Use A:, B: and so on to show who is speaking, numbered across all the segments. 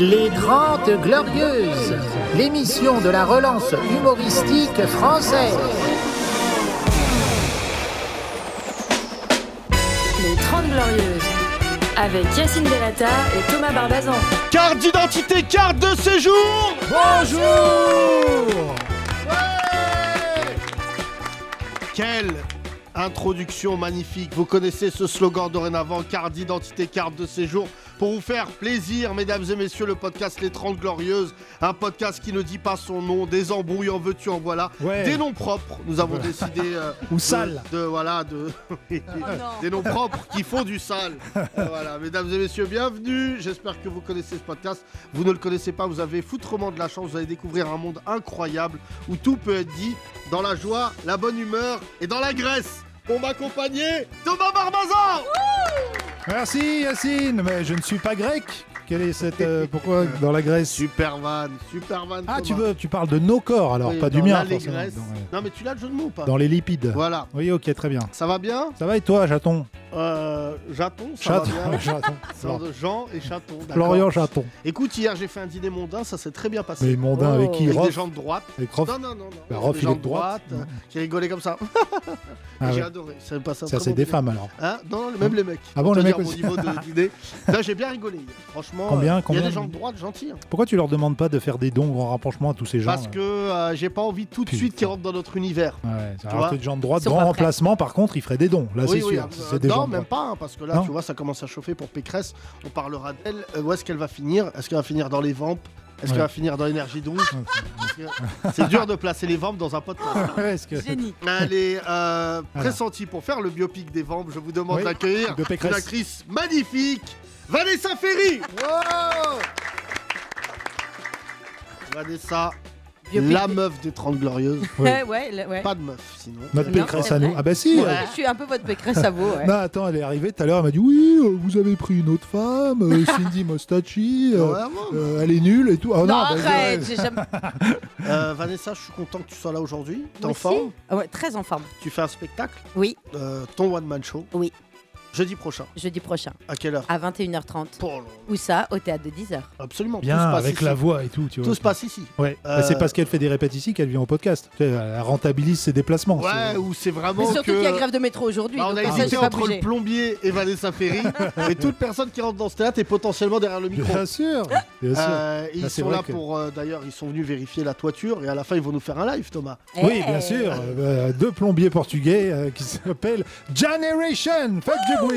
A: Les 30 Glorieuses, l'émission de la relance humoristique française.
B: Les 30 Glorieuses, avec Yacine Delata et Thomas Barbazan.
C: Carte d'identité, carte de séjour
A: Bonjour
C: Quelle introduction magnifique Vous connaissez ce slogan dorénavant, carte d'identité, carte de séjour. Pour vous faire plaisir, mesdames et messieurs, le podcast Les 30 Glorieuses, un podcast qui ne dit pas son nom, des embrouilles en veux-tu, en voilà,
D: Ouais.
C: des noms propres. Nous avons décidé... euh,
D: Ou
C: de-
D: sale.
C: De, voilà, de... des noms propres qui font du sale. Euh, voilà, mesdames et messieurs, bienvenue. J'espère que vous connaissez ce podcast. Vous ne le connaissez pas, vous avez foutrement de la chance. Vous allez découvrir un monde incroyable où tout peut être dit dans la joie, la bonne humeur et dans la graisse. Pour m'accompagner, Thomas Barbazan
D: Merci Yacine, mais je ne suis pas grec. Quelle est cette euh, pourquoi dans la Grèce
C: Superman, Superman.
D: Ah, tu
C: Thomas.
D: veux, tu parles de nos corps alors,
C: Oui,
D: pas du
C: dans
D: mien
C: la- les
D: forcément.
C: graisses.
D: Dans, euh,
C: Non, mais tu l'as le jeu de mots ou pas
D: dans les lipides.
C: Voilà.
D: Oui, ok, très bien.
C: Ça va bien
D: Ça va et toi, chaton
C: euh, Jaton, ça
D: Chaton,
C: va bien
D: chaton.
C: Flor- Jean et Chaton. d'accord.
D: Florian Chaton.
C: Écoute, hier j'ai fait un dîner mondain, ça s'est très bien passé.
D: Mais mondain
B: Oh.
D: avec qui
C: Avec des
D: Rof
C: gens de droite.
D: Avec Rof
C: Non, non, non. non.
D: Bah, Rof,
C: des
D: il
C: gens
D: est de droite. Mm.
C: euh, qui rigolaient comme ça.
D: Ah
C: j'ai
D: ouais.
C: adoré. Ça, me passe un
D: Ça,
C: très
D: c'est
C: bon
D: des
C: dîner.
D: femmes alors.
C: Hein non, non, même les mecs.
D: Ah bon,
C: Pour
D: les
C: te dire
D: mecs
C: mon
D: aussi.
C: niveau de dîner. Là, j'ai bien rigolé. hier. Franchement,
D: Combien,
C: euh, il y
D: combien
C: a des gens de droite gentils. hein.
D: Pourquoi tu leur demandes pas de faire des dons en rapprochement à tous ces gens
C: Parce que euh, j'ai pas envie tout de
D: Putain.
C: suite qu'ils rentrent dans notre univers.
D: Ouais,
C: tu
D: alors
C: vois,
D: que des gens de droite,
B: ils sont
D: grand
B: pas prêts.
D: remplacement, par contre, ils feraient des dons. Là, c'est sûr.
C: euh,
D: Si c'est des
C: non,
D: gens de
C: même
D: droite.
C: pas, hein, parce que là,
D: Non.
C: tu vois, ça commence à chauffer pour Pécresse. On parlera d'elle. Euh, où est-ce qu'elle va finir Est-ce qu'elle va finir dans les vampes Est-ce qu'elle
D: Ouais.
C: va finir dans l'énergie douce Parce que C'est dur de placer les vampes dans un podcast.
D: Est-ce que-
B: Génie.
C: Elle est euh,
D: Voilà.
C: pressentie pour faire le biopic des Vambes. Je vous demande
D: Oui,
C: d'accueillir
D: de
C: une
D: Pécresse.
C: actrice magnifique, Vanessa Ferry. Vanessa,
B: Biopic.
C: la meuf des 30 Glorieuses.
D: Ouais.
E: Ouais, Eh ouais, le- ouais.
C: Pas de meuf, sinon.
D: Notre
E: Non,
D: pécresse
E: c'est
D: à nous.
E: vrai.
D: Ah bah si,
C: Ouais.
D: euh,
E: Je suis un peu votre pécresse à vous. Ouais.
D: Non, attends, elle est arrivée tout à l'heure, elle m'a dit oui, euh, vous avez pris une autre femme, euh, Cindy Mostachi, euh,
C: Vraiment.
D: euh, elle est nulle et tout. Ah,
C: Oh
E: Non,
D: bah,
E: arrête,
D: ouais.
E: j'ai jamais.
C: Euh, Vanessa, je suis content que tu sois là aujourd'hui. T'es
E: Moi
C: en
E: aussi.
C: forme
E: Ah ouais, très en forme.
C: Tu fais un spectacle
E: Oui,
C: euh, Ton one-man show
E: Oui.
C: Jeudi prochain.
E: jeudi prochain,
C: À quelle heure
E: à 21h30.
C: Pour-
E: Ou ça, au théâtre de 10h.
C: Absolument.
D: Bien,
C: tout se passe
D: avec
C: ici.
D: la voix et tout, tu vois.
C: Tout se passe ici.
D: Ouais.
E: Euh.
D: Bah, c'est parce qu'elle fait des répètes ici qu'elle vient au podcast. Tu sais, Elle rentabilise ses déplacements.
C: Ouais,
D: c'est-
C: ou c'est
E: Mais
C: vraiment.
E: surtout
C: que...
E: qu'il y a grève de métro aujourd'hui.
C: Bah, on
E: donc
C: a
E: comme ça, je
C: hésité
E: vais pas
C: entre
E: bouger.
C: le plombier et Vanessa Ferry, mais toute personne qui rentre dans ce théâtre est potentiellement derrière le micro.
D: Bien sûr, bien sûr.
C: Euh, ils
D: Là, c'est
C: sont
D: vrai
C: là
D: que-
C: pour, euh, d'ailleurs, ils sont venus vérifier la toiture et à la fin ils vont nous faire un live, Thomas.
D: Oui,
E: Eh.
D: bien sûr. euh, deux plombiers portugais euh, qui s'appellent Generation. Faites du bruit.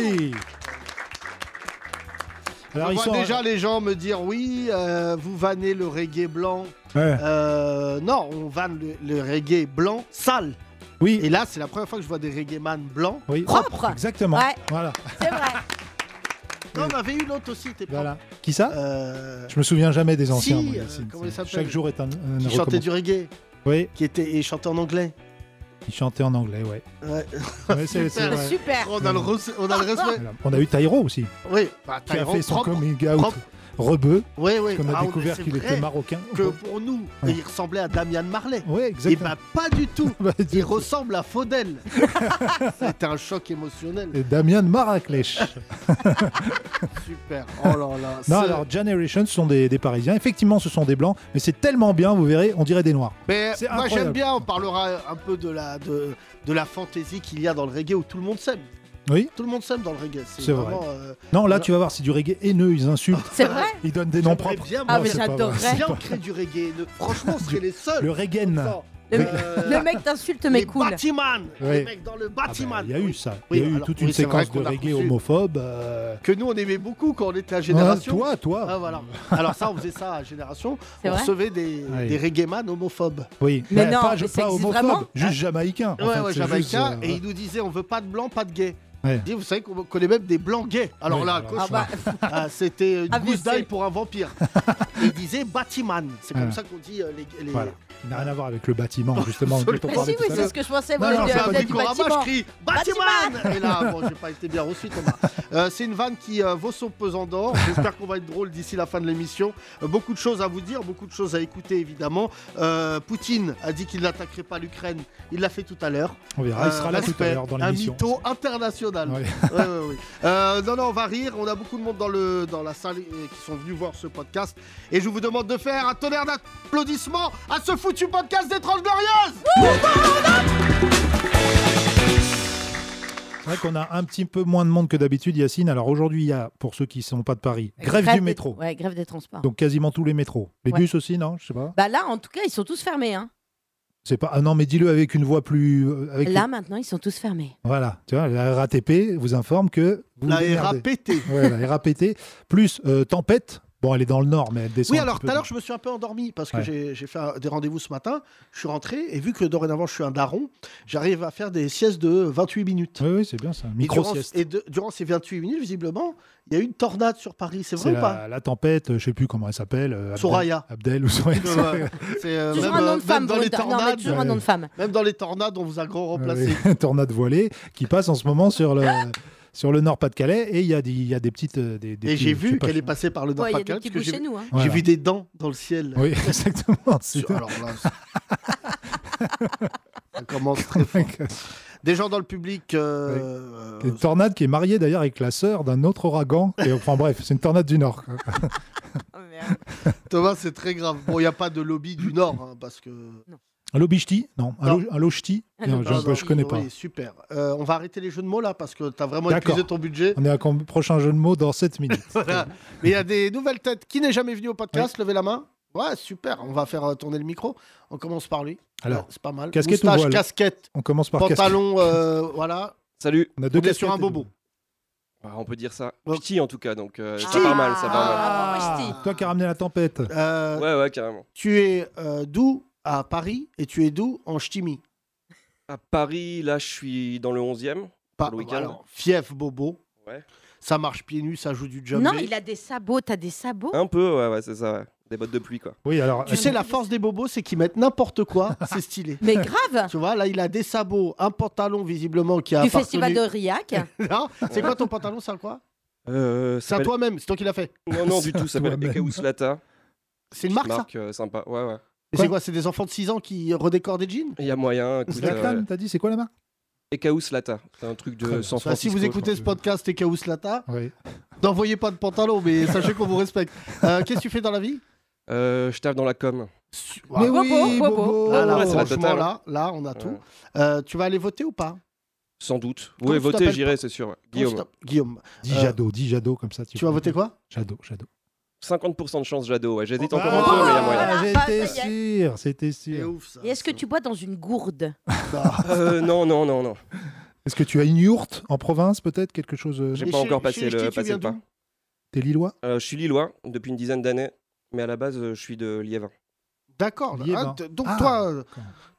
C: Je vois
D: euh,
C: déjà les gens me dire oui, euh, vous vannez le reggae blanc.
D: Ouais.
C: Euh, non, on vanne le, le reggae blanc sale.
D: Oui,
C: Et là, c'est la première fois que je vois des reggae man blancs.
D: oui.
E: Propre.
D: Exactement.
E: Ouais.
D: Voilà.
E: C'est vrai.
C: Non, on avait une autre aussi, t'es pas.
D: voilà. Qui ça
C: Euh,
D: Je me souviens jamais des anciens.
C: Si,
D: moi,
C: euh,
D: Yacine.
C: comment il
D: C'est-
C: s'appelle
D: Chaque jour est un. un
C: qui chantait du reggaie,
D: recommence- Oui,
C: qui était et chantait en anglais.
D: il chantait en anglais, ouais.
C: Ouais.
D: Ouais, c'est- c'est vrai.
E: Super.
C: On a le, res- on a le respect.
D: Voilà. On a eu Tyro aussi,
C: Oui, bah,
D: qui a
C: Tyrone
D: fait son
C: propre.
D: coming out
C: propre.
D: rebeu,
C: Oui, oui.
D: qu'on a
C: Ah,
D: découvert
C: c'est
D: qu'il
C: vrai
D: était marocain.
C: Que pour nous,
D: Ouais.
C: il ressemblait à Damian Marley.
D: Ouais,
C: Et
D: exactement.
C: bah pas du tout.
D: Bah,
C: Il
D: du-
C: ressemble à Faudel. C'était un choc émotionnel.
D: et Damien Maraclèche.
C: Super. Oh là là. c'est-
D: non, alors Generation, ce sont des, des Parisiens. Effectivement, ce sont des Blancs, mais c'est tellement bien, vous verrez, on dirait des Noirs.
C: Mais
D: c'est
C: moi
D: incroyable.
C: j'aime bien. On parlera un peu de la de, de la fantaisie qu'il y a dans le reggae où tout le monde s'aime.
D: Oui.
C: Tout le monde s'aime dans le reggae.
D: C'est vrai.
C: vraiment, euh,
D: Non, là,
C: Voilà.
D: tu vas voir, c'est du reggae haineux, ils insultent,
E: C'est vrai.
D: ils donnent des noms
C: j'aimerais
D: propres.
C: Bien,
E: Ah,
D: Non,
E: mais
D: c'est pas
E: j'adorerais.
D: vrai.
C: bien créer du reggae. Ne- Franchement, on serait les seuls.
D: Le reggae.
C: Attends,
E: Le,
C: euh,
E: le mec t'insulte, mais
C: les
E: cool.
C: Batiman. Les
D: Ouais.
C: mecs dans le
D: Ah bah, Il
C: Batiman.
D: y a eu ça. Il
C: Oui,
D: y a eu
C: alors,
D: toute
C: oui,
D: une
C: c'est vrai
D: séquence de
C: qu'on a
D: reggae
C: reçu.
D: homophobe. euh,
C: Que nous on aimait beaucoup quand on était à
D: hein,
C: génération.
D: Toi, toi.
C: Ah, voilà. Alors ça, on faisait ça à Génération.
E: C'est
C: On
E: vrai.
C: recevait des,
D: Ouais.
C: des reggaeman homophobes.
D: Oui,
E: Mais
D: pas,
E: non, mais ça
D: pas
E: existe
D: homophobe,
E: vraiment Hein
D: juste jamaïcain. Ah, en
C: ouais,
D: fait,
C: ouais,
D: c'est
C: Jamaïcain.
D: juste, euh,
C: Et ils nous disaient, on veut pas de blanc, pas de gay.
D: Ouais.
C: Ils disaient, vous savez qu'on connaît même des blancs gays. Alors
D: Ouais,
C: là,
D: alors,
C: cauchemar.
E: Ah bah,
C: Ah, c'était une
E: ABC.
C: gousse d'ail pour un vampire. Et ils disaient Batiman. C'est comme
D: Ouais.
C: ça qu'on dit euh, les, les-
D: Voilà. Il n'a rien à voir avec le bâtiment, justement, dont on
E: Mais Bah si,
D: parlait
E: oui,
D: tout à
E: c'est
D: l'heure.
E: ce que je pensais.
D: Non,
E: moi,
D: non,
E: de-
D: c'est
E: de-
D: pas
C: Dès
E: du
C: qu'on rabâche,
E: bâtiment.
C: crie Batiman Et là, bon, j'ai pas été bien reçu, Thomas. Euh, c'est une vanne qui euh, vaut son pesant d'or. J'espère qu'on va être drôle d'ici la fin de l'émission. Euh, beaucoup de choses à vous dire, beaucoup de choses à écouter, évidemment. Euh, Poutine a dit qu'il n'attaquerait pas l'Ukraine. Il l'a fait tout à l'heure.
D: On verra, il sera là
C: Euh,
D: tout à l'heure dans
C: Un
D: l'émission.
C: mytho international.
D: Ouais.
C: Ouais, ouais, ouais. Euh, non, non, on va rire. On a beaucoup de monde dans, le, dans la salle euh, qui sont venus voir ce podcast. Et je vous demande de faire un tonnerre d'applaudissements à ce foutu podcast des Trolls Glorieuses
D: C'est vrai qu'on a un petit peu moins de monde que d'habitude, Yacine. Alors aujourd'hui, il y a, pour ceux qui ne sont pas de Paris, grève, du
E: des-
D: métro.
E: Ouais, grève des transports.
D: Donc quasiment tous les métros. Les
E: Ouais.
D: bus aussi, non Je sais pas.
E: Bah là, en tout cas, ils sont tous fermés. Hein.
D: C'est pas. Ah non, mais dis-le avec une voix plus. euh, avec-
E: Là, maintenant, ils sont tous fermés.
D: Voilà. Tu vois, la RATP vous informe que vous
C: La
D: vous démerdez.
C: RAPT.
D: Ouais, la RAPT. Plus euh, tempête. Bon, elle est dans le nord, mais elle descend.
C: Oui,
D: un
C: alors
D: petit
C: tout à
D: peu.
C: l'heure, je me suis un peu endormi parce que
D: Ouais.
C: j'ai- j'ai fait un- des rendez-vous ce matin. Je suis rentré et vu que dorénavant je suis un daron, j'arrive à faire des siestes de 28 minutes.
D: Oui, oui, c'est bien ça.
C: Et durant-
D: Micro sieste.
C: Et, de- durant ces 28 minutes, visiblement, il y a eu une tornade sur Paris. C'est
D: C'est
C: vrai ou pas
D: la, la tempête. euh, Je sais plus comment elle s'appelle. euh, Abdel-
C: Soraya.
D: Abdel ou Soraya.
C: Ouais, c'est, euh,
E: Toujours
C: même,
E: un
C: euh,
E: nom de
C: même
E: femme.
C: dans
E: pour
C: les
E: une- non, mais
C: tornades, euh,
E: toujours un
D: ouais.
E: nom de femme.
C: même dans les tornades, on vous a grand remplacé.
D: Ah Oui, tornade voilée qui passe en ce moment sur le, sur le Nord-Pas-de-Calais et il y, a des- il y a des petites. euh, Des, des
C: Et
D: petits-
C: j'ai
D: je sais
C: vu
D: pas,
C: qu'elle
D: je-
C: est passée par le
E: Ouais, Il y a des
C: Nord-Pas-de-Calais.
E: petits
C: parce que
E: bouts
C: J'ai
E: chez nous. hein.
D: Voilà.
C: j'ai vu des dents dans le ciel.
D: Oui, exactement. c'est-
C: Alors là, ça commence très fort. Des gens dans le public. euh,
D: Une tornade qui est mariée d'ailleurs avec la sœur d'un autre ouragan. Et, enfin bref, c'est une tornade du Nord. quoi.
C: Thomas, c'est très grave. Bon, il n'y a pas de lobby du Nord, hein, parce que.
D: Un lobichti Non, un,
C: Non.
D: lo- un lochti
E: Un
D: Non,
E: lochti.
D: je- je, connais pas.
C: Oui, super. Euh, on va arrêter les jeux de mots là, parce que tu as vraiment
D: D'accord.
C: épuisé ton budget.
D: On est à com- prochain jeu de mots dans 7 minutes.
C: Voilà. Mais il y a des nouvelles têtes. Qui n'est jamais venu au podcast Levez la main. Ouais, super. On va faire euh, tourner le micro. On commence par lui.
D: Alors,
C: Ouais, c'est pas mal.
D: casquette ou
C: Moustache,
D: voile
C: casquette,
D: on commence par casquette.
C: pantalon, euh, voilà.
F: Salut.
D: On a deux
C: on est sur
D: casquettes
C: un
D: et
C: bobo.
D: deux-
F: Ah, on peut dire ça.
C: Ouais.
F: Ch'ti en tout cas, donc euh,
C: Ch'ti
F: ça va mal, ça va
E: Ah,
C: Ah.
E: bravo, Christy.
D: Toi qui as ramené la tempête.
C: Euh,
F: mal. Ouais, ouais, carrément.
C: Tu es euh, d'où à Paris et tu es d'où en Ch'timi
F: À Paris, là, je suis dans le 11e.
C: Pas
F: le week-end.
C: alors, Fief, bobo.
F: Ouais.
C: Ça marche pieds nus, ça joue du jumpé.
E: Non, il a des sabots. T'as des sabots
F: Un peu, ouais, ouais, c'est ça. ouais. Des bottes de pluie, quoi.
D: Oui, alors.
C: Tu sais, la force des bobos, c'est qu'ils mettent n'importe quoi, c'est stylé.
E: Mais grave
C: Tu vois, là, il a des sabots, un pantalon visiblement qui a
E: Du
C: appartenu-
E: festival de Riac.
C: Non, c'est quoi ton pantalon, c'est à quoi
F: Euh,
C: C'est à toi-même, c'est toi qui l'as fait.
F: Non, non, du tout. Ça s'appelle
D: Toi-même.
F: Ekauslata.
C: C'est une marque, ça
F: Marque euh, sympa. Ouais, ouais.
C: Et C'est quoi C'est des enfants de 6 ans qui redécorent des jeans
F: Il y a moyen. écoute,
D: Zlatan,
F: euh,
D: t'as dit, c'est quoi la marque
F: Ekauslata. C'est un truc
D: Très bien. Bah,
F: de San
C: Enfin, Bah, Si
F: Euh, Francisco.
C: vous écoutez
F: je
C: ce
F: crois.
C: podcast et Chaos Lata,
D: Oui.
C: n'envoyez pas de pantalon, mais sachez qu'on vous respecte. Euh, Qu'est-ce que tu fais dans la vie
F: Euh, je taffe dans la com.
C: Su-
D: Mais
C: Waouh.
E: Bobo,
D: oui,
E: bobo.
D: bobo.
C: Ah, là,
F: Ouais, c'est la
C: franchement,
F: totale.
C: là, là, on a tout.
F: Ouais.
C: Euh, tu vas aller voter ou pas
F: Sans doute.
C: Comment
F: oui,
C: tu t'appelles
F: votez, j'irai, c'est sûr. ouais. Guillaume.
C: Stop. Guillaume.
D: Dis
C: Euh,
D: Jadot, dis Jadot comme ça.
C: Tu vas voter quoi
D: Jadot, Jadot.
F: 50% de chance, Jadot. Ouais, J'hésite
C: Oh,
D: Ah,
C: bah,
F: encore un peu, mais il y a moyen.
E: voilà. Ah,
D: J'étais
E: ça
D: sûr, c'était
C: C'est
D: sûr.
C: ouf, ça.
E: Et est-ce que tu bois dans une gourde
F: Euh, non, non, non, non.
D: Est-ce que tu as une yourte en province, peut-être Quelque chose. euh,
F: J'ai
C: Mais
F: pas
C: chez-
F: encore
C: chez
F: passé
C: Ch'ti,
F: le,
C: tu
F: passé
C: viens
F: le pas.
C: d'où
D: T'es Lillois
F: Euh, je suis lillois depuis une dizaine d'années, mais à la base, euh, je suis de Liévin.
C: D'accord.
D: Lié,
C: Ah,
D: ben.
C: t- donc
D: Ah.
C: toi, euh,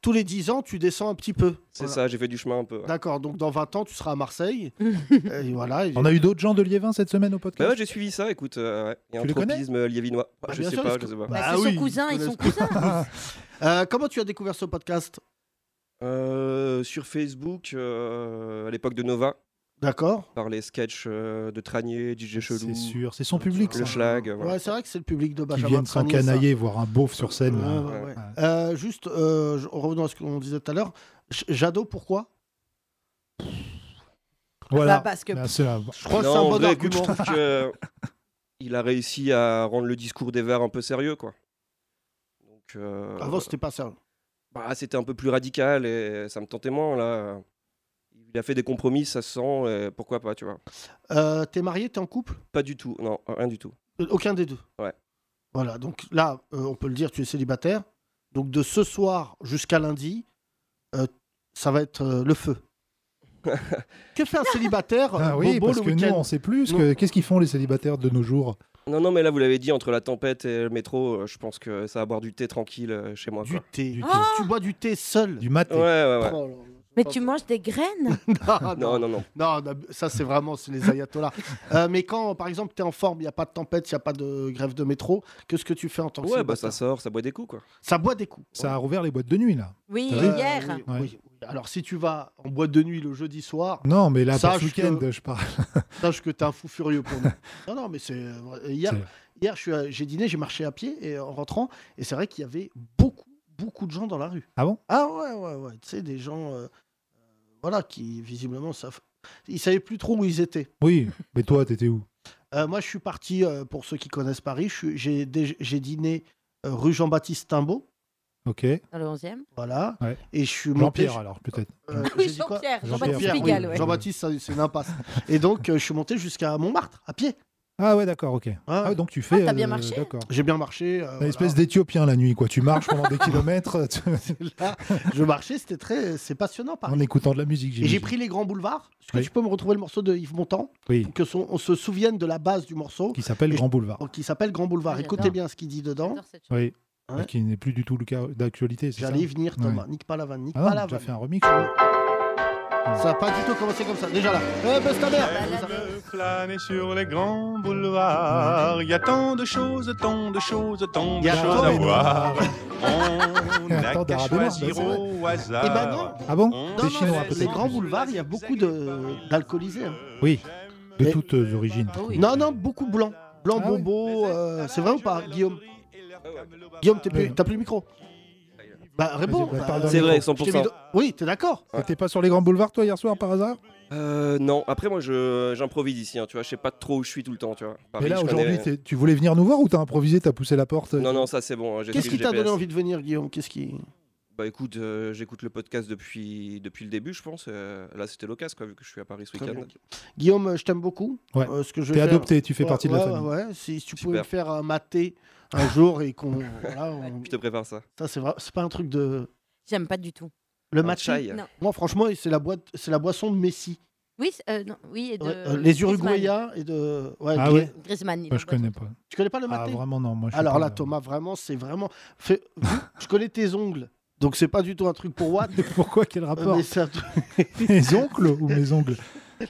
C: tous les 10 ans, tu descends un petit peu.
F: C'est
C: Voilà.
F: ça, j'ai fait du chemin un peu. ouais.
C: D'accord. Donc dans 20 ans, tu seras à Marseille. et voilà. et-
D: On a eu d'autres gens de Liévin cette semaine au podcast
F: Bah ouais, j'ai suivi ça, écoute. euh, ouais. Il y a
D: Tu
F: un
D: les connais
F: tropisme euh, liévinois. Bah,
C: Bah,
F: je
C: bien
F: sais
C: sûr,
F: pas,
C: parce
F: je
C: que-
F: sais pas.
E: Bah,
C: Bah
E: C'est
C: oui,
E: son cousin,
C: ils
E: ils sont
C: connaissent.
E: cousins.
C: Euh, comment tu as découvert ce podcast
F: Euh, sur Facebook, euh, à l'époque de Nova,
C: D'accord.
F: par les sketchs euh, de Tranier, DJ Chelou,
D: C'est sûr, c'est son public.
F: le
D: ça.
F: schlag. euh, voilà.
C: Ouais, c'est vrai que c'est le public de
D: Qui
C: Benjamin.
D: viennent sans
C: Tranier, ça.
D: canailler voir un beauf sur scène. là.
C: Ouais, ouais, ouais. Euh, juste, euh, je- en revenant à ce qu'on disait tout à l'heure, J- Jadot, pourquoi
D: Voilà.
E: Bah, parce que-
D: Là, c'est un-
C: Je crois que
F: Non,
C: c'est un
F: en
C: bon
F: vrai, écoute,
C: argument.
F: je trouve que euh, il a réussi à rendre le discours des Verts un peu sérieux, quoi. Donc, euh,
C: Avant, Ah, c'était pas ça.
F: bah, c'était un peu plus radical et ça me tentait moins là. Il a fait des compromis, ça se sent, et pourquoi pas, tu vois.
C: Euh, t'es marié, t'es en couple
F: Pas du tout, non, rien du tout.
C: Euh, Aucun des deux.
F: Ouais.
C: Voilà, donc là, euh, on peut le dire, tu es célibataire. Donc de ce soir jusqu'à lundi, euh, ça va être euh, le feu. que fait un célibataire
D: Ah
C: euh,
D: oui,
C: bobo
D: parce
C: le
D: que nous,
C: week-end
D: on sait plus. que- Qu'est-ce qu'ils font les célibataires de nos jours
F: Non, non, mais là, vous l'avez dit, entre la tempête et le métro, euh, je pense que ça va boire du thé tranquille euh, chez moi.
C: Du
F: quoi.
C: thé.
D: Du
C: Ah Du
D: thé.
C: Tu bois du thé seul.
D: Du matin
F: Ouais, ouais, ouais.
C: Oh là là.
E: Mais tu manges des graines
D: Ah
C: non, Ah,
F: Non,
C: non,
F: non, non.
C: non, non, ça c'est vraiment c'est les ayatollahs. Euh, mais quand, par exemple, tu es en forme, il n'y a pas de tempête, il n'y a pas de grève de métro, qu'est-ce que tu fais en tant que
F: Ouais, bah
C: célibataire
F: ça sort, ça boit des coups, quoi.
C: Ça boit des coups.
D: Ça a rouvert les boîtes de nuit, là.
E: Oui,
D: Ah,
C: Euh,
E: hier.
C: oui, oui, oui. Alors si tu vas en boîte de nuit le jeudi soir,
D: Non, mais là, pour
C: Sache
D: ce week-end,
C: que-
D: je parle.
C: sache que t'es un fou furieux pour nous. non, non, mais c'est euh, hier. Hier, je suis, euh, j'ai dîné, j'ai marché à pied et en rentrant, et c'est vrai qu'il y avait beaucoup, beaucoup de gens dans la rue.
D: Ah bon
C: Ah ouais, ouais, ouais. Tu sais, des gens, euh, euh, voilà, qui visiblement savent. Ils savaient plus trop où ils étaient.
D: Oui, mais toi, t'étais où
C: Euh, moi, je suis parti, euh, pour ceux qui connaissent Paris, je suis- j'ai dé- j'ai dîné euh, rue Jean-Baptiste Timbaud.
D: Ok.
E: Dans le 11e
C: Voilà.
D: Ouais.
C: Et je suis monté.
D: Jean-Pierre, alors, peut-être.
C: euh, j'ai
E: Ah Oui,
C: dit quoi
E: Jean-Pierre,
D: Jean-Pierre,
E: Jean-Baptiste
C: Jean-Pierre, oui,
E: Pigalle, ouais.
C: Jean-Baptiste, ça, c'est une impasse. Et donc, euh, je suis monté jusqu'à Montmartre, à pied.
D: Ah ouais, d'accord, ok.
C: Ah,
D: Ah, donc tu fais.
E: t'as bien
D: euh,
E: marché
D: D'accord.
C: J'ai bien marché. euh,
D: T'as une espèce
C: voilà.
D: d'Éthiopien la nuit, quoi. Tu marches pendant des kilomètres tu-
C: Là, je marchais, c'était très, c'est passionnant. Paris.
D: en écoutant de la musique.
C: Et j'ai
D: j'imagine.
C: pris les grands boulevards. Est-ce que
D: Oui.
C: tu peux me retrouver le morceau de Yves Montand
D: Oui,
C: Que son- on se souvienne de la base du morceau
D: qui s'appelle
C: Et-
D: Grand Boulevard.
C: qui s'appelle Grand Boulevard.
E: Ah, j'adore.
C: Écoutez bien ce qu'il dit dedans.
E: J'adore cette chanson.
D: Oui.
C: Ouais.
D: Mais Qui n'est plus du tout le cas d'actualité, c'est ça
C: J'allais y venir,
D: Ouais.
C: Thomas. Nique pas la vanne, nique
D: Ah
C: pas
D: non,
C: la
D: j'ai
C: vanne.
D: fait un remix.
C: Ça n'a pas du tout commencé comme ça. Déjà là. Eh, baisse ta mère
E: Ah,
G: De flâner sur les grands boulevards. Il y a tant de choses, tant de choses, tant
C: Y
G: de
C: a
G: choses
C: tant
G: à
C: de-
G: voir. On
D: Attends,
G: n'a qu'à
D: Dara Delors,
G: choisir
D: bah, c'est
G: au hasard.
C: Eh ben non
D: Ah bon
G: On
D: Des
C: non,
D: Chinois,
C: c'est-
D: peut-être
C: les grands boulevards, il y a beaucoup de- d'alcoolisés. hein.
D: Ah, Oui, de
C: Mais-
D: toutes euh, origines.
E: Ah
C: Non, non, beaucoup blancs. Blanc
D: Ah ouais.
C: bobo, euh, c'est vrai ou pas, Guillaume Guillaume, t'as plus,
D: Ouais.
C: t'as plus le micro Bah, réponds.
D: Vas-y, bah,
C: bah,
D: parle dans
F: C'est
D: le
F: vrai,
D: micro.
C: je t'ai mis
F: 100%.
C: do- Oui, t'es d'accord
D: T'étais pas sur les grands boulevards, toi, hier soir, par hasard
F: Euh, non, après, moi, je- j'improvise ici, hein, tu vois. Je sais pas trop où je suis tout le temps, tu vois. Paris,
D: Mais là,
F: je connais-
D: aujourd'hui, t'es- tu voulais venir nous voir ou t'as improvisé, t'as poussé la porte euh,
F: Non, non, ça, c'est bon. hein, j'ai
C: Qu'est-ce
F: suivi
C: qui
F: le
C: t'a donné
F: GPS.
C: envie de venir, Guillaume Qu'est-ce qui
F: Bah écoute, euh, j'écoute le podcast depuis, depuis le début, je pense. euh, là, c'était l'occasion, quoi, vu que je suis à Paris ce
C: Très
F: week-end.
C: bien. Guillaume, euh, je t'aime beaucoup.
D: Ouais.
C: Euh, ce que je
D: T'es
C: vais faire-
D: adopté, tu fais
C: Ouais,
D: partie de
C: ouais,
D: la famille.
C: ouais, si, si tu pouvais me
F: Super.
C: faire un maté un jour et qu'on. voilà, on-
F: Je te prépare ça.
C: Ça, c'est vrai- c'est pas un truc de.
E: J'aime pas du tout.
C: Le
F: Un
C: maté.
F: chai.
E: Non.
C: Moi, franchement, c'est la, boîte... c'est la boisson de Messi.
E: Oui, c'est- euh, non, oui et de...
C: Ouais, euh, les Uruguayens et de. Ouais,
D: Ah
C: Gri-
D: ouais
E: Griezmann. il
D: Moi,
E: en
D: je
E: boit
D: connais pas.
C: Tu connais pas le
D: Ah,
C: maté
D: vraiment, non. Moi, je suis
C: Alors
D: pas
C: là,
D: le-
C: Thomas, vraiment, c'est vraiment. Fais- je connais tes ongles, donc c'est pas du tout un truc pour Watt.
D: Pourquoi Quel rapport
C: mais c'est un truc-
D: Mes oncles ou mes ongles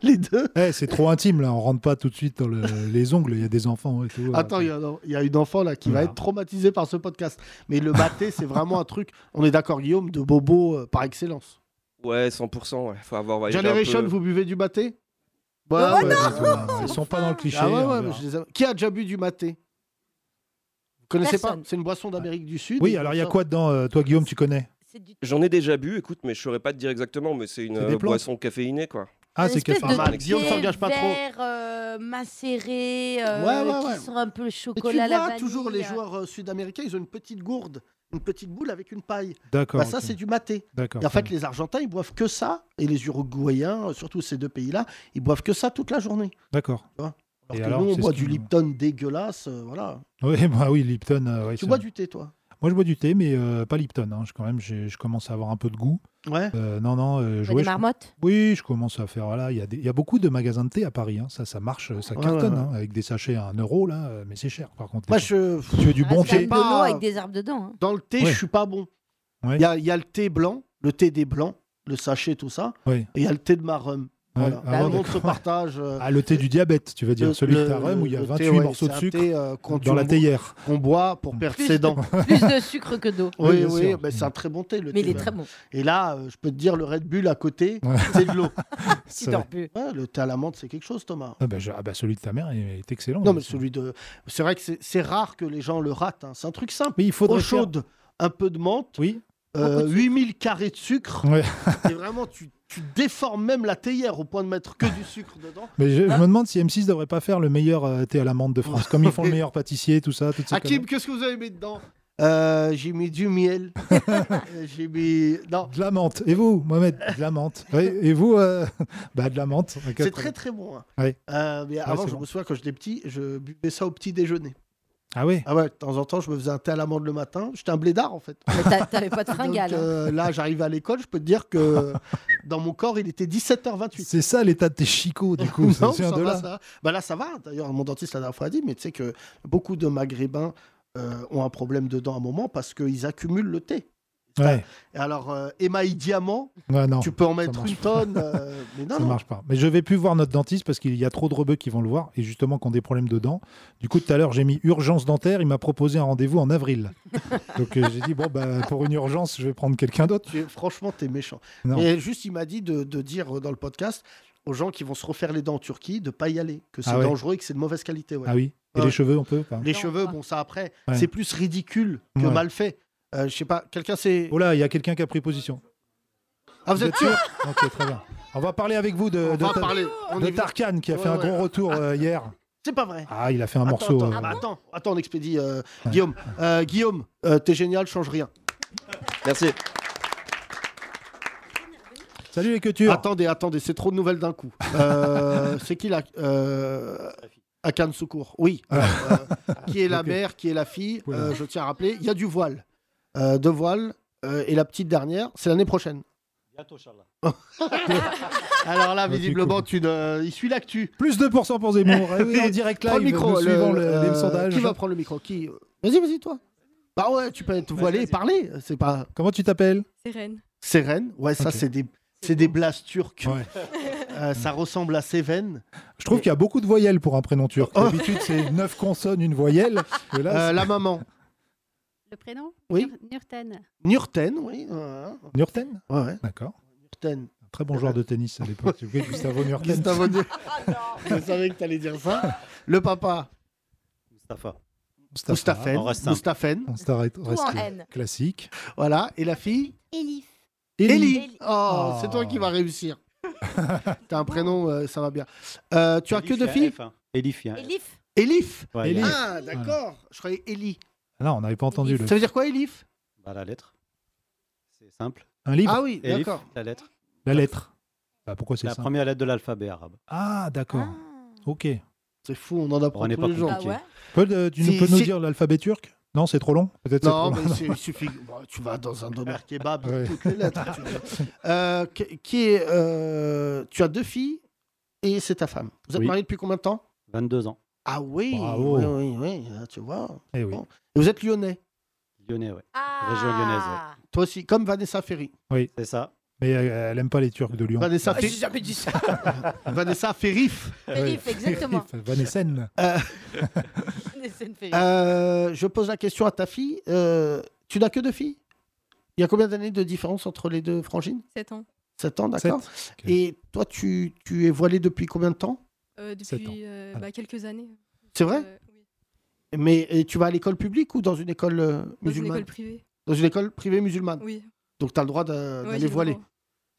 C: Les deux.
D: Eh, C'est trop intime, là. On rentre pas tout de suite dans le- les ongles. Il y a des enfants et tout. euh.
C: Attends, il y, a un- il y a une enfant là qui va
D: Voilà.
C: être traumatisée par ce podcast. Mais le maté, c'est vraiment un truc, on est d'accord, Guillaume, de bobo euh, par excellence.
F: Ouais, 100%, ouais. Faut avoir voyagé un
C: Generation, Bah,
F: peu.
C: vous buvez du maté Ouais,
D: Ah ouais,
C: ouais.
D: désolé, Ils sont pas dans le cliché. hein,
C: Ah ouais,
D: on
C: ouais,
D: verra.
C: mais je les aime. Qui a déjà bu du maté Vous connaissez pas
E: Personne.
C: C'est une boisson d'Amérique du Sud.
D: Oui, alors il y a quoi dedans euh, Toi, Guillaume, tu connais
E: C'est du...
F: J'en ai déjà bu, écoute, mais je saurais pas te dire exactement, mais c'est une
D: C'est des
F: euh,
D: plantes.
F: boisson caféinée, quoi.
D: Ah, c'est
E: espèce
D: café.
E: de
C: Pas mal. Guillaume s'engage pas trop.
E: Vert, euh, macéré, euh,
C: Ouais, ouais, ouais.
E: qui sent un peu le
C: Et tu
E: chocolat,
C: vois,
E: la vanille.
C: toujours les joueurs euh, sud-américains, ils ont une petite gourde, une petite boule avec une paille.
D: D'accord.
C: Bah, ça,
D: ok.
C: c'est du maté.
D: D'accord.
C: Et en
D: très
C: fait, les Argentins, ils boivent que ça. Et les Uruguayens, euh, surtout ces deux pays-là, ils boivent que ça toute la journée.
D: bien. D'accord.
C: Alors
D: Et
C: que
D: alors,
C: nous, on
D: c'est
C: boit
D: ce
C: du
D: qui-
C: Lipton dégueulasse. euh, voilà.
D: Oui, bah oui, Lipton. euh, ouais,
C: Tu
D: c'est-
C: bois du thé, toi
D: Moi, je bois du thé, mais euh, pas Lipton. hein. Je, quand même, j'ai- je commence à avoir un peu de goût.
C: Ouais.
D: Euh, non, non, euh, je,
E: Des
D: ouais, je-
E: marmottes
D: Oui, je commence à faire. Voilà, il y, a des- il y a beaucoup de magasins de thé à Paris. hein. Ça, ça marche, euh, ça
C: Ouais,
D: cartonne
C: ouais,
D: hein, avec des sachets à 1 euro là, euh, mais c'est cher. Par contre,
C: Moi,
D: les-
C: je.
D: si tu veux du
E: Ah,
D: bon
E: c'est
D: thé.
E: de
C: pas-
E: l'eau avec des arbres dedans. hein.
C: Dans le thé,
D: Ouais.
C: je suis pas bon. Il
D: Ouais.
C: y, a, il y a le thé blanc, le thé des blancs, le sachet, tout ça.
D: Oui.
C: Et il y a le thé de ma rhum.
D: Ouais,
C: Voilà.
D: ah
C: Tout
D: ouais,
C: le monde se
D: d'accord.
C: partage. euh,
D: Ah, le thé du diabète, tu veux dire
C: le-
D: celui
C: le-
D: de Tarem où il y a
C: le thé,
D: 28
C: ouais,
D: morceaux de
C: c'est un
D: sucre
C: thé, euh, qu'on-
D: dans la
C: qu'on-
D: théière.
C: Qu'on boit pour perdre ses dents.
E: Plus de sucre que d'eau.
D: Oui,
C: Oui,
D: bien
C: oui,
D: sûr.
C: bah, c'est un très bon thé. Le thé
E: Mais il est
C: blanc.
E: très bon.
C: Et là, euh, je peux te dire, le Red Bull à côté,
D: Ouais.
C: c'est de l'eau.
E: Si
D: C'est
E: t'en
D: vrai.
E: peux.
C: Ouais, le thé à la menthe, c'est quelque chose, Thomas.
D: Ah bah, je- ah bah, celui de ta mère il est excellent.
C: Non,
D: hein,
C: mais
D: ça.
C: celui de. C'est vrai que c'est- c'est rare que les gens le ratent. hein. C'est un truc simple.
D: Mais il faudrait
C: Eau
D: faire-
C: chaude, un peu de menthe,
D: Oui.
C: euh, 8000 carrés de sucre.
D: Ouais.
C: et vraiment, tu, tu déformes même la théière au point de mettre que du sucre dedans.
D: Mais je, je me demande si M6 devrait pas faire le meilleur euh, thé à la menthe de France, comme ils font le meilleur pâtissier, tout ça, toutes ces
C: Hakim, qu'est-ce que vous avez mis dedans Euh, J'ai mis du miel. Euh, J'ai mis. Non,
D: conneries. De la menthe. Et vous, Mohamed De la menthe. Oui, Et vous euh, Bah de la menthe. Ok,
C: c'est
D: très bien.
C: très très bon. hein.
D: Ouais.
C: Euh, mais avant,
D: c'est
C: je
D: bon.
C: me souviens quand j'étais petit, je buvais ça au petit déjeuner.
D: Ah ouais.
C: Ah ouais, de temps en temps, je me faisais un thé à l'amande le matin. J'étais un blédard en fait.
E: Mais t'a- T'avais pas de
C: Donc,
E: fringale. hein.
C: euh, là, j'arrivais à l'école, je peux te dire que dans mon corps, il était 17h28.
D: C'est ça l'état de tes chicots du coup. ça
C: Non,
D: vient
C: ça
D: de
C: va,
D: là.
C: ça va. Bah là, ça va. D'ailleurs, mon dentiste la dernière fois a dit, mais tu sais que beaucoup de Maghrébins euh, ont un problème de dents à un moment parce qu'ils accumulent le thé.
D: Ouais.
C: Et alors, euh, émail diamant,
D: Ouais, non,
C: tu peux en
D: ça
C: mettre
D: marche
C: une
D: pas.
C: tonne. euh, mais non,
D: ça
C: non.
D: marche pas. Mais je vais plus voir notre dentiste parce qu'il y a trop de rebeux qui vont le voir et justement qui ont des problèmes de dents. Du coup, tout à l'heure, j'ai mis urgence dentaire. Il m'a proposé un rendez-vous en avril. Donc euh, j'ai dit, bon, bah, pour une urgence, je vais prendre quelqu'un d'autre.
C: Tu es- franchement, t'es méchant.
D: Non.
C: Et juste, il m'a dit de, de dire euh, dans le podcast aux gens qui vont se refaire les dents en Turquie de pas y aller, que c'est
D: Ah ouais.
C: dangereux et que c'est de mauvaise qualité. ouais.
D: Ah oui Et
C: Ouais.
D: les cheveux, on peut ou pas
C: Les
E: Non,
C: cheveux,
E: pas.
C: bon, ça après,
D: Ouais.
C: c'est plus ridicule que
D: Ouais.
C: mal fait. Euh, Je sais pas, quelqu'un c'est.
D: Oh là, il y a quelqu'un qui a pris position.
C: Ah, vous êtes sûr
D: Ok, très bien. On va parler avec vous de,
C: On
D: de
C: va
D: Ta-
C: parler. On
D: de
C: y va.
D: Tarkan qui a fait
C: Ouais,
D: un
C: ouais.
D: gros retour euh, hier.
C: C'est pas vrai.
D: Ah, il a fait un
C: Attends,
D: morceau.
C: Attends,
D: euh,
C: bah attends, attends, on expédie. euh, Guillaume, Euh, Guillaume, euh, t'es génial, change rien.
F: Merci.
D: Salut les coutures.
C: Attendez, attendez, c'est trop de nouvelles d'un coup. Euh, c'est qui la. Euh... Akan Soukour, oui. Alors, euh, qui est la
D: Ok.
C: mère, qui est la fille
D: Voilà.
C: euh, Je tiens à rappeler, il y a du voile. Euh, deux voiles. euh, et la petite dernière, c'est l'année prochaine. Alors là,
D: Ok,
C: visiblement, tu ne... il suit l'actu.
D: Ah, Plus 2% pour Zemmour. Ah oui, en direct
C: Prends
D: live,
C: le micro.
D: nous
C: le-
D: suivons le, les
C: euh,
D: sondages.
C: Qui va prendre le micro Qui Vas-y, vas-y, toi. Bah ouais, tu peux te voiler et parler. C'est pas.
D: Comment tu t'appelles
H: Sérène.
C: Sérène, ouais, ça,
D: Ok.
C: c'est des. C'est des blases turques.
D: Ouais.
C: Euh, ça ressemble à Seven.
D: Je trouve qu'il y a beaucoup de voyelles pour un prénom turc.
C: Oh.
D: D'habitude, c'est 9 consonnes, une voyelle. Et là,
C: Euh, la maman.
H: Le prénom
C: Oui.
H: Nur- Nurten.
C: Nurten, oui. ouais,
D: c'est Nurten
C: Ouais, ouais.
D: D'accord.
C: Nurten. Euh,
D: Un Très bon joueur de tennis à l'époque. Oui, Gustavo Nurten.
C: Gustavo Nur- Je savais que t'allais dire ça. Le papa,
I: Mustapha.
C: Mustafen.
I: on reste simple.
C: Mustafen.
D: On s'arrête
E: Tout en
D: reste
E: N.
D: classique.
C: Voilà. Et la fille
H: Elif.
C: Ellie.
H: Ellie.
C: Oh,
D: Oh.
C: c'est toi qui vas réussir. T'as un prénom, euh, ça va bien. Euh, tu as que deux filles
I: hein. Elif, il y a un F.
E: Elif
C: Elif.
I: Ouais, il y a un
D: Elif.
I: F.
C: Ah, d'accord. Je croyais Ellie.
D: Ah Là, on n'avait pas entendu le.
C: Ça veut dire quoi, Elif
I: Bah, la lettre. C'est simple.
D: Un livre
C: Ah oui,
I: Elif,
C: d'accord.
I: la lettre.
D: La lettre. Bah, pourquoi c'est
I: La
D: ça
I: première lettre de l'alphabet arabe.
D: Ah, d'accord. Ok.
C: C'est fou, on en apprend
I: On n'est
C: tous
I: pas
C: les jours.
E: Ah
I: Ok.
E: ouais
D: Peu de- tu
C: Si-
D: nous- peux nous
C: si-
D: dire l'alphabet turc Non, c'est trop long. Peut-être c'est trop
C: Non,
D: long.
C: mais c'est- il suffit. bon, tu vas dans un domaine kebab, il y a
D: Ouais.
C: toutes les lettres. tu vois. Euh, qui- qui est, euh, tu as deux filles et c'est ta femme. Vous êtes
D: Oui.
C: mariés depuis combien de temps
I: 22 ans.
C: Ah oui,
D: Bravo.
C: oui, oui, oui, là, tu vois.
D: Eh oui.
C: Bon. Et vous êtes lyonnais,
I: Lyonnais, ouais.
E: ah.
I: Région lyonnaise,
C: toi aussi, comme Vanessa Ferry.
I: C'est ça.
D: Mais euh, elle aime pas les Turcs de Lyon.
C: Vanessa,
E: Ah, J'ai
C: Ferry.
E: jamais dit ça.
C: Vanessa Ferrif.
E: Elif, exactement.
D: Vanessen.
C: Euh, je pose la question à ta fille. euh, tu n'as que deux filles Il y a combien d'années de différence entre les deux frangines
H: 7 ans.
C: 7 ans, d'accord.
D: ok.
C: Et toi, tu, tu es voilée depuis combien de temps
H: Euh,
D: Sept
H: depuis
D: ans.
H: euh,
D: Ah.
H: bah, quelques années.
C: C'est vrai
H: Euh, oui.
C: Mais et tu vas à l'école publique ou dans une école euh,
H: Dans une
C: musulmane
H: école privée.
C: Dans une école privée musulmane.
H: Oui.
C: Donc tu as le droit d'a-
H: Ouais,
C: d'aller
H: j'ai le
C: voiler.
H: droit.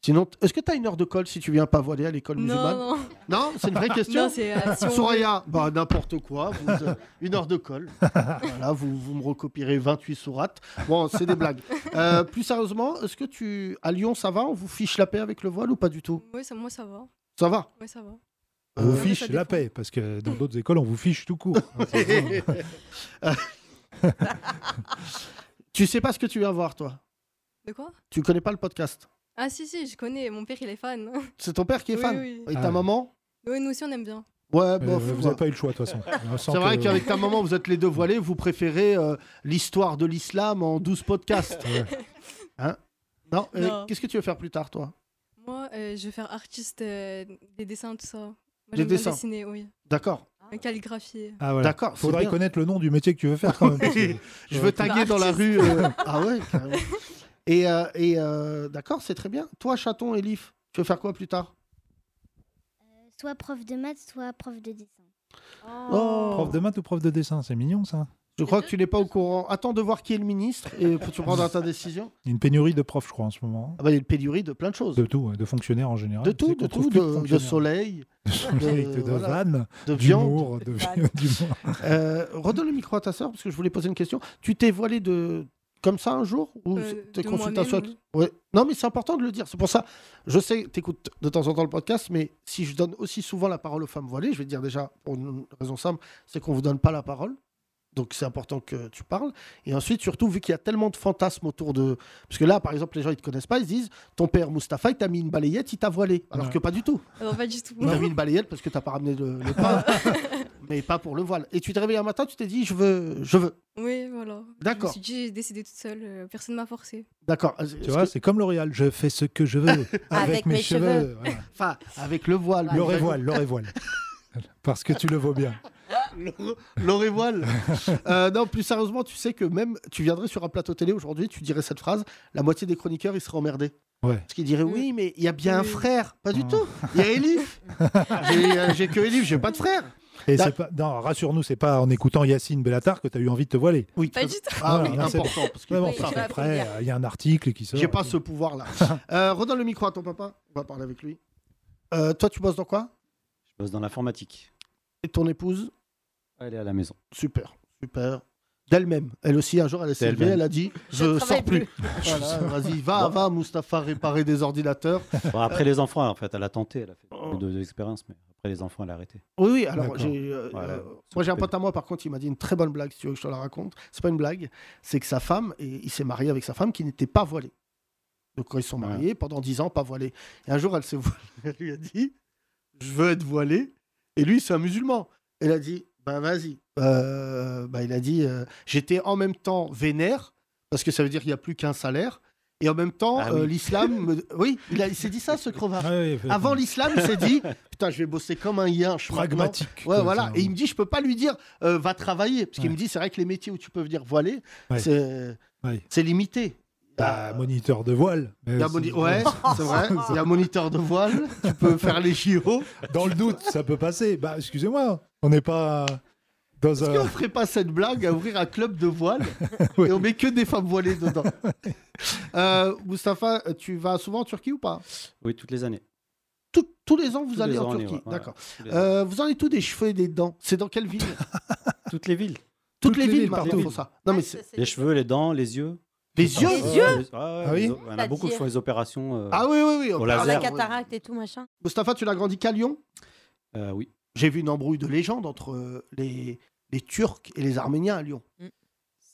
C: Sinon, t- est-ce que tu as une heure de colle si tu viens pas voiler à l'école musulmane
H: Non, non.
C: Non, c'est une vraie question.
H: Non, c'est euh, si on-
C: Souraya, bah n'importe quoi, vous, euh, une heure de colle. voilà, vous, vous me recopierez 28 sourates. Bon, c'est des blagues. Euh, plus sérieusement, est-ce que tu à Lyon ça va On vous fiche la paix avec le voile ou pas du tout
H: Ouais, ça, moi, ça va.
C: Ça va.
H: Ouais, ça va.
D: On vous
C: Euh,
H: fiche
D: fiche
H: ça
D: la
H: dépend.
D: paix, parce que dans d'autres écoles, on vous fiche tout court.
C: tu sais pas ce que tu viens voir toi
H: De quoi
C: Tu connais pas le podcast.
H: Ah, si, si, je connais. Mon père, il est fan.
C: C'est ton père qui est
H: Oui,
C: fan
H: oui.
C: et ta
D: Ah ouais.
C: maman
H: Ouais, nous aussi, on aime bien.
C: Ouais,
D: Mais,
C: bon,
D: euh,
C: faut
D: vous
C: voir.
D: n'avez pas eu le choix, de toute façon. On sent
C: C'est vrai
D: que-
C: qu'avec ta maman, vous êtes les deux voilés, vous préférez euh, l'histoire de l'islam en 12
D: Ah,
C: podcasts.
D: Ouais.
C: Hein non, euh,
H: Non.
C: Qu'est-ce que tu veux faire plus tard, toi
H: Moi, euh, je vais faire artiste euh, des dessins, tout ça. Moi,
C: Des
H: j'aime bien
C: dessins.
H: dessiner, oui. Euh,
C: D'accord,
H: Calligraphier.
D: Ah, voilà.
C: d'accord. c'est
D: Faudrait
C: bien.
D: connaître le nom du métier que tu veux faire quand même. parce que-
C: Je
D: Ouais.
C: veux taguer dans la rue. euh, Ah ouais, carrément. Et, euh, et, euh, d'accord, c'est très bien. Toi, chaton, Elif, tu veux faire quoi plus tard
J: Soit prof de maths, soit prof de dessin.
H: Oh.
D: Prof de maths ou prof de dessin, c'est mignon ça.
C: Je crois que tu n'es pas au courant. Attends de voir qui est le ministre et pour tu prendre ta décision.
D: Il y a une pénurie de profs, je crois, en ce moment.
C: Ah bah, il y a une pénurie de plein de choses.
D: De tout, ouais, de fonctionnaires en général.
C: De
D: Tu sais
C: tout,
D: qu'on
C: de
D: trouve
C: tout,
D: plus
C: de, de
D: fonctionnaires.
C: soleil,
D: De soleil,
C: de-
D: de, de
C: voilà.
D: vannes,
C: de viande.
D: d'humour, de
E: vannes.
D: d'humour.
C: Euh, redonne le micro à ta sœur parce que je voulais poser une question. Tu t'es voilé de comme ça un jour ou
H: Euh,
C: tes
H: de
C: consultations
H: moi-même,
C: avec- Ouais. Non, mais c'est important de le dire. C'est pour ça. Je sais, t'écoutes de temps en temps le podcast, mais si je donne aussi souvent la parole aux femmes voilées, je vais te dire déjà pour une raison simple, c'est qu'on vous donne pas la parole. Donc c'est important que tu parles. Et ensuite, surtout, vu qu'il y a tellement de fantasmes autour de... Parce que là, par exemple, les gens, ils te connaissent pas, ils se disent, ton père Mustapha, il t'a mis une balayette, il t'a voilé. Alors
D: Ouais.
C: que pas du tout.
H: Alors, Euh, pas du tout.
C: Il t'a mis une balayette parce que t'as pas ramené le, le pain. mais pas pour le voile. Et tu te réveilles un matin, tu t'es dit, je veux, je veux.
H: Oui, voilà.
C: D'accord.
H: Je me suis dit, j'ai décidé toute seule, euh, personne ne m'a forcé.
C: D'accord.
D: Tu vois, c'est comme L'Oréal, je fais ce que je veux avec,
H: Avec
D: mes,
H: mes
D: cheveux.
H: cheveux.
D: Voilà.
C: Enfin, avec le voile.
D: L'oré voile, l'oré voile. Parce que tu le vaux bien.
C: L'oré voile. Euh, non, plus sérieusement, tu sais que même tu viendrais sur un plateau télé aujourd'hui, tu dirais cette phrase, la moitié des chroniqueurs, ils seraient emmerdés.
D: Ouais.
C: Parce qu'ils diraient, oui, mais il y a bien un frère. Pas du tout. Il y a Elif. J'ai- euh, J'ai que Elif, j'ai pas de frère.
D: Et c'est pas, non, rassure-nous, c'est pas en écoutant Yacine Bellatar que tu as eu envie de te voiler.
C: Oui,
H: Pas du tout.
C: Ah oui, important, parce que-
D: bon,
C: Oui,
D: parce
C: tu vas
D: qu'après,
C: apprendre.
D: euh, il y a un article qui sort.
C: J'ai pas ce pouvoir-là. Euh, redonne le micro à ton papa. On va parler avec lui. Euh, toi, tu bosses dans quoi
I: Je bosse dans l'informatique.
C: Et ton épouse
I: Elle est à la maison.
C: Super, super. D'elle-même. Elle aussi, un jour, elle s'est levée,
I: D'elle-même.
C: elle a dit
I: Je
C: Je
I: ne
C: sors
I: travaille
C: plus.
I: plus.
C: Voilà, Vas-y, va, va, Mustapha, réparer des ordinateurs.
I: Bon,
C: Euh,
I: après
C: Oh.
I: les enfants, en fait, elle a tenté, elle a fait beaucoup de- de l'expérience, mais après les enfants, elle a arrêté.
C: Oui, oui, alors
I: D'accord.
C: j'ai, euh,
I: Voilà.
C: euh, moi j'ai un pote à moi, par contre, il m'a dit une très bonne blague, si tu veux que je te la raconte. C'est pas une blague, c'est que sa femme, et il s'est marié avec sa femme qui n'était pas voilée. Donc quand ils sont mariés, pendant 10 ans, pas voilée. Et un jour, elle s'est voilée, elle lui a dit Je veux être voilée. Et lui, c'est un musulman. Elle a dit Ben vas-y. Euh, bah, il a dit euh, J'étais en même temps vénère, parce que ça veut dire qu'il n'y a plus qu'un salaire. Et en même temps,
I: Ah
C: euh,
I: oui.
C: l'islam. me- Oui, il, a- il s'est dit ça, ce crevard.
D: fait-
C: Avant l'islam, il s'est dit Putain, je vais bosser comme un yinche.
D: Pragmatique,
C: maintenant.
D: quoi,
C: Ouais, voilà.
D: finalement.
C: Et il me dit Je peux pas lui dire euh, Va travailler. Parce qu'il me dit C'est vrai que les métiers où tu peux venir voiler,
D: Ouais.
C: c'est
D: Ouais.
C: c'est limité.
D: Bah, moniteur de voile.
C: Il y a un moni- ouais, c'est vrai. Il y a un moniteur de voile. Tu peux faire les JO.
D: Dans le doute, ça peut passer. Bah, excusez-moi, on n'est pas dans
C: Est-ce
D: un.
C: qu'on ferait pas cette blague à ouvrir un club de voile et on met que des femmes voilées dedans euh, Moustapha, tu vas souvent en Turquie ou pas
I: Oui, toutes les années.
C: Tout- Tous les ans, vous
I: Tous
C: allez
I: les
C: en
I: ans, on y
C: Turquie.
I: va, voilà.
C: D'accord.
I: Tous les ans.
C: Euh, vous en avez tout des cheveux et des dents. C'est dans quelle ville
I: Toutes les villes.
C: Toutes, les, villes, maintenant
I: partout.
C: font ça. Non, mais c'est-
I: Les cheveux, les dents, les yeux.
C: Les
I: Tout
C: yeux
I: ça.
C: Les
I: Ouais,
C: yeux
I: les- ah ouais,
C: Ah oui
I: les o- Il y en a beaucoup qui
E: C'est-à-dire
I: font les opérations. euh,
C: Ah oui, oui, oui.
I: Au
C: on
E: Pour
I: laser.
E: la cataracte et tout machin.
C: Mustapha, tu l'as grandi qu'à Lyon
I: Euh, oui.
C: J'ai vu une embrouille de légende entre euh, les, les Turcs et les Arméniens à Lyon.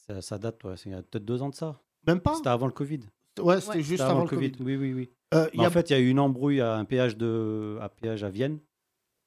I: Ça, ça date, ouais, c'est il y a peut-être deux ans de ça.
C: Même pas
I: C'était avant le Covid.
C: Ouais, c'était juste avant, le Covid.
I: Oui, oui, oui.
C: Euh,
I: Mais
C: il y a-
I: En fait, il y a eu une embrouille à un péage, de... à, péage à Vienne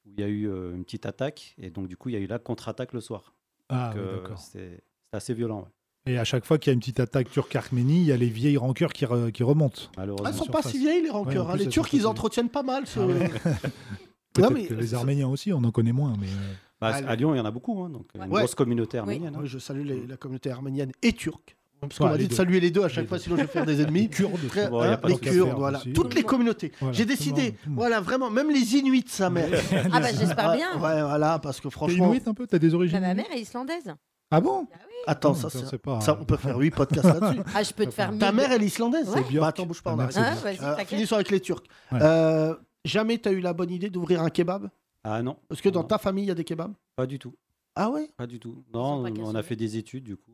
I: où il y a eu euh, une petite attaque et donc du coup, il y a eu la contre-attaque le soir.
D: Ah,
I: Donc,
D: oui,
I: euh,
D: d'accord.
I: C'était c'était assez violent, ouais.
D: Et à chaque fois qu'il y a une petite attaque turque-arménie, il y a les vieilles rancœurs qui, re- qui remontent.
I: malheureusement.
C: Ah, Elles sont pas si vieilles, les rancœurs.
D: Ouais, en
C: hein.
D: plus,
C: Les
D: elles
C: Turcs,
D: sont pas
C: ils
D: si
C: entretiennent pas mal
I: Ah
C: ce.
D: Peut-être
C: mais-
D: que les Arméniens aussi, on en connaît moins. Mais... euh,
I: Bah,
C: Ah,
I: à Lyon, il y en a beaucoup, hein, donc une
C: Ouais.
I: grosse communauté arménienne. hein. Bah,
C: Oui, je salue les- la communauté arménienne et turque. Parce qu'on
D: Ouais,
C: m'a
D: les
C: dit de
D: deux.
C: saluer les deux à chaque
D: Les
C: fois,
D: deux.
C: sinon je vais faire des ennemis.
D: Kurdes,
C: Très-
I: Bon, y a
C: hein,
I: pas
C: les
I: d'enfants à
C: Kurdes,
D: faire
C: voilà.
D: aussi.
C: Toutes les communautés.
D: Voilà,
C: J'ai
D: tout le monde,
C: décidé,
D: tout le monde.
C: voilà, vraiment, même les Inuits, sa mère.
E: Ah bah j'espère bien.
C: Ouais, voilà, parce que
D: T'es
C: franchement.
D: inuit un peu T'as des origines
E: Bah, ma
D: inuites
E: mère est islandaise.
D: Ah bon
C: Attends,
D: Non,
C: ça,
D: ça,
C: c'est-
D: c'est pas-
C: ça, on peut faire 8 podcasts là-dessus.
E: Ah je peux te faire
C: Ta
E: mille-
C: mère, elle est islandaise
D: C'est Björk.
C: Bah, Attends, bouge pas, on
D: Ta mère,
C: arrête.
D: c'est
E: Hein,
D: Björk.
E: vas-y,
C: Euh,
E: t'inquiète.
C: Finissons avec les Turcs.
D: Ouais.
C: Euh, jamais t'as eu la bonne idée d'ouvrir un kebab
I: Ah non.
C: Parce que dans
I: Non,
C: ta famille, il y a des kebabs
I: Pas du tout.
C: Ah ouais
I: Pas du tout.
E: ont
I: Non,
E: pas qu'à
I: on
E: sauver.
I: a fait des études, du coup.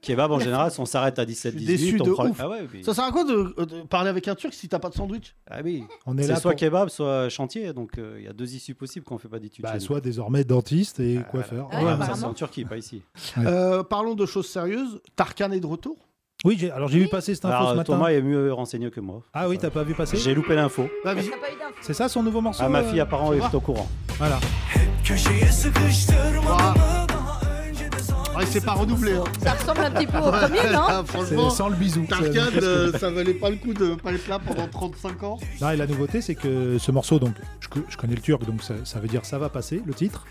I: Kebab, en général, si on s'arrête à 17,
C: Je suis déçu
I: 18, on
C: de
I: prend...
C: ouf.
I: Ah ouais, mais-
C: Ça sert à quoi de, de parler avec un Turc si t'as pas de sandwich
I: Ah oui.
D: On est
I: C'est
D: là
I: soit
D: pour-
I: kebab, soit chantier. Donc, euh, il y a deux issues possibles quand on fait pas d'études.
D: Bah,
I: chez nous.
D: soit désormais dentiste et
I: Ah,
D: coiffeur.
I: voilà.
E: Ouais,
D: Voilà.
I: Ouais, ça, c'est
E: apparemment.
I: en Turquie, pas ici.
D: Ouais.
C: Euh, Parlons de choses sérieuses. Tarkan est de retour.
D: Oui, j'ai- alors j'ai vu passer cette info
I: Alors,
D: ce matin.
I: Thomas est mieux renseigné que moi.
D: Ah oui, t'as pas vu passer
I: J'ai loupé l'info.
C: Bah, vis-
D: C'est ça son nouveau morceau
I: Ah, ma
D: euh
I: fille, apparemment, est au courant.
D: Voilà.
C: Ah. Ah, il s'est pas renouvelé. hein.
E: Ça ressemble un petit peu au premier, non
C: Ah,
D: C'est
C: franchement,
D: sans le bisou. C'est-
C: Tarkan, euh, ça valait pas le coup de pas être là pendant 35 ans.
D: Non, et la nouveauté, c'est que ce morceau, donc, je, co- je connais le turc, donc ça, ça veut dire ça va passer, le titre.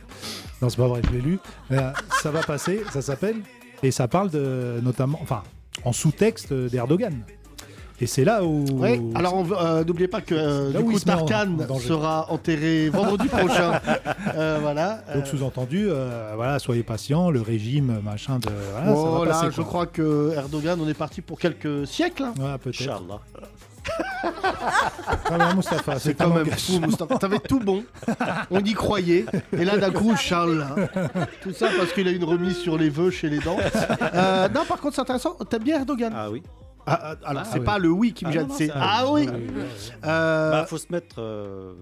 D: Non, c'est pas vrai, je l'ai lu. Euh, ça va passer, ça s'appelle. Et ça parle de, notamment, enfin, en sous-texte euh, d'Erdogan. Et c'est là où.
C: Ouais, alors on veut- euh, n'oubliez pas que euh,
D: Là
C: du
D: où
C: coup,
D: il se met en-
C: Tarkan
D: en danger.
C: sera enterré vendredi prochain. Euh, voilà.
D: Donc,
C: euh,
D: sous-entendu, euh, voilà, soyez patient, le régime, machin de. Voilà, ça va
C: bon, Oh là,
D: passer,
C: je
D: quoi.
C: crois que Erdogan, on est parti pour quelques siècles. hein.
D: Ouais, peut-être.
I: Inch'Allah.
D: Ah, mais Mustapha,
C: C'est
D: c'est
C: quand
D: un
C: même
D: langage.
C: fou, Moustapha. T'avais tout bon, on y croyait, et là d'un coup, Charles. là. Tout ça parce qu'il a une remise sur les vœux chez les dents. Euh, non, par contre, c'est intéressant. T'aimes bien Erdogan
I: Ah oui.
C: Ah, ah, Alors,
I: Ah
C: c'est
D: oui.
C: pas le oui qui me
I: Ah
C: gêne,
I: non, non,
C: c'est
I: ça-
C: ah oui.
I: Ah oui.
C: Euh,
I: Bah, faut se mettre. euh,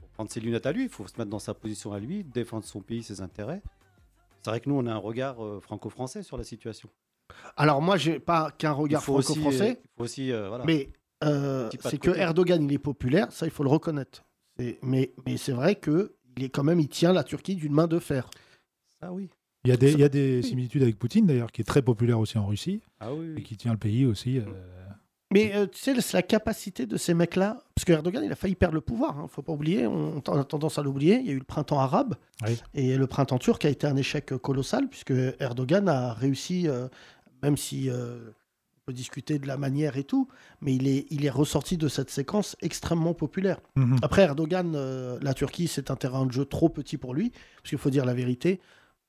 I: faut prendre ses lunettes à lui, il faut se mettre dans sa position à lui, défendre son pays, ses intérêts. C'est vrai que nous, on a un regard euh, franco-français sur la situation.
C: Alors moi, j'ai pas qu'un
I: Il
C: regard
I: faut aussi,
C: franco-français,
I: euh, il faut aussi, euh, voilà.
C: mais euh,
I: Petit pas de
C: c'est que
I: côté.
C: Erdogan, il est populaire, ça, il faut le reconnaître. C'est- Mais, mais c'est vrai que il il est quand même, il tient la Turquie d'une main de fer.
I: Ah oui.
D: Il y a des, il y a des similitudes avec Poutine, d'ailleurs, qui est très populaire aussi en Russie,
I: Ah oui.
D: et qui tient le pays aussi. euh,
C: Mais euh, tu sais, c'est la capacité de ces mecs-là, parce que Erdogan, il a failli perdre le pouvoir, hein, faut pas oublier, on, on a tendance à l'oublier, il y a eu le printemps arabe,
D: Oui.
C: et le printemps turc a été un échec euh, colossal, puisque Erdogan a réussi, euh, même si euh, on peut discuter de la manière et tout, mais il est, il est ressorti de cette séquence extrêmement populaire.
D: Mhm.
C: Après, Erdogan, euh, la Turquie, c'est un terrain de jeu trop petit pour lui, parce qu'il faut dire la vérité,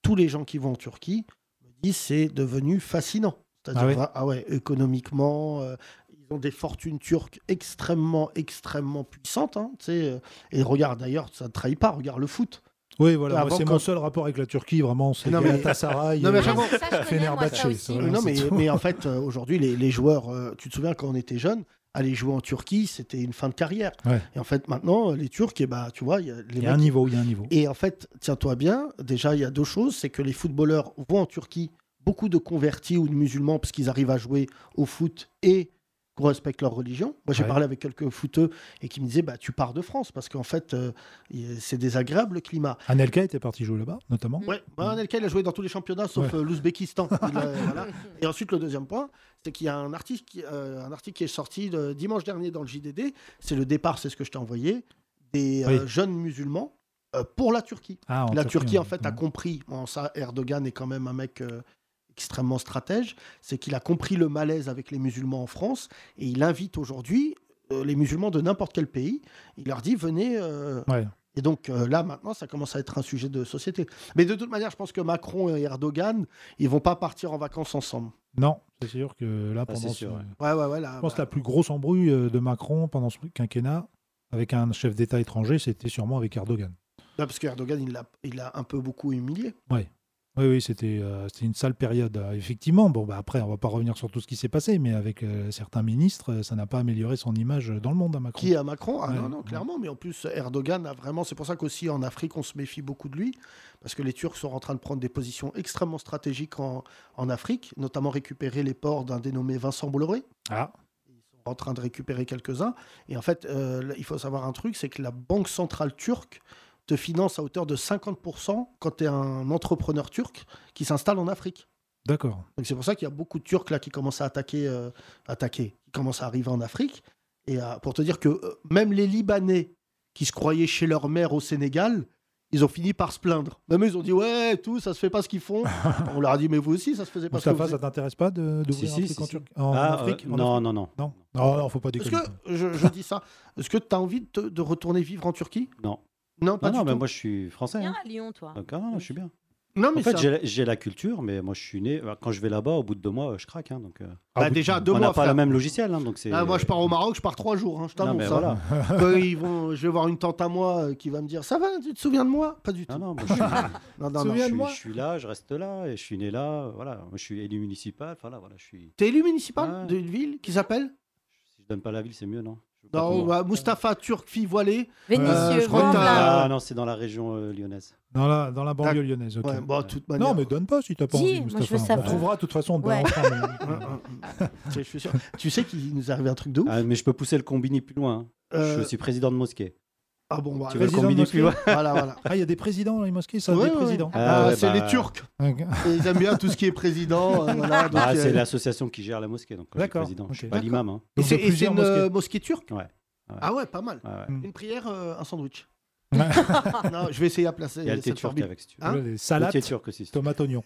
C: tous les gens qui vont en Turquie me disent c'est devenu fascinant. C'est-à-dire,
D: Ah ouais
C: vra- ah ouais, économiquement, euh, ils ont des fortunes turques extrêmement, extrêmement puissantes. hein, tu sais, euh, et regarde d'ailleurs, ça ne trahit pas, regarde le foot.
D: Oui, voilà,
C: Avant
D: moi, c'est
C: qu'on-
D: mon seul rapport avec la Turquie, vraiment, c'est
C: Non, mais-
D: Galatasaray,
C: Non, mais
D: euh,
C: j'avoue-
E: Ça, je connais, moi, ça
D: Fenerbahçe,
E: aussi.
D: ça,
E: Mais
D: voilà,
C: non, mais,
D: c'est tout.
C: mais en fait, euh, aujourd'hui, les, les joueurs, euh, tu te souviens quand on était jeune, aller jouer en Turquie, c'était une fin de carrière.
D: Ouais.
C: Et en fait, maintenant, les Turcs, eh ben, tu vois, il y a- les
D: Il y a un
C: mecs,
D: niveau, il y a un niveau.
C: Et en fait, tiens-toi bien, déjà, il y a deux choses. C'est que les footballeurs vont en Turquie, beaucoup de convertis ou de musulmans, parce qu'ils arrivent à jouer au foot et qu'on respecte leur religion. Moi, j'ai
D: Ouais.
C: parlé avec quelques footeux et qui me disaient, bah, tu pars de France, parce qu'en fait, euh, y- c'est désagréable le climat.
D: Anelka était parti jouer là-bas, notamment.
C: Ouais, bah, Anelka, il a joué dans tous les championnats, sauf
D: Mm. Ouais.
C: euh, l'Ouzbékistan. Il a- voilà. Et ensuite, le deuxième point, c'est qu'il y a un article, qui, euh, un article qui est sorti le dimanche dernier dans le JDD. C'est le départ, c'est ce que je t'ai envoyé, des euh,
D: Oui.
C: jeunes musulmans euh, pour la Turquie.
D: Ah, en
C: La Turquie, en fait, a
D: ouais.
C: compris, bon, ça, Erdogan est quand même un mec euh, extrêmement stratège, c'est qu'il a compris le malaise avec les musulmans en France et il invite aujourd'hui euh, les musulmans de n'importe quel pays. Il leur dit, venez. euh,
D: Ouais.
C: Et donc euh, là, maintenant, ça commence à être un sujet de société. Mais de toute manière, je pense que Macron et Erdogan, ils vont pas partir en vacances ensemble.
E: Mm.
D: Non, c'est sûr que là,
I: Ah,
D: pendant
I: c'est
D: ce-
I: sûr,
C: Ouais,
I: ouais.
C: ouais, ouais. là,
D: Je pense que
C: bah,
D: la plus grosse embrouille euh, de Macron pendant ce quinquennat avec un chef d'État étranger, c'était sûrement avec Erdogan.
C: là, parce qu'Erdogan, il l'a il l'a un peu beaucoup humilié.
D: Oui, oui, c'était euh, c'était une sale période. euh, Effectivement, bon, bah, après, on va pas revenir sur tout ce qui s'est passé, mais avec euh, certains ministres, euh, ça n'a pas amélioré son image euh, dans le monde à Macron.
C: Qui à Macron Ah non,
D: Ouais.
C: non, clairement. Mais en plus, Erdogan a vraiment. C'est pour ça qu'aussi en Afrique, on se méfie beaucoup de lui. Parce que les Turcs sont en train de prendre des positions extrêmement stratégiques en, en Afrique, notamment récupérer les ports d'un dénommé Vincent Bolloré.
D: Ah,
C: Ils sont en train de récupérer quelques-uns. Et en fait, euh, là, il faut savoir un truc c'est que la Banque centrale turque te finance à hauteur de 50% quand tu es un entrepreneur turc qui s'installe en Afrique.
D: d'accord.
C: Donc c'est pour ça qu'il y a beaucoup de Turcs là qui commencent à attaquer, euh, attaquer, qui commencent à arriver en Afrique. Et à- pour te dire que euh, même les Libanais qui se croyaient chez leur mère au Sénégal, ils ont fini par se plaindre. Même eux, ils ont dit ouais, tout ça se fait pas ce qu'ils font. On leur a dit mais vous aussi ça se faisait pas ce que
D: Mustafa,
C: vous
D: ça
C: faites.
D: t'intéresse pas de- euh, d'ouvrir
I: Si,
D: un truc
I: si, si,
D: en,
I: si.
D: Turquie- en
I: Ah,
D: Afrique
I: euh,
D: en
I: non,
D: Afrique
I: non, non.
D: Non, non, non, faut pas
C: Est-ce
D: déconner.
C: que je, je dis ça Est-ce que tu as envie de, te- de retourner vivre en Turquie
I: Non.
C: Non, pas
I: Non, non,
C: du
I: mais
C: tout.
I: moi je suis français.
E: Viens
I: hein.
E: à Lyon, toi.
I: Donc, ah, non, je suis bien.
C: Non mais
I: En fait,
C: ça-
I: j'ai la- j'ai la culture, mais moi je suis né. euh, Quand je vais là-bas, au bout de deux mois, euh, je craque. hein, donc, euh,
D: Ah,
C: Bah,
D: vous-
C: déjà deux
I: on
C: mois.
I: n'a pas
C: frère.
I: le même logiciel. hein, donc c'est-
C: Ah, moi, je pars au Maroc, je pars trois jours, hein, je t'annonce.
I: Non, mais
C: hein.
I: voilà.
C: Quand ils vont, je vais voir une tante à moi euh, qui va me dire Ça va, tu te souviens de moi Pas du tout.
I: Non, non, moi, je suis,
C: Non, non, non.
I: je, suis-
D: Souviens-moi.
I: je suis là, je reste là, et je suis né là. euh, Voilà, moi, je suis élu municipal. Enfin, là, voilà, je suis.
C: T'es élu municipal
I: Ouais.
C: d'une ville qui s'appelle
I: Si je donne pas la ville, c'est mieux, non Je veux pas
C: Non,
I: qu'on-
C: bah, Mustapha Turc, fille voilée.
D: Euh,
E: Vénitieux,
D: je crois que
E: Vanda.
C: t'as-
I: Ah non, c'est dans la région euh, lyonnaise.
D: dans, la, dans la banlieue lyonnaise. ok.
C: Ouais, bon, de toute manière.
D: non, mais donne pas si t'as pas
E: Si,
D: envie,
E: moi, je veux
D: Mustapha. On
E: savoir.
D: trouvera de toute façon. bah,
E: Ouais.
D: enfin, mais-
C: Hein, hein. Je suis sûr. tu sais qu'il nous arrive un truc de ouf.
I: Ah, mais je peux pousser le combini plus loin. hein.
C: Euh,
I: Je suis président de mosquée.
C: Ah bon, bah,
I: tu veux le
D: président
C: vas-y.
D: de
I: combini
D: mosquée
I: plus loin
C: Voilà, voilà.
D: Ah, il y a des présidents dans les mosquées, ça,
C: Ouais,
D: des
C: ouais,
D: présidents.
C: ouais.
I: Ah
C: Ah,
I: ouais,
C: c'est
I: bah,
C: les Turcs.
D: Ok.
C: Et ils aiment bien tout ce qui est président. euh, voilà, donc,
I: Ah,
C: euh,
I: c'est l'association qui gère la mosquée, donc euh, je suis
D: D'accord,
I: président. Je suis
D: ok.
I: pas l'imam. hein.
C: et
D: Donc,
C: c'est
D: de
C: et c'est
D: plusieurs
C: une
D: mosquées.
C: euh, mosquée turque
I: Ouais, ouais.
C: Ah ouais, pas mal.
I: Ouais, ouais.
C: Une prière, euh, un sandwich.
D: Ouais.
C: non, je vais essayer à placer.
I: Il y a le thé
C: cette
I: turc
C: formule.
I: avec, si tu veux.
C: Hein
D: Ouais, des
I: le
D: salades,
I: thé turc aussi. si tu veux.
D: tomate, oignon.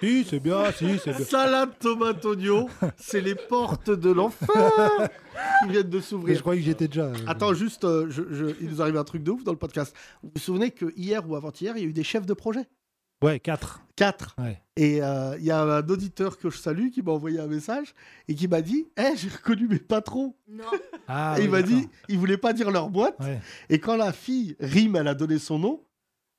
D: si, c'est bien, si, c'est bien.
C: Salade tomate oignon, c'est les portes de l'enfer qui viennent de
D: Mais je
C: s'ouvrir.
D: croyais que j'étais déjà. euh,
C: Attends, juste, euh, je, je- il nous arrive un truc de ouf dans le podcast. Vous vous souvenez que hier ou avant-hier, il y a eu des chefs de projet
D: Ouais, 4.
C: Quatre.
D: Ouais.
C: Et euh, il y a un auditeur que je salue qui m'a envoyé un message et qui m'a dit Eh, j'ai reconnu mes patrons.
E: Non.
D: Ah,
C: et il
D: oui,
C: m'a
D: d'accord.
C: dit Il voulait pas dire leur boîte.
D: Ouais.
C: Et quand la fille, Rime, elle a donné son nom,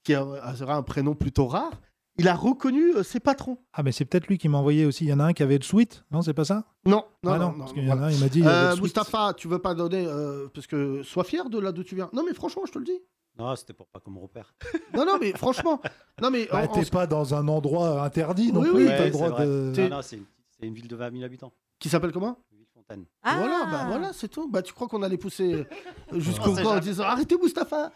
C: qui euh, sera un prénom plutôt rare, il a reconnu euh, ses patrons.
D: Ah, mais c'est peut-être lui qui m'a envoyé aussi. Il y en a un qui avait le sweat, non C'est pas ça
C: Non, non,
D: Ah
C: non. non,
D: parce qu'il y en
C: voilà.
D: a un, il m'a dit. il y avait
C: Euh,
D: le sweat.
C: Mustapha, tu veux pas donner euh, parce que sois fier de là d'où tu viens. Non mais franchement, je te le dis.
I: Non, c'était pour pas qu'on me repère.
C: Non non mais franchement, non mais
D: Bah,
C: en- en-
D: t'es pas dans un endroit interdit non
C: Oui,
D: plus,
C: oui,
D: t'as
I: Ouais,
D: le
I: c'est
D: droit
I: vrai.
D: de.
I: Ah non, c'est une, c'est une ville de 20 000 habitants.
C: qui s'appelle comment
I: Une ville l'antenne.
C: Voilà, bah voilà, c'est tout. Bah, tu crois qu'on allait pousser euh, jusqu'au
I: Ah. On sait
C: bout en
I: jamais.
C: disant arrêtez Mustapha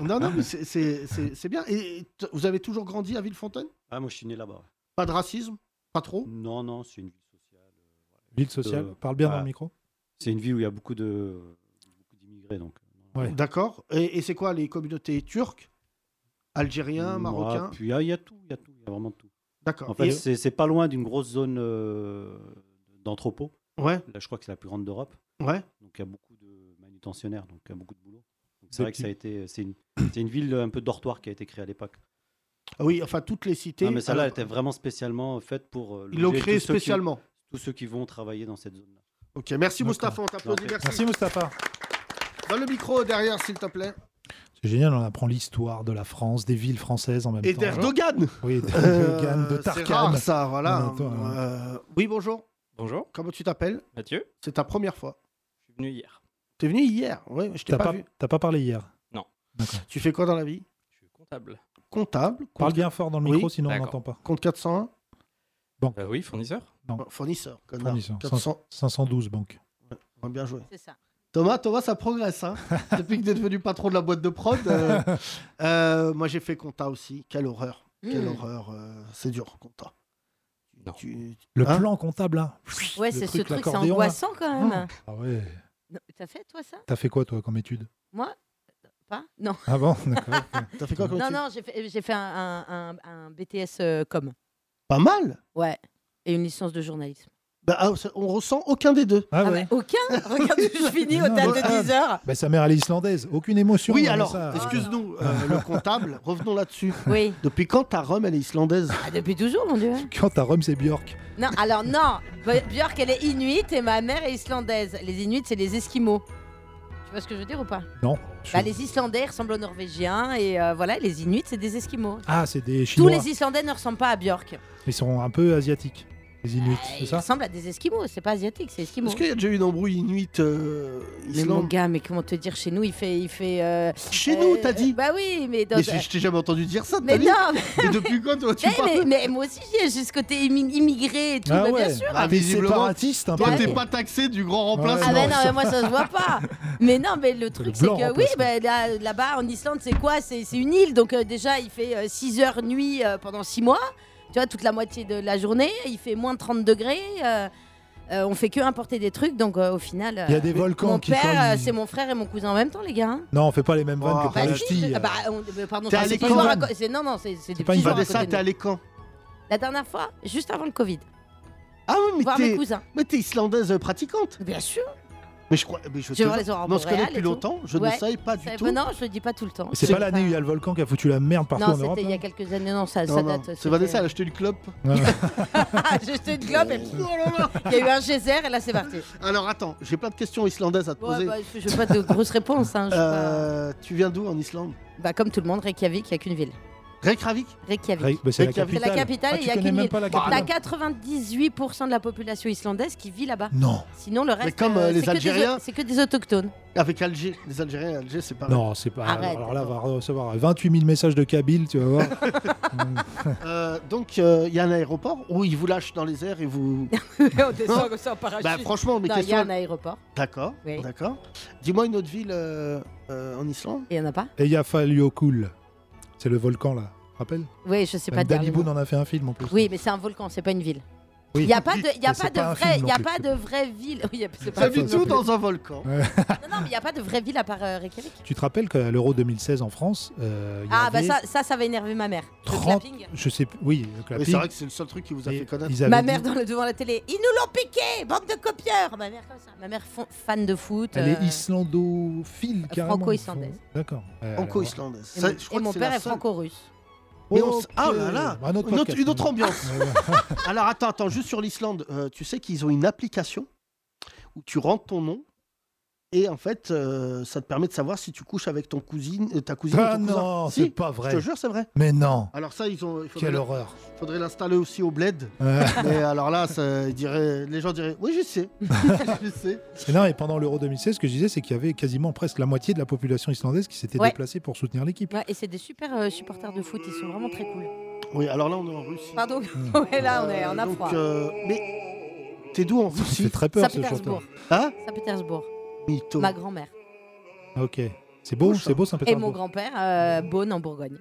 C: Non, non, mais c'est- c'est c'est- c'est bien. Et t- vous avez toujours grandi à Villefontaine
I: Ah, moi, je suis né là-bas.
C: Pas de racisme Pas trop
I: Non, non, c'est une ville sociale.
D: Ville sociale, parle bien dans le micro.
I: C'est une ville où il y a beaucoup de beaucoup d'immigrés, donc.
D: Ouais.
C: D'accord. Et, et c'est quoi les communautés turques Algériens,
I: Moi,
C: marocains
I: puis, ah, il y a tout, il y a tout, il y a vraiment tout.
C: D'accord.
I: En fait,
C: Et-
I: c'est c'est pas loin d'une grosse zone euh, d'entrepôt.
C: Ouais.
I: Là, je crois que c'est la plus grande d'Europe.
C: Ouais.
I: Donc il y a beaucoup de manutentionnaires, donc il y a beaucoup de boulot. Donc,
C: Des
I: C'est vrai que ça a été, c'est une, c'est une ville un peu dortoir qui a été créée à l'époque.
C: Ah Oui, enfin, toutes les cités.
I: Ah, mais celle-là
C: alors-
I: elle était vraiment spécialement faite pour. euh,
C: Ils l'ont
I: loger
C: créée
I: tous ceux qui-
C: spécialement.
I: tous ceux qui vont travailler dans cette zone-là.
C: Ok, merci Mustapha, on t'applaudit.
I: D'accord.
C: Merci.
D: Merci Mustapha.
C: Dans le micro derrière, s'il te plaît.
D: C'est génial, on apprend l'histoire de la France, des villes françaises en même
C: Et
D: temps.
C: d'Erdogan
D: Oui, d'Erdogan,
C: Euh,
D: de
C: C'est
D: Tarkan.
C: rare ça, voilà.
D: En même temps, hein.
C: Euh, oui, bonjour.
K: Bonjour.
C: Comment tu t'appelles
K: Mathieu,
C: C'est ta première fois.
K: je suis venu hier.
C: T'es venu hier, oui, je t'ai
D: T'as
C: pas,
D: pas,
C: vu.
D: t'as pas parlé hier.
K: Non.
C: Tu fais quoi dans la vie
K: Comptable.
C: Comptable. compte-
D: Parle bien fort dans le
C: Oui.
D: micro, sinon on
K: D'accord.
D: n'entend pas.
C: Compte hein 401
K: Euh, oui, fournisseur.
D: Non.
C: Oh, Fournisseur, connard.
D: Fournisseur.
C: 400,
D: 512 banques.
C: Ouais, bien joué.
E: C'est ça.
C: Thomas, Thomas, ça progresse. hein. Depuis que t'es devenu patron de la boîte de prod, euh, euh, moi j'ai fait compta aussi. Quelle horreur. Quelle
E: Mm.
C: horreur. euh, c'est dur, compta.
K: Non.
C: Tu- tu-
D: Le
C: hein
D: plan comptable, là.
E: Ouais,
D: Le
E: c'est ce
D: truc,
E: truc, c'est
D: l'accordéon, là.
E: angoissant quand même.
D: Ah ouais.
E: Non, T'as fait toi ça
D: T'as fait quoi, toi, comme étude
E: Moi Pas Non.
D: Ah bon D'accord.
C: T'as fait quoi comme
E: Non,
C: étude
E: non, j'ai fait, j'ai fait un, un- un- un BTS euh, com.
C: Pas mal.
E: Ouais. Et une licence de journalisme.
C: Bah, ah, ça- on ressent aucun des deux.
D: Ah
E: Ah
D: ouais.
E: bah, aucun Regarde, je finis au
D: Non,
E: date
D: mais-
E: de 10 heures.
D: Bah, sa mère, elle est islandaise. Aucune émotion.
C: oui,
D: dans
C: alors,
D: ça.
C: excuse-nous, euh, le comptable, revenons là-dessus.
E: hein. Ah. Oui.
C: Depuis quand ta Rome, elle est islandaise
E: Ah, depuis toujours, mon Dieu.
D: Quand t'as Rome, c'est Björk.
E: Non, alors non. Bah, Björk, elle est inuite et ma mère est islandaise. Les inuits, c'est les esquimaux. Tu vois ce que je veux dire ou pas
D: Non. je-
E: Bah, Les Islandais ressemblent aux Norvégiens et euh, voilà, les Inuits, c'est des esquimaux.
D: Ah, c'est des
E: Tous
D: Chinois.
E: les Islandais ne ressemblent pas à Björk.
D: Ils sont un peu asiatiques. Les Inuits, c'est
E: Ils
D: ça
E: ressemblent Ah, à des esquimaux, c'est pas asiatique, c'est esquimaux.
C: Est-ce qu'il y a déjà eu une embrouille inuite euh,
E: Mais mon
C: Islande
E: gars, mais comment te dire, chez nous, il fait. Il fait euh,
C: Chez
E: euh,
C: nous, t'as dit
E: Bah oui, mais dans.
C: Mais je je t'ai jamais entendu dire ça,
E: mais
C: t'as dit
E: non, mais,
C: Et depuis quand toi tu
E: mais-
C: parles
E: mais- mais moi aussi j'ai j'ai ce côté immi- immigré et tout,
D: Ah hein,
E: bah,
D: ouais.
E: bien sûr.
C: Ah,
D: Des
C: visiblement,
D: séparatistes, un peu.
C: Toi,
E: Ouais.
C: t'es pas taxé du grand remplacement.
E: Ah
D: non,
E: bah non, mais moi ça se voit pas. Mais non, mais le truc c'est
D: blanc
E: que oui,
D: remplacement.
E: bah, là- là-bas en Islande c'est quoi C'est c'est une île, donc euh, déjà il fait 6 heures nuit euh, pendant 6 mois, tu vois, toute la moitié de la journée, il fait moins de 30 degrés. euh, euh, on fait que importer des trucs, donc euh, au final.
D: Il y
E: euh,
D: a des volcans
E: mon
D: qui. quand
E: père, euh,
D: ils-
E: c'est mon frère et mon cousin en même temps, les gars. hein.
D: Non, on fait pas les mêmes vannes
C: Oh,
D: que pour
E: Bah,
D: les
E: si,
D: ch'tis.
E: ah bah, on- euh, pardon,
C: T'es
E: c'est
C: allé
E: des petits
C: quand
E: joueurs à
C: même
E: co- c'est- Non, non, c'est c'est des
D: pas
E: petits
D: une
E: joueurs à
C: Vanessa,
E: côté de
C: t'es
E: nous.
C: allé quand
E: La dernière fois, juste avant le Covid,
C: Ah oui, mais
E: voir mes
C: t'es,
E: cousins.
C: mais t'es islandaise euh, pratiquante.
E: Bien sûr.
C: Mais je crois. Mais je
E: Je vais
C: te-
E: voir les aurores
C: Mais on se connaît
E: boréales
C: depuis
E: et tout.
C: longtemps, je ne
E: Ouais.
C: savais pas du
E: Ça-
C: tout.
E: bah non, je le dis pas tout le temps.
D: C'est pas l'année où il y a le volcan qui a foutu la merde partout
E: Non,
D: en Europe. hein.
E: c'était il y a
D: là
E: quelques années. Non, ça,
C: Non,
E: ça
C: non,
E: date.
C: C'est Vanessa, elle a acheté une clope.
E: J'ai jeté une globe et puis, oh là là, il y a eu un geyser et là c'est parti.
C: Alors attends, j'ai plein de questions islandaises à te
E: Ouais,
C: poser.
E: bah, je je veux pas de grosses réponses. Hein, je sais pas.
C: Euh, Tu viens d'où en Islande
E: Bah, comme tout le monde, Reykjavik, il y a qu'une ville.
C: Reykjavik
E: Reykjavik.
D: Ouais, bah, c'est la
C: Reykjavik.
E: C'est
D: capitale.
E: la capitale
D: Ah,
E: et
D: tu
E: il y a
D: connais
E: qu'une
D: même
E: ville. Bah,
D: pas la
E: T'as
D: capitale.
E: 98% de la population islandaise qui vit là-bas.
D: Non.
E: Sinon, le reste.
C: comme, euh, les
E: c'est que des au-
C: Algériens-
E: C'est que des autochtones.
C: Avec Alger. Les Algériens, Alger, c'est pas.
D: Non, c'est pas.
E: Arrête.
D: alors là, on va recevoir 28 000 messages de Kabyle, tu vas voir.
C: Euh, donc, euh, il y a un aéroport où ils vous lâchent dans les airs et vous.
E: On
C: descend
E: comme ça en parachute.
C: bah, franchement, mes
E: non, il y
C: questions.
E: a un aéroport.
C: D'accord,
E: Oui.
C: d'accord. Dis-moi une autre ville euh, euh, en Islande.
E: Il y en a pas
D: Eyjafjallajökull. C'est le volcan, là. Rappelle
E: Oui, je sais pas. dire
D: Danny
E: le
D: Boone
E: nom.
D: en a fait un film en plus.
E: Oui, mais c'est un volcan, c'est pas une ville.
D: Oui.
E: Il n'y a pas de, il y
D: Mais
E: a pas
D: c'est
E: de
D: pas un
E: vraie,
D: film
E: il
D: non
E: y a
D: plus.
E: pas de vraie ville. Oui, c'est pas-
C: J'habite tout dans un volcan.
E: Non, non, mais il n'y a pas de vraie ville à part euh, Reykjavik.
D: Tu te rappelles qu'à l'Euro 2016 en France, euh, il y
E: Ah bah
D: avait
E: ça, ça, ça va énerver ma mère. Le
D: 30
E: clapping.
D: Je sais plus. Oui, le
C: Mais
D: clapping.
C: c'est vrai que c'est le seul truc qui vous a
D: Et
C: fait connaître.
D: ils avaient
E: Ma
D: dit-
E: mère dans le, devant la télé. Ils nous l'ont piqué, bande de copieurs. Ma mère comme ça. Ma mère fon- fan de foot.
D: Elle est
E: euh,
D: islandophile, carrément.
E: franco-islandaise.
D: D'accord. Euh,
C: Franco-islandaise.
E: et
C: Ça,
E: mon-
C: je
E: Et
C: crois que
E: mon
C: c'est
E: père
C: la
E: est
C: seule.
E: franco-russe.
C: Mais on s-
D: Oh, Ok.
C: Ah là là
D: Un autre
C: Une autre,
D: podcast,
C: une autre
D: hein.
C: ambiance.
D: Ouais, ouais.
C: Alors attends, attends, juste sur l'Islande, euh, tu sais qu'ils ont une application où tu rentres ton nom et en fait, euh, ça te permet de savoir si tu couches avec ton cousine, euh, ta cousine. ou
D: Ah
C: ton cousin.
D: non,
C: Si,
D: c'est pas
C: Je
D: vrai.
C: te jure, c'est vrai.
D: Mais non.
C: Alors ça, ils ont. Il faudrait,
D: Quelle horreur.
C: faudrait l'installer aussi au bled.
D: Euh,
C: Mais alors là, ça, il dirait- les gens diraient, oui, je sais. je sais.
D: et non, et pendant l'Euro 2016, ce que je disais, c'est qu'il y avait quasiment presque la moitié de la population islandaise qui s'était
E: Ouais.
D: déplacée pour soutenir l'équipe.
E: Ouais, et c'est des super euh, supporters de foot. Ils sont vraiment très cool.
C: Oui, alors là, on est en Russie.
D: Ah.
E: Pardon. ouais, là, on est, on a
C: Donc,
E: froid.
C: euh, mais T'es d'où en Russie
D: fait très peur, ce chanteur.
C: Hein
E: Saint-Pétersbourg.
C: Mytho.
E: Ma grand-mère.
D: Ah, Ok. C'est beau, c'est beau
E: Et mon
D: Saint-Pétersbourg.
E: grand-père, euh, Beaune en Bourgogne.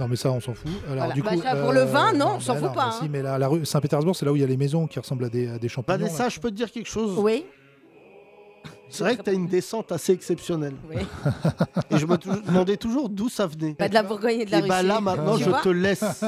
D: Non, mais ça, on s'en fout. Alors,
E: Voilà.
D: du
E: Bah,
D: coup,
E: ça, pour le vin, non, on s'en
D: bah
E: fout pas,
D: bah si,
E: hein.
D: mais la, la rue Saint-Pétersbourg, c'est là où il y a les maisons qui ressemblent à des, à des champignons. hein. là.
C: Vanessa, Bah, je peux te dire quelque chose
E: Oui.
C: C'est vrai que t'as une descente assez exceptionnelle.
E: Oui.
C: Et je me tou- demandais toujours d'où ça venait.
E: Bah, de la Bourgogne et de la
C: Et bah
E: Russie.
C: là, maintenant,
E: Tu
C: je
E: vois
C: te laisse.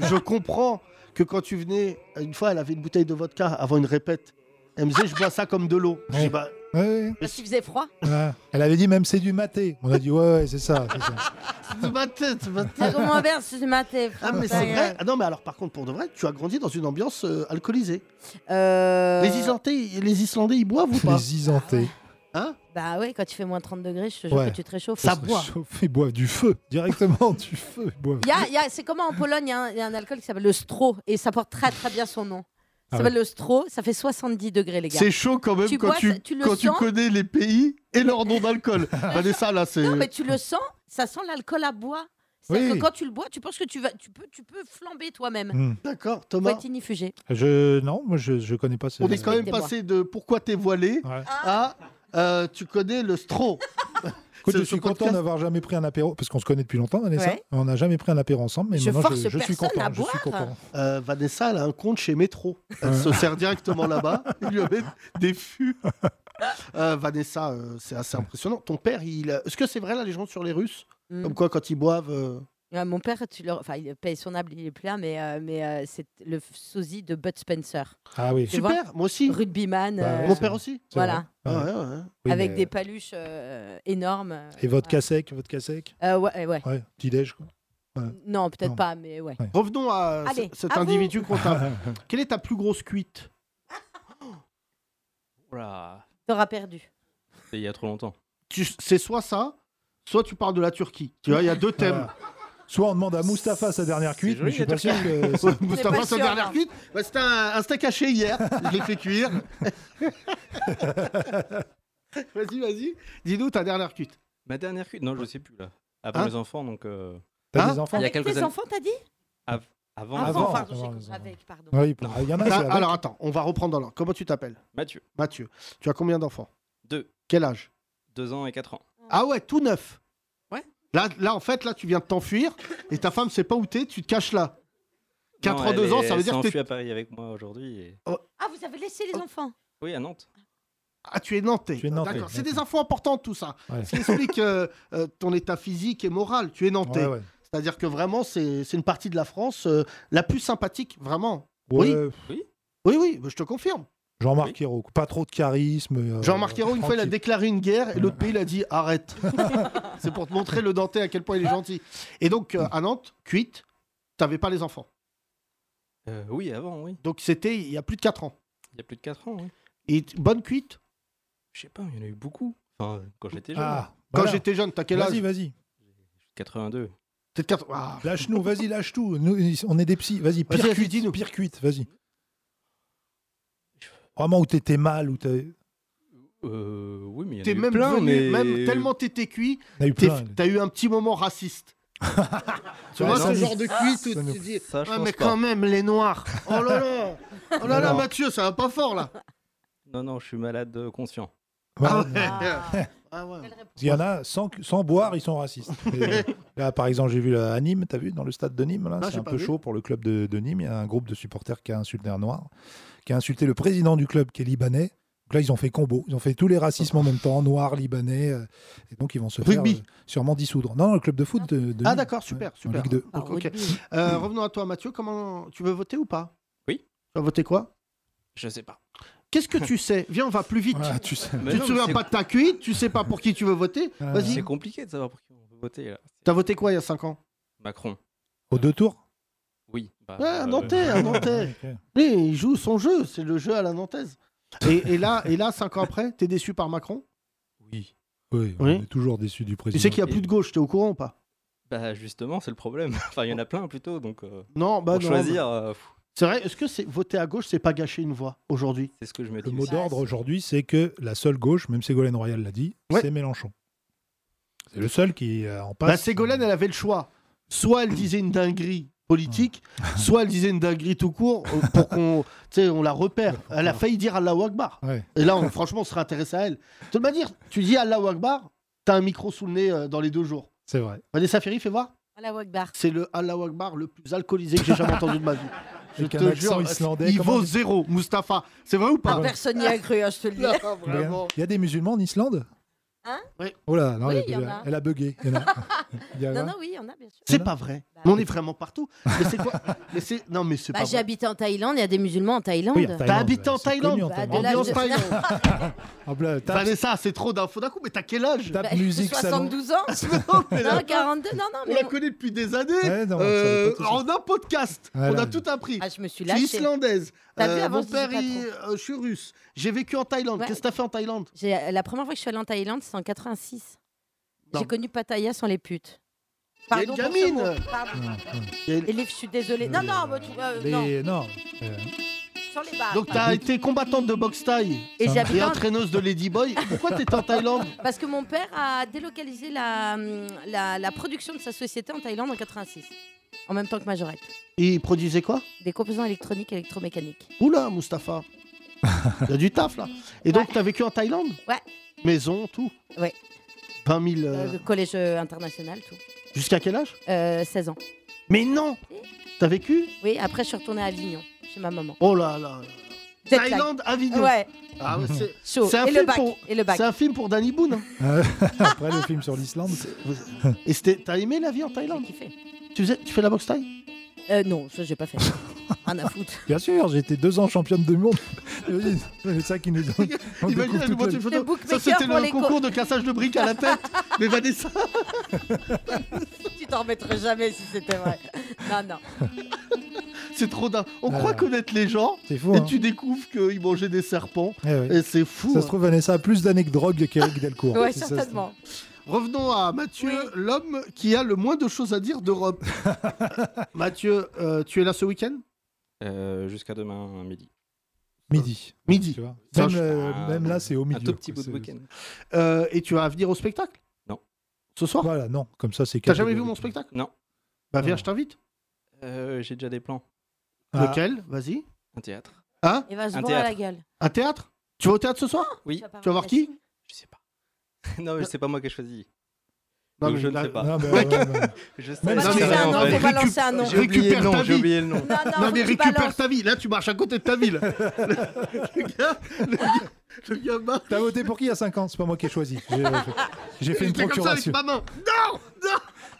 C: je comprends que quand tu venais, une fois, elle avait une bouteille de vodka avant une répète. Elle me disait, je bois ça comme de l'eau. Je dis, bah,
D: Ouais,
E: Parce qu'il faisait froid.
D: ouais. Ouais. Elle avait dit même c'est du maté. On a dit ouais, ouais, c'est ça. c'est ça.
C: ma tête, ma tête.
E: Ah, comment on verse ce matin
C: Ah, mais c'est vrai.
E: euh,
C: Ah non, mais alors, par contre, pour de vrai, tu as grandi dans une ambiance euh, alcoolisée.
E: Euh.
C: Les, Islandais, les Islandais, ils boivent ou pas
D: Les isantés.
C: Hein
E: Bah oui, quand tu fais moins 30 degrés, je te jure
D: Ouais.
E: que tu te réchauffes.
D: Ils se réchauffent, Ils boivent du feu, directement du feu. Ils boivent.
E: Il y a- il y a- c'est comment en Pologne, il y, a un- il y a un alcool qui s'appelle le Stro et ça porte très très bien son nom.
C: Ah
E: Ça s'appelle
C: ouais.
E: le Stro, ça fait 70 degrés les gars.
C: C'est chaud quand même quand,
E: bois, ça-
C: tu,
E: le
C: quand tu
E: sens.
C: connais les pays et leur nom d'alcool. Vanessa, là, c'est.
E: Non mais tu le sens, ça sent l'alcool à bois. C'est-à-dire
C: Oui.
E: que quand tu le bois, tu penses que tu vas, tu peux, tu peux flamber toi-même.
D: Hmm.
C: D'accord,
E: Thomas. Faut être inifugé.
D: Je non, moi je, je connais pas. ces-
C: On est quand même
E: Respectez-moi.
C: passé de pourquoi t'es voilé à euh, tu connais le stro.
D: Écoute,
C: C'est
D: je
C: ce
D: suis content
C: podcast.
D: d'avoir jamais pris un apéro parce qu'on se connaît depuis longtemps, Vanessa.
C: Ouais.
D: On n'a jamais pris un apéro ensemble, mais
C: Je
D: maintenant,
C: force
D: je, suis
C: personne
D: content.
C: à
D: Je suis
C: boire.
D: content.
C: Euh, Vanessa, elle a un compte chez Métro. Elle se sert directement là-bas. Ils lui mettent des fûts. Euh, Vanessa, euh, c'est assez impressionnant. Ton père, il. a- Est-ce que c'est vrai la légende sur les Russes
E: Mm.
C: Comme quoi, quand ils boivent. euh,
E: Ouais, mon père, tu le... enfin, il paye son âme, il est plus là, mais, euh, mais euh, c'est le f- sosie de Bud Spencer.
D: Ah oui.
E: Tu
C: Super,
E: vois
C: moi aussi.
E: Rugbyman.
D: Bah ouais,
E: euh,
D: Mon père aussi. C'est
E: Voilà.
D: vrai. Ah ouais. Oui,
E: Avec
D: mais-
E: des paluches euh, énormes. euh,
D: Et vodka sec, vodka sec.
E: Euh, ouais, euh, ouais.
D: Ouais, petit déj. quoi. Ouais.
E: Non, peut-être
D: Non.
E: pas, mais ouais.
C: Revenons à
E: Allez,
C: ce- cet
E: à vous.
C: individu comptable. Quelle est ta plus grosse cuite
K: Oula,
E: T'auras perdu.
K: Oh c'était il y a trop longtemps.
C: Tu- C'est soit ça, soit tu parles de la Turquie. Tu vois, il y a deux thèmes.
D: Voilà. Soit on demande à Mustapha sa dernière cuite, Ah. mais
C: joli,
D: je suis
C: la
D: pas sûr
C: Turquie.
D: que.
C: Ouais, Mustapha, sa dernière
E: hein.
D: hein.
C: cuite bah, C'était un, un steak haché hier. Je l'ai fait cuire. vas-y, vas-y. Dis-nous ta dernière cuite.
K: Ma dernière cuite Non, je sais plus là. Avant
C: Hein
K: les enfants, donc. euh,
D: T'as des enfants
K: Il y a
E: Avec
K: quelques
E: tes
K: années.
E: enfants, t'as dit
K: Av- avant,
E: Avant,
K: avant.
E: pardon, j'ai compris. Avec, pardon.
D: Oui, il y en a, c'est
C: Ah,
D: avec.
C: Alors attends, on va reprendre dans l'ordre. Comment tu t'appelles
K: Mathieu.
C: Mathieu. Tu as combien d'enfants
K: Deux.
C: Quel âge
K: Deux ans et quatre ans.
C: Ah ouais, tout neuf. Ouais. Là, là, en fait, là, tu viens de t'enfuir et ta femme sait pas où t'es, tu te caches là. 4
K: Non,
C: ans,
K: elle
C: 2 ans,
K: est-
C: ça veut
K: elle
C: dire
K: s'est
C: que
K: enfuie
C: t'es- Oh.
K: à Paris avec moi aujourd'hui. et-
E: Ah, vous avez laissé les enfants
K: Oui, à Nantes.
C: Ah, tu es nantais.
K: nantais,
C: D'accord. C'est
K: d'accord.
C: des infos importantes, tout ça.
K: Ouais.
C: Ce qui explique euh, euh, ton état physique et moral. Tu es nantais.
D: Ouais, ouais.
C: C'est-à-dire que vraiment, c'est c'est une partie de la France euh, la plus sympathique, vraiment.
D: Ouais.
C: Oui.
K: Oui,
C: oui, oui, je te confirme.
D: Jean-Marc Ayrault, pas trop de charisme. euh,
C: Jean-Marc Ayrault, une fois, il a
D: tranquille.
C: déclaré une guerre et l'autre pays, il a dit arrête. c'est pour te montrer le denté à quel point il est gentil. Et donc, euh, à Nantes, cuite, t'avais pas les enfants.
K: Euh, oui, avant, oui.
C: Donc, c'était il y a plus de 4 ans.
K: Il y a plus de 4 ans, oui.
C: Et t- bonne cuite
K: Je sais pas, il y en a eu beaucoup. Enfin, quand j'étais jeune.
D: Ah,
C: Quand
D: voilà.
C: j'étais jeune, t'as quel âge
D: Vas-y, vas-y.
K: 82.
C: T'es de 4 Ah.
D: Lâche-nous, vas-y, lâche tout. Nous, on est des psys, vas-y, pire
C: Vas-y,
D: cuite, pire cuite, vas-y. Vraiment où t'étais mal, où t'as.
K: Euh, oui, mais il y en a
C: T'es
K: eu
C: même
K: plein,
C: devenu-
K: mais...
C: même tellement t'étais cuit,
D: T'as eu
C: t'es-
D: plein,
C: t'as eu un petit moment raciste. tu vois
D: Ouais,
C: ce
D: ça,
C: genre de
D: ça,
C: cuite
D: ça
C: où
D: nous-
C: tu dis
D: ça, je
C: ah,
D: pense
C: mais
D: pas.
C: quand même les noirs. Oh là là, oh là là
K: Alors.
C: Mathieu, ça va pas fort là.
K: Non, non, je suis malade euh, conscient.
D: Ah
C: ouais. Ah ouais.
D: Il y en a, sans, sans boire, ils sont racistes. Et euh, là, par exemple, j'ai vu là, à Nîmes, t'as vu, dans le stade de Nîmes, là,
C: Ah,
D: c'est
C: j'ai
D: un
C: pas
D: peu
C: vu.
D: chaud pour le club de, de Nîmes. Il y a un groupe de supporters qui a insulté un noir, qui a insulté le président du club, qui est libanais. Donc là, ils ont fait combo. Ils ont fait tous les racismes en même temps, noirs, libanais. euh, et donc, ils vont se
C: Rugby.
D: faire euh, sûrement dissoudre. Non, non, le club de foot de, de
C: Ah
D: Nîmes.
C: d'accord, super,
D: Ouais, en
C: super. Ah,
D: Ligue 2.
C: Ok, ok. Euh, revenons à toi Mathieu, comment tu veux voter ou pas
K: Oui.
C: Tu vas voter quoi
K: Je sais pas.
C: Qu'est-ce que tu sais Viens, on va plus vite.
D: tu sais.
K: Mais
C: tu
K: non,
C: te
K: mais
C: souviens
K: c'est-
C: pas de ta cuite, tu sais pas pour qui tu veux voter. Vas-y.
K: Ah, C'est compliqué de savoir pour qui on veut voter, là.
C: T'as voté quoi il y a 5 ans
K: Macron.
D: Au deux tours
K: Oui. bah,
C: Ouais, un
K: euh,
C: Nantais, un Nantais.
D: Ok.
C: Lui, il joue son jeu, c'est le jeu à la Nantaise. Et, et là, et là, cinq ans après, t'es déçu par Macron
D: Oui, on est toujours déçu du
C: Tu
D: président.
C: sais qu'il n'y a plus de gauche, t'es au courant ou pas
K: Bah justement, c'est le problème. enfin, il y en a plein plutôt, donc. euh,
C: Non, bah
K: pour
C: non,
K: choisir,
C: bah-
K: euh, pff,
C: C'est vrai, est-ce que c'est voter à gauche, c'est pas gâcher une voix aujourd'hui
K: C'est ce que je me
D: Le mot d'ordre aujourd'hui, c'est que la seule gauche, même Ségolène Royal l'a dit, c'est Mélenchon. C'est le seul qui euh, en passe.
C: Bah, Ségolène, elle avait le choix. Soit elle disait une dinguerie politique, soit elle disait une dinguerie tout court euh, pour qu'on tu sais, on la repère. Elle a failli dire Allah Akbar.
D: Ouais.
C: Et là, on- franchement, on serait intéressé à elle. De toute manière, tu dis Allah Akbar, t'as un micro sous le nez euh, dans les deux jours.
D: C'est vrai.
C: Vanessa Ferry, fais voir.
E: Allah Akbar.
C: C'est le Allah Akbar le plus alcoolisé que j'ai jamais entendu de ma vie. Je
D: Avec
C: te
D: un accent
C: jure,
D: islandais,
C: il
D: comment on
C: vaut
D: dit
C: zéro, Mustapha. C'est vrai ou pas
E: Personne n'y a cru, hein, je te le dis.
C: Non,
D: Il y a-
C: vraiment.
D: Ah bah, il y a des musulmans en Islande
E: Hein
D: Oh là, non,
E: Oui,
D: elle, a,
E: il y en a.
D: elle a bugué. Il y en a. Il y en a. Hein
E: Non, non, oui, il y en a, bien sûr.
C: C'est pas vrai. Mais on est vraiment partout. Mais c'est quoi Mais c'est- Non, mais c'est
E: Bah,
C: pas
E: j'ai
C: vrai.
E: habité en Thaïlande, il y a des musulmans en Thaïlande.
C: Oui, en Thaïlande, T'as habité en c'est Thaïlande connu en
E: Bah,
C: Thaïlande.
E: de l'âge
C: Ambiance
E: de-
C: Thaïlande.
D: Hop là, tape,
C: Vanessa, c'est trop d'infos d'un coup, mais t'as quel âge
D: tape
E: Bah,
D: musique salon.
E: 72 ans
C: Non, mais
E: Non,
C: là-
E: 42, non, non,
C: On
E: mais
C: la
E: on-
C: connaît depuis des années.
D: Ouais, non, on
C: Euh,
D: savait pas tout ça.
C: en un podcast,
D: Ouais,
C: on
D: là,
C: a tout appris.
E: Ah, je me suis
C: Je suis
E: lâchée.
C: islandaise.
E: T'as vu, avant,
C: mon
E: je disais
C: père,
E: pas
C: il- euh, je suis russe. J'ai vécu en Thaïlande.
E: Ouais.
C: Qu'est-ce que t'as fait en Thaïlande
E: J'ai- La première fois que je suis allée en Thaïlande, c'est en 86.
C: Non.
E: J'ai connu Pattaya sans les putes.
C: Il y a une
E: Pardon pour ce
C: gamine.
D: Euh,
E: mot, pardon.
C: Il y a une-
E: Et les- je suis désolée. Non, non, mais tu- euh, non,
D: Les- Non. Euh,
E: sans les barres.
C: Donc t'as été combattante de boxe thaï
E: Et j'habite
C: et
E: en-
C: entraîneuse de Lady Boy. Pourquoi t'étais en Thaïlande
E: Parce que mon père a délocalisé la, hum, la, la production de sa société en Thaïlande en 86. En même temps que Majorette.
C: Et il produisait quoi
E: Des composants électroniques électromécaniques.
C: Oula, Mustapha. Il y a du taf là. Et donc t'as vécu en Thaïlande
E: Ouais.
C: Maison, tout.
E: Ouais.
C: 20 000. euh,
E: Euh, le collège euh, international, tout.
C: Jusqu'à quel âge
E: Euh, 16 ans.
C: Mais non T'as vécu
E: Oui, après, je suis retournée à Avignon, chez ma maman.
C: Oh là là.
E: Jet lag.
C: Thaïlande, Avignon.
E: Ouais,
C: Ah, ouais, c'est-
E: chaud.
C: C'est un
E: Et le
C: film
E: bac.
C: pour-
E: Et le bac.
C: C'est un film pour Danny Boone. hein.
D: euh, Après le film sur l'Islande.
C: Et c'était- t'as aimé la vie en Thaïlande
E: J'ai kiffé.
C: tu, faisais- tu fais la boxe thaï
E: Euh, non, ça, j'ai pas fait. Rien à foutre.
D: Bien sûr, j'ai été deux ans championne du monde. Imagine, C'est ça qui nous donne. on
C: Imagine,
D: découvre
C: elle nous
D: toute
C: montre
D: la-
C: une
E: Le
C: photo. Ça,
E: bookmaker
C: c'était
E: pour
C: le
E: les co-
C: concours de cassage de briques à la tête. Mais Vanessa,
E: tu t'en remettrais jamais si c'était vrai. Non, non.
C: c'est trop dingue. On
D: Ah.
C: croit connaître les gens
D: C'est fou.
C: et
D: hein.
C: tu découvres qu'ils mangeaient des serpents.
D: Eh oui.
C: Et c'est fou.
D: Ça
C: hein.
D: se trouve, Vanessa a plus d'années que drogue qu'Éric Delcourt.
E: Ouais,
D: C'est ça,
E: certainement.
C: Revenons à Mathieu,
E: Oui.
C: l'homme qui a le moins de choses à dire d'Europe. Mathieu, euh, tu es là ce week-end
K: Euh, Jusqu'à demain midi.
D: c'est Midi.
C: Midi.
D: Tu vois.
C: Ça,
D: Même,
C: je-
D: euh,
K: Ah,
D: même là, c'est au milieu.
K: Un tout petit
D: quoi.
K: bout de
D: C'est-
K: week-end.
C: Euh, Et tu vas venir au spectacle
K: Non.
C: Ce soir
D: Voilà, non, comme ça, c'est.
C: T'as jamais vu
D: catégorique.
C: mon spectacle
K: Non.
C: Bah viens,
D: Non.
C: je t'invite.
K: Euh, J'ai déjà des plans.
D: Ah,
C: Lequel Vas-y.
K: Un théâtre.
C: Hein
E: Il va se
K: Un
E: boire à la
K: théâtre.
E: gueule.
C: Un théâtre Tu vas au théâtre ce soir
K: Oui.
E: pas
C: Tu vas voir
E: rentrer.
C: qui
K: Je sais pas. non, mais c'est pas moi qui ai choisi.
C: Non,
K: Donc
C: mais
K: je ne
C: là-
K: sais pas.
D: Non, mais, ouais, ouais, ouais.
K: Je sais
D: Même
E: Faut
C: Non,
E: pas
C: mais
E: lancer
C: non,
E: un nom,
C: mais
E: faut pas
C: récup-
E: lancer un nom.
K: J'ai oublié
C: Récupère
K: le nom,
C: ta
K: j'ai
C: vie.
K: oublié le nom.
E: Non, non,
C: Non
E: faut
C: mais
E: que tu
C: récupère
E: balances.
C: ta vie, là tu marches à côté de ta ville. le gars, le gars, le gars marche.
D: T'as voté pour qui il y a 5 ans C'est pas moi qui ai choisi. J'ai- J'ai fait une
C: J'étais comme ça avec
D: procuration.
C: ma main.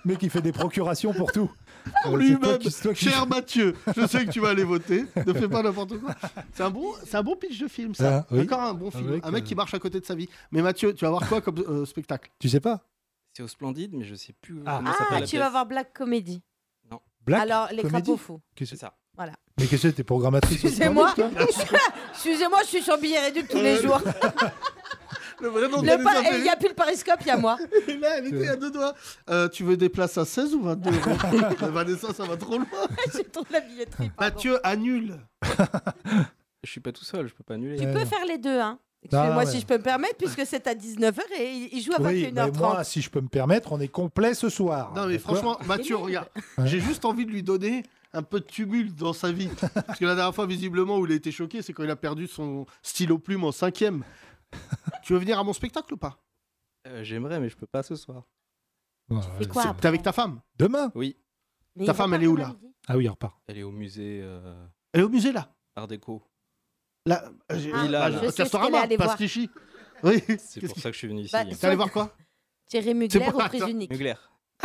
D: Mais qui fait des procurations pour tout. Euh,
C: Pour
D: c'est toi
C: lui-même.
D: qui- c'est toi qui-
C: Cher Mathieu, je sais que tu vas aller voter. Ne fais pas n'importe quoi. C'est un, bon, c'est un bon pitch de film, ça.
D: Ah, oui.
C: Encore un bon film.
D: Avec,
C: un mec
D: euh,
C: qui marche à côté de sa vie. Mais Mathieu, tu vas voir quoi comme euh, spectacle
D: Tu sais pas
K: C'est au Splendide, mais je sais plus
D: Ah.
K: comment s'appelle
E: Ah,
K: la
E: tu
K: pièce.
E: vas voir Black Comedy.
D: Black
E: Alors, les
D: Comedy
E: crapauds fous.
D: Qu'est-ce-
K: C'est ça.
D: Mais qu'est-ce que t'es programmatrice au
E: Excusez-moi.
D: Splendid, toi
E: Excusez-moi, je suis sur billet réduit tous les jours.
C: Euh, Le vrai nom de
E: Le
C: Vanessa
E: pa- Il n'y a plus le pariscope, il y a moi.
C: Perry, là, elle était à deux doigts. Euh, tu veux des places à 16 ou 22 euros Vanessa, ça va trop loin.
E: J'ai trop de la billetterie. pardon.
C: Mathieu annule.
K: Je suis pas tout seul, je peux pas annuler.
E: Tu
D: Ouais,
E: peux
D: non.
E: faire les deux, hein. Excusez-moi
D: Ah, ouais.
E: si je peux me permettre, puisque c'est à 19h et il- il joue à
D: Oui, mais
E: 21h30.
D: moi, si je peux me permettre, on est complet ce soir.
C: Non mais
D: D'accord
C: franchement, Mathieu,
E: merde.
C: regarde,
D: Ouais.
C: j'ai juste envie de lui donner un peu de tumulte dans sa vie. Parce que la dernière fois, visiblement, où il a été choqué, c'est quand il a perdu son stylo plume en cinquième. tu veux venir à mon spectacle ou pas
K: Euh, J'aimerais, mais je peux pas ce soir.
D: Ouais,
E: Et
D: ouais.
E: quoi
C: T'es
E: après
C: avec ta femme
D: Demain
K: Oui,
E: Mais
C: ta
E: il
C: femme,
E: repart
C: elle est où, là
E: demain midi.
D: Ah oui, il repart.
K: elle est au musée euh,
C: Elle est au musée là.
K: Art Déco.
C: Là, euh, j'ai-
E: Ah,
K: Oui, là,
C: Ah,
K: là.
E: je sais ce qu'elle est
C: Castorama,
E: allée
C: pas
E: voir.
C: Clichy. Oui.
K: C'est
C: Qu'est-ce
K: pour
C: que-
K: ça que je suis venu ici.
E: Bah,
C: T'es allé voir quoi
E: Thierry Mugler
C: C'est
E: aux
C: pas
E: prises
C: ça.
E: uniques.
K: Mugler.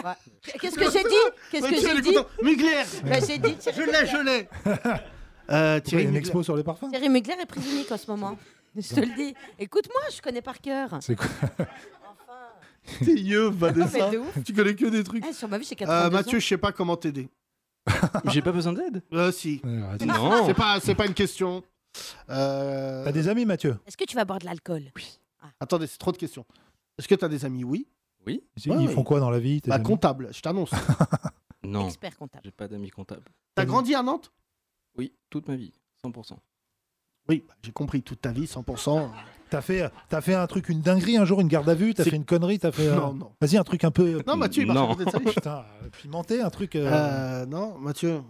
E: Qu'est-ce que j'ai dit Qu'est-ce que
C: Mathieu, elle
E: j'ai
C: est
E: dit
C: contente. Mugler
E: Bah, J'ai dit Thierry
C: Je l'ai, je l'ai Euh,
D: Pourquoi, il y
C: Thierry
D: a une
C: Mugler.
D: expo sur les parfums
E: Thierry Mugler est prise unique en ce moment. Je te le dis. Écoute-moi, je connais par cœur.
D: C'est quoi
C: T'es yeux,
E: Non,
C: Vanessa.
E: mais de ouf.
C: Tu connais que des trucs.
E: Eh, sur ma vie, j'ai
C: Euh,
E: 82
C: Mathieu,
E: ans.
C: je sais pas comment t'aider.
K: J'ai pas besoin d'aide.
C: Euh, si.
D: Ouais, ouais,
L: Ah,
D: attends.
K: Non.
C: C'est pas, c'est pas une question. Euh,
D: T'as des amis, Mathieu
E: Est-ce que tu vas boire de l'alcool
C: Attendez, c'est trop de questions. Est-ce que t'as des amis Oui.
K: Oui.
D: Ils
C: Ouais,
D: ils
C: ouais.
D: font quoi dans la vie tes
C: Bah,
D: amis
C: comptable, je t'annonce.
K: Non.
E: Expert comptable.
K: J'ai pas d'amis comptables.
C: T'as grandi à Nantes
K: Oui, toute ma vie, 100%.
C: Oui, bah, j'ai compris toute ta vie, 100%.
D: T'as fait, t'as fait un truc, une dinguerie un jour, une garde à vue, t'as fait une connerie, t'as fait. euh,
C: Non, non.
D: Vas-y, un truc un peu.
C: Non, Mathieu, il marche à côté de sa vie.
D: Putain, pimenté, un truc. euh,
C: Euh, non, Mathieu.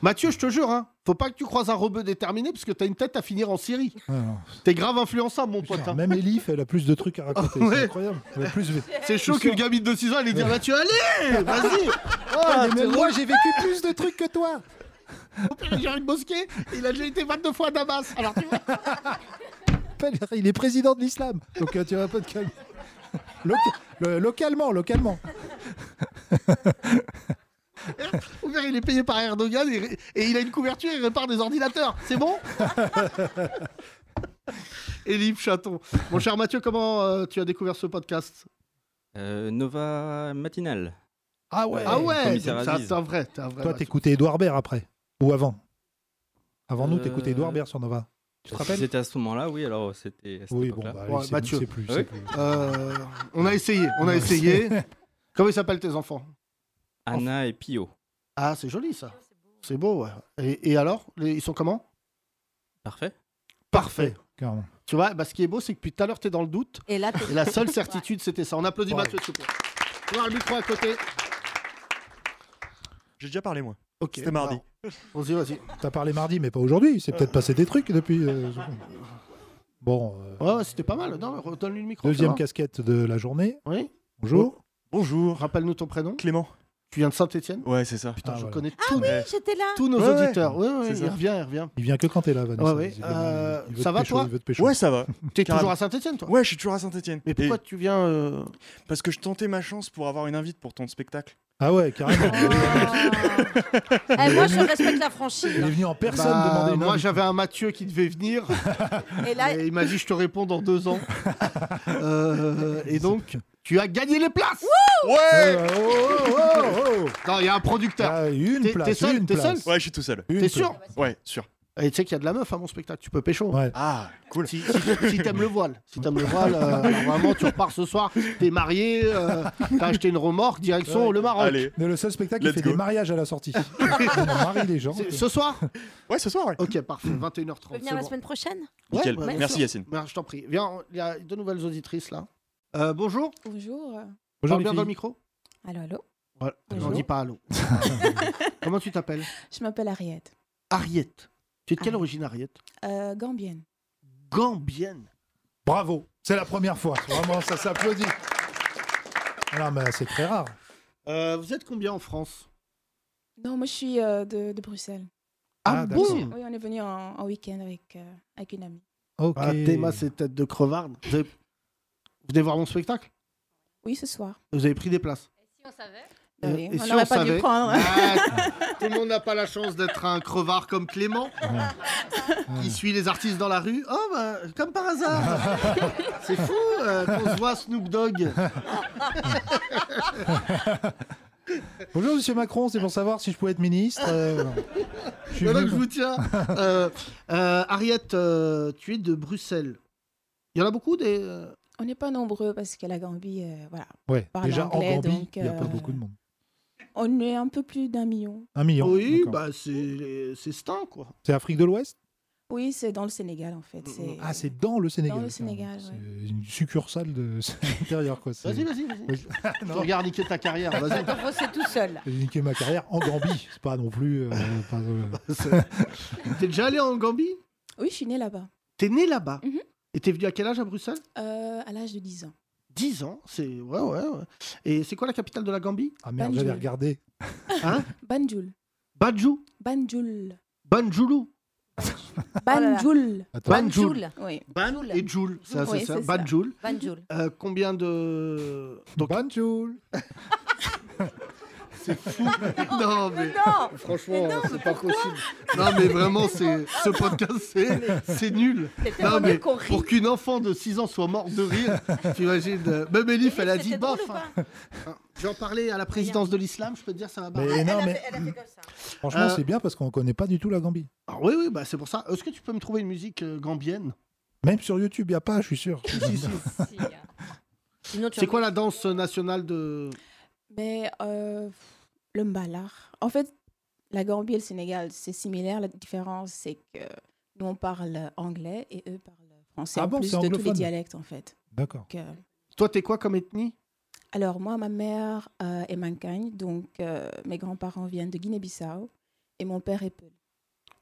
C: Mathieu, je te jure, hein, faut pas que tu croises un rebeu déterminé parce que t'as une tête à finir en Syrie.
D: ouais, non.
C: T'es grave influençable, mon pote. hein.
D: Même Elif, elle a plus de trucs à raconter.
C: Ah ouais.
D: C'est incroyable. Elle a plus...
C: C'est chaud qu'une gamine de 6 ans, elle "Bah, ait dit Mathieu, allez, vas-y
D: Ah,
C: Ah,
D: mais
C: t'es
D: même
C: drôle.
D: moi, j'ai vécu plus de trucs que toi.
C: Mon père, Jérémy Bosquet, il a déjà été 22 fois à Damas. Alors tu vois.
D: Il est président de l'islam. Donc, euh, tu vas pas te calmer. Loca- le- localement, localement.
C: Mon père, il est payé par Erdogan et, ré- et il a une couverture, il répare des ordinateurs. C'est bon Élif Chaton. Mon cher Mathieu, comment euh, tu as découvert ce podcast
K: Euh, Nova Matinale.
C: Ah
K: ouais.
C: Ah ouais
K: Commissaire
C: donc ça,
K: Aziz.
C: C'est un vrai, t'es un vrai.
D: Toi,
C: Mathieu.
D: t'écoutais Edouard Baird après Ou avant Avant nous,
K: Euh,
D: t'écoutais Edouard Baird sur Nova. Tu te
K: Si
D: rappelles
K: C'était à ce moment-là, oui, alors c'était. à cette
D: Oui, bon,
K: époque-là.
D: bah,
C: Ouais, Mathieu.
D: c'est plus,
K: Ah
D: c'est
K: oui
D: plus.
C: Euh, on a essayé, on a
D: Ouais,
C: essayé.
D: c'est-
C: Comment ils s'appellent tes enfants
K: Anna et Pio.
C: Ah, c'est joli ça. C'est beau, ouais. Et, et alors les- Ils sont comment
K: Parfait.
C: Parfait.
D: Carrément.
C: Tu vois, bah, ce qui est beau, c'est que depuis tout à l'heure, t'es dans le doute.
E: Et là, t'es-
C: Et la seule certitude, c'était ça. On applaudit
L: Bravo.
C: Mathieu, s'il vous plaît. On a Oh, le micro à côté.
L: J'ai déjà parlé, moi.
C: Ok.
L: C'était mardi.
C: Vas-y, vas-y.
D: T'as parlé mardi, mais pas aujourd'hui. C'est peut-être passé des trucs depuis. euh, je- Bon, euh,
C: Ouais, ouais, c'était pas mal. Non, redonne-lui le micro.
D: deuxième
C: ça va.
D: casquette de la journée.
C: Oui.
D: Bonjour.
L: Bonjour.
C: Rappelle-nous ton prénom.
L: Clément.
C: Tu viens de Saint-Etienne
L: Ouais, c'est ça.
C: Putain, je connais
E: Ah
C: tous,
E: oui, j'étais là.
C: tous nos
L: Ouais, ouais.
C: auditeurs. Ouais, ouais,
L: C'est
C: il
L: ça.
C: revient, il revient.
D: Ah Il vient que quand t'es là, Vanessa.
C: Ouais, ouais.
D: visiblement.
C: Euh,
D: Il veut
C: ça
D: te
C: va,
D: pécho,
C: toi
D: il veut te pécho.
L: Ouais, ça va.
C: T'es
L: Carrément.
C: toujours à Saint-Etienne, toi
L: Ouais, je suis toujours à Saint-Etienne.
C: Mais pourquoi tu viens euh,
L: Parce que je tentais ma chance pour avoir une invite pour ton spectacle.
D: Ah ouais, carrément.
E: Eh, moi, je respecte la franchise.
D: Il est venu en personne
C: bah,
D: demander une
C: Moi,
D: invite.
C: j'avais un Mathieu qui devait venir.
E: Et là,
C: et il m'a dit, je te réponds dans deux ans. Euh, et donc, tu as gagné les places
L: Ouais
D: Euh, oh, oh, oh, oh.
C: Non, il y a un producteur.
D: Ah, une
C: T'es-
D: place.
C: t'es seul,
D: une
C: t'es
D: place.
L: Ouais, je suis tout seul.
D: Une
C: T'es
D: place.
C: sûr
L: Ouais, sûr.
C: Et tu sais qu'il y a de la meuf à mon spectacle, tu peux pécho.
D: Ouais.
L: Ah, cool.
C: Si, si- si t'aimes le voile, si t'aimes le voile, euh, alors vraiment tu repars ce soir, t'es marié, euh, t'as acheté une remorque, direction
D: Ouais.
C: le Maroc.
L: Allez.
D: Mais le seul spectacle qui
L: Let's
D: fait
L: go.
D: des mariages à la sortie. On marie les gens.
C: C'est- Ce soir
L: Ouais, ce soir, ouais.
C: Ok, parfait,
E: tu peux
C: 21h30.
E: venir
C: c'est
E: la
C: bon.
E: semaine prochaine
C: Ouais,
L: Nickel.
C: ouais, bien
L: Merci,
C: sûr.
L: Yacine.
C: Merci, je t'en prie. Viens, on- il y a deux nouvelles auditrices là. Euh, bonjour,
H: Bonjour.
D: Bonjour,
C: parle
D: les
C: bien dans le
D: filles.
C: micro
H: Allô, allô.
C: Voilà,
H: Bonjour.
C: on dit pas allô. Comment tu t'appelles
H: Je m'appelle Ariette,
C: Ariette. Tu es de quelle
H: Ah.
C: origine, Ariette
H: euh, gambienne.
C: Gambienne.
D: Bravo. C'est la première fois. Vraiment, ça s'applaudit. Non, mais c'est très rare.
C: Euh, vous êtes combien en France
H: Non, moi je suis euh, de, de Bruxelles.
D: Ah,
C: bon
H: Oui, on est venu en, en week-end avec, euh, avec une amie.
D: Ok.
C: Ah, Théma, c'est tête de crevarde. Vous avez- vous venez voir mon spectacle
H: Oui, ce soir.
C: Vous avez pris des places
H: Bah
C: Euh,
H: oui,
C: et
H: on
C: si
H: n'aurait pas
C: savait
H: dû prendre.
C: Ah, Tout le monde n'a pas la chance d'être un crevard comme Clément, qui suit les artistes dans la rue. Oh, bah, comme par hasard C'est fou euh, qu'on se voit Snoop Dogg.
D: Bonjour Monsieur Macron, c'est pour savoir si je pouvais être ministre. euh, non. Je suis
C: Voilà que
D: venu-
C: je vous tiens. Euh, euh, Ariette, euh, tu es de Bruxelles. Il y en a beaucoup des. euh,
H: On n'est pas nombreux parce que la Gambie, euh, voilà.
D: Ouais,
H: parle
D: déjà en
H: anglais,
D: Gambie,
H: donc,
D: il n'y a pas
H: euh,
D: beaucoup de monde.
H: On est un peu plus d'un million.
D: Un million.
C: Oui,
D: d'accord.
C: bah, c'est c'est Stein, quoi.
D: C'est Afrique de l'Ouest
H: Oui, c'est dans le Sénégal en fait. C'est...
D: Ah, c'est dans le Sénégal.
H: le
D: ça.
H: Sénégal,
D: C'est
H: ouais.
D: une succursale de l'intérieur, quoi. C'est-
C: Vas-y, vas-y, vas-y.
D: Vas-y. Ah,
C: Je te
D: non.
C: regarde niquer ta carrière, vas-y.
E: Attends, faut, c'est tout seul.
D: J'ai niqué ma carrière en Gambie. C'est pas non plus. euh, pas, euh,
C: T'es déjà allé en Gambie
H: Oui, je suis née là-bas,
C: T'es né là-bas
M: Mm.
H: Mhm.
C: Et t'es venu à quel âge à Bruxelles
H: euh, à l'âge de 10 ans.
C: 10 ans, c'est. Ouais, ouais, ouais. Et c'est quoi la capitale de la Gambie
D: Ah merde, j'allais
H: Banjul.
D: regarder.
C: Hein
H: Banjul.
C: Banjou
H: Banjul.
C: Banjoulou Oh
H: Banjul.
D: Attends.
E: Banjul.
H: Oui.
C: Ban
E: Joule.
C: et Joule, c'est assez
H: Oui,
C: ça,
H: c'est ça.
C: Banjoul.
E: Banjul.
C: Euh, combien de. Donc,
D: Banjul.
C: non, mais.
E: Non
C: Franchement, c'est pas possible. Non, mais vraiment, c'est ce podcast, c'est- c'est nul.
E: C'est tellement
C: Non,
E: nul
C: mais
E: qu'on rit.
C: pour qu'une enfant de 6 ans soit morte de rire, t'imagines. euh, Même Elif, elle a dit
E: C'était drôle
C: bof.
E: ou pas
C: hein. J'en parlais à la présidence de l'islam, je peux te dire, ça va
D: Mais
C: barrer.
D: non, mais franchement,
C: Euh,
D: c'est bien parce qu'on connaît pas du tout la Gambie.
C: Ah oui, oui, bah, c'est pour ça. Est-ce que tu peux me trouver une musique euh, gambienne
D: Même sur YouTube, il n'y a pas, je suis sûr.
E: Sinon, tu
C: C'est quoi la danse nationale de.
H: Mais euh, le mbalar. En fait, la Gambie et le Sénégal, c'est similaire. La différence, c'est que
M: Nous, on parle anglais et eux parlent français.
C: Ah
M: en
C: bon,
M: plus
C: c'est
M: de tous les
C: anglophone
M: dialectes, en fait.
D: D'accord.
M: Donc, euh,
C: Toi, t'es quoi comme ethnie
M: alors, moi, ma mère euh, est mancagne, donc euh, mes grands-parents viennent de Guinée-Bissau et mon père est peul.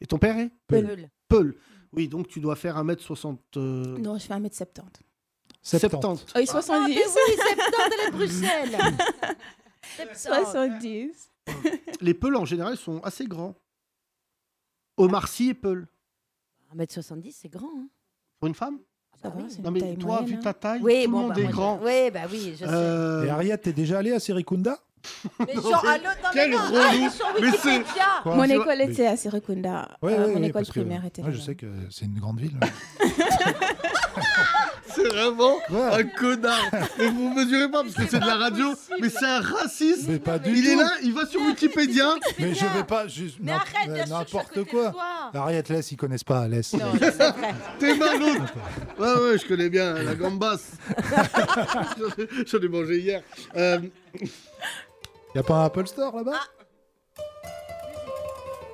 C: Et ton père est
M: Peul. Peul.
C: Peul. Oui, donc tu dois faire 1m60. euh,
M: Non, je fais 1m70.
C: 70.
M: Oh, et 70
E: Ah, mais oui, 70, elle est de Bruxelles.
M: 70.
C: Les Peuls, en général, sont assez grands. Omar Sy est Peul.
E: 1m70, c'est grand. hein.
C: Pour une femme
E: Ah oui.
C: Non, mais toi, vu ta taille,
E: hein. Oui,
C: tout
E: bon,
C: le monde
E: bah,
C: est
E: moi, je-
C: grand. Euh,
E: Oui, bah oui, je sais.
D: Et Ariad, t'es déjà allé à Sirikunda
M: Euh,
E: Mais genre, à l'autre, non, mais
C: Quel
E: non,
C: relou.
E: allez sur
C: Mais c'est-
E: Wikipédia.
D: Quoi
M: Mon
D: C'est-
M: école
D: Mais-
M: était à Sirikunda.
D: Ouais,
M: Euh,
D: ouais,
M: mon
D: ouais,
M: école
D: parce que-
M: primaire était
D: ouais,
M: là.
D: Je sais que c'est une grande ville.
C: C'est vraiment un connard. Mais vous mesurez pas parce que c'est de la radio, mais c'est un raciste.
D: Mais pas du
C: il est
D: tout.
C: là, il va sur Wikipédia.
D: Mais je vais pas juste
C: Mais
D: n'im-
C: arrête, bien sûr, je suis à
D: n'importe
C: côté de
D: quoi.
M: Ah.
C: toi.
D: Ariad, laisse, ils connaissent pas, laisse.
C: T'es maloute. Ouais, ouais, je connais bien la gambasse. J'en ai- J'en ai mangé hier. Euh,
D: Y a pas un Apple Store là-bas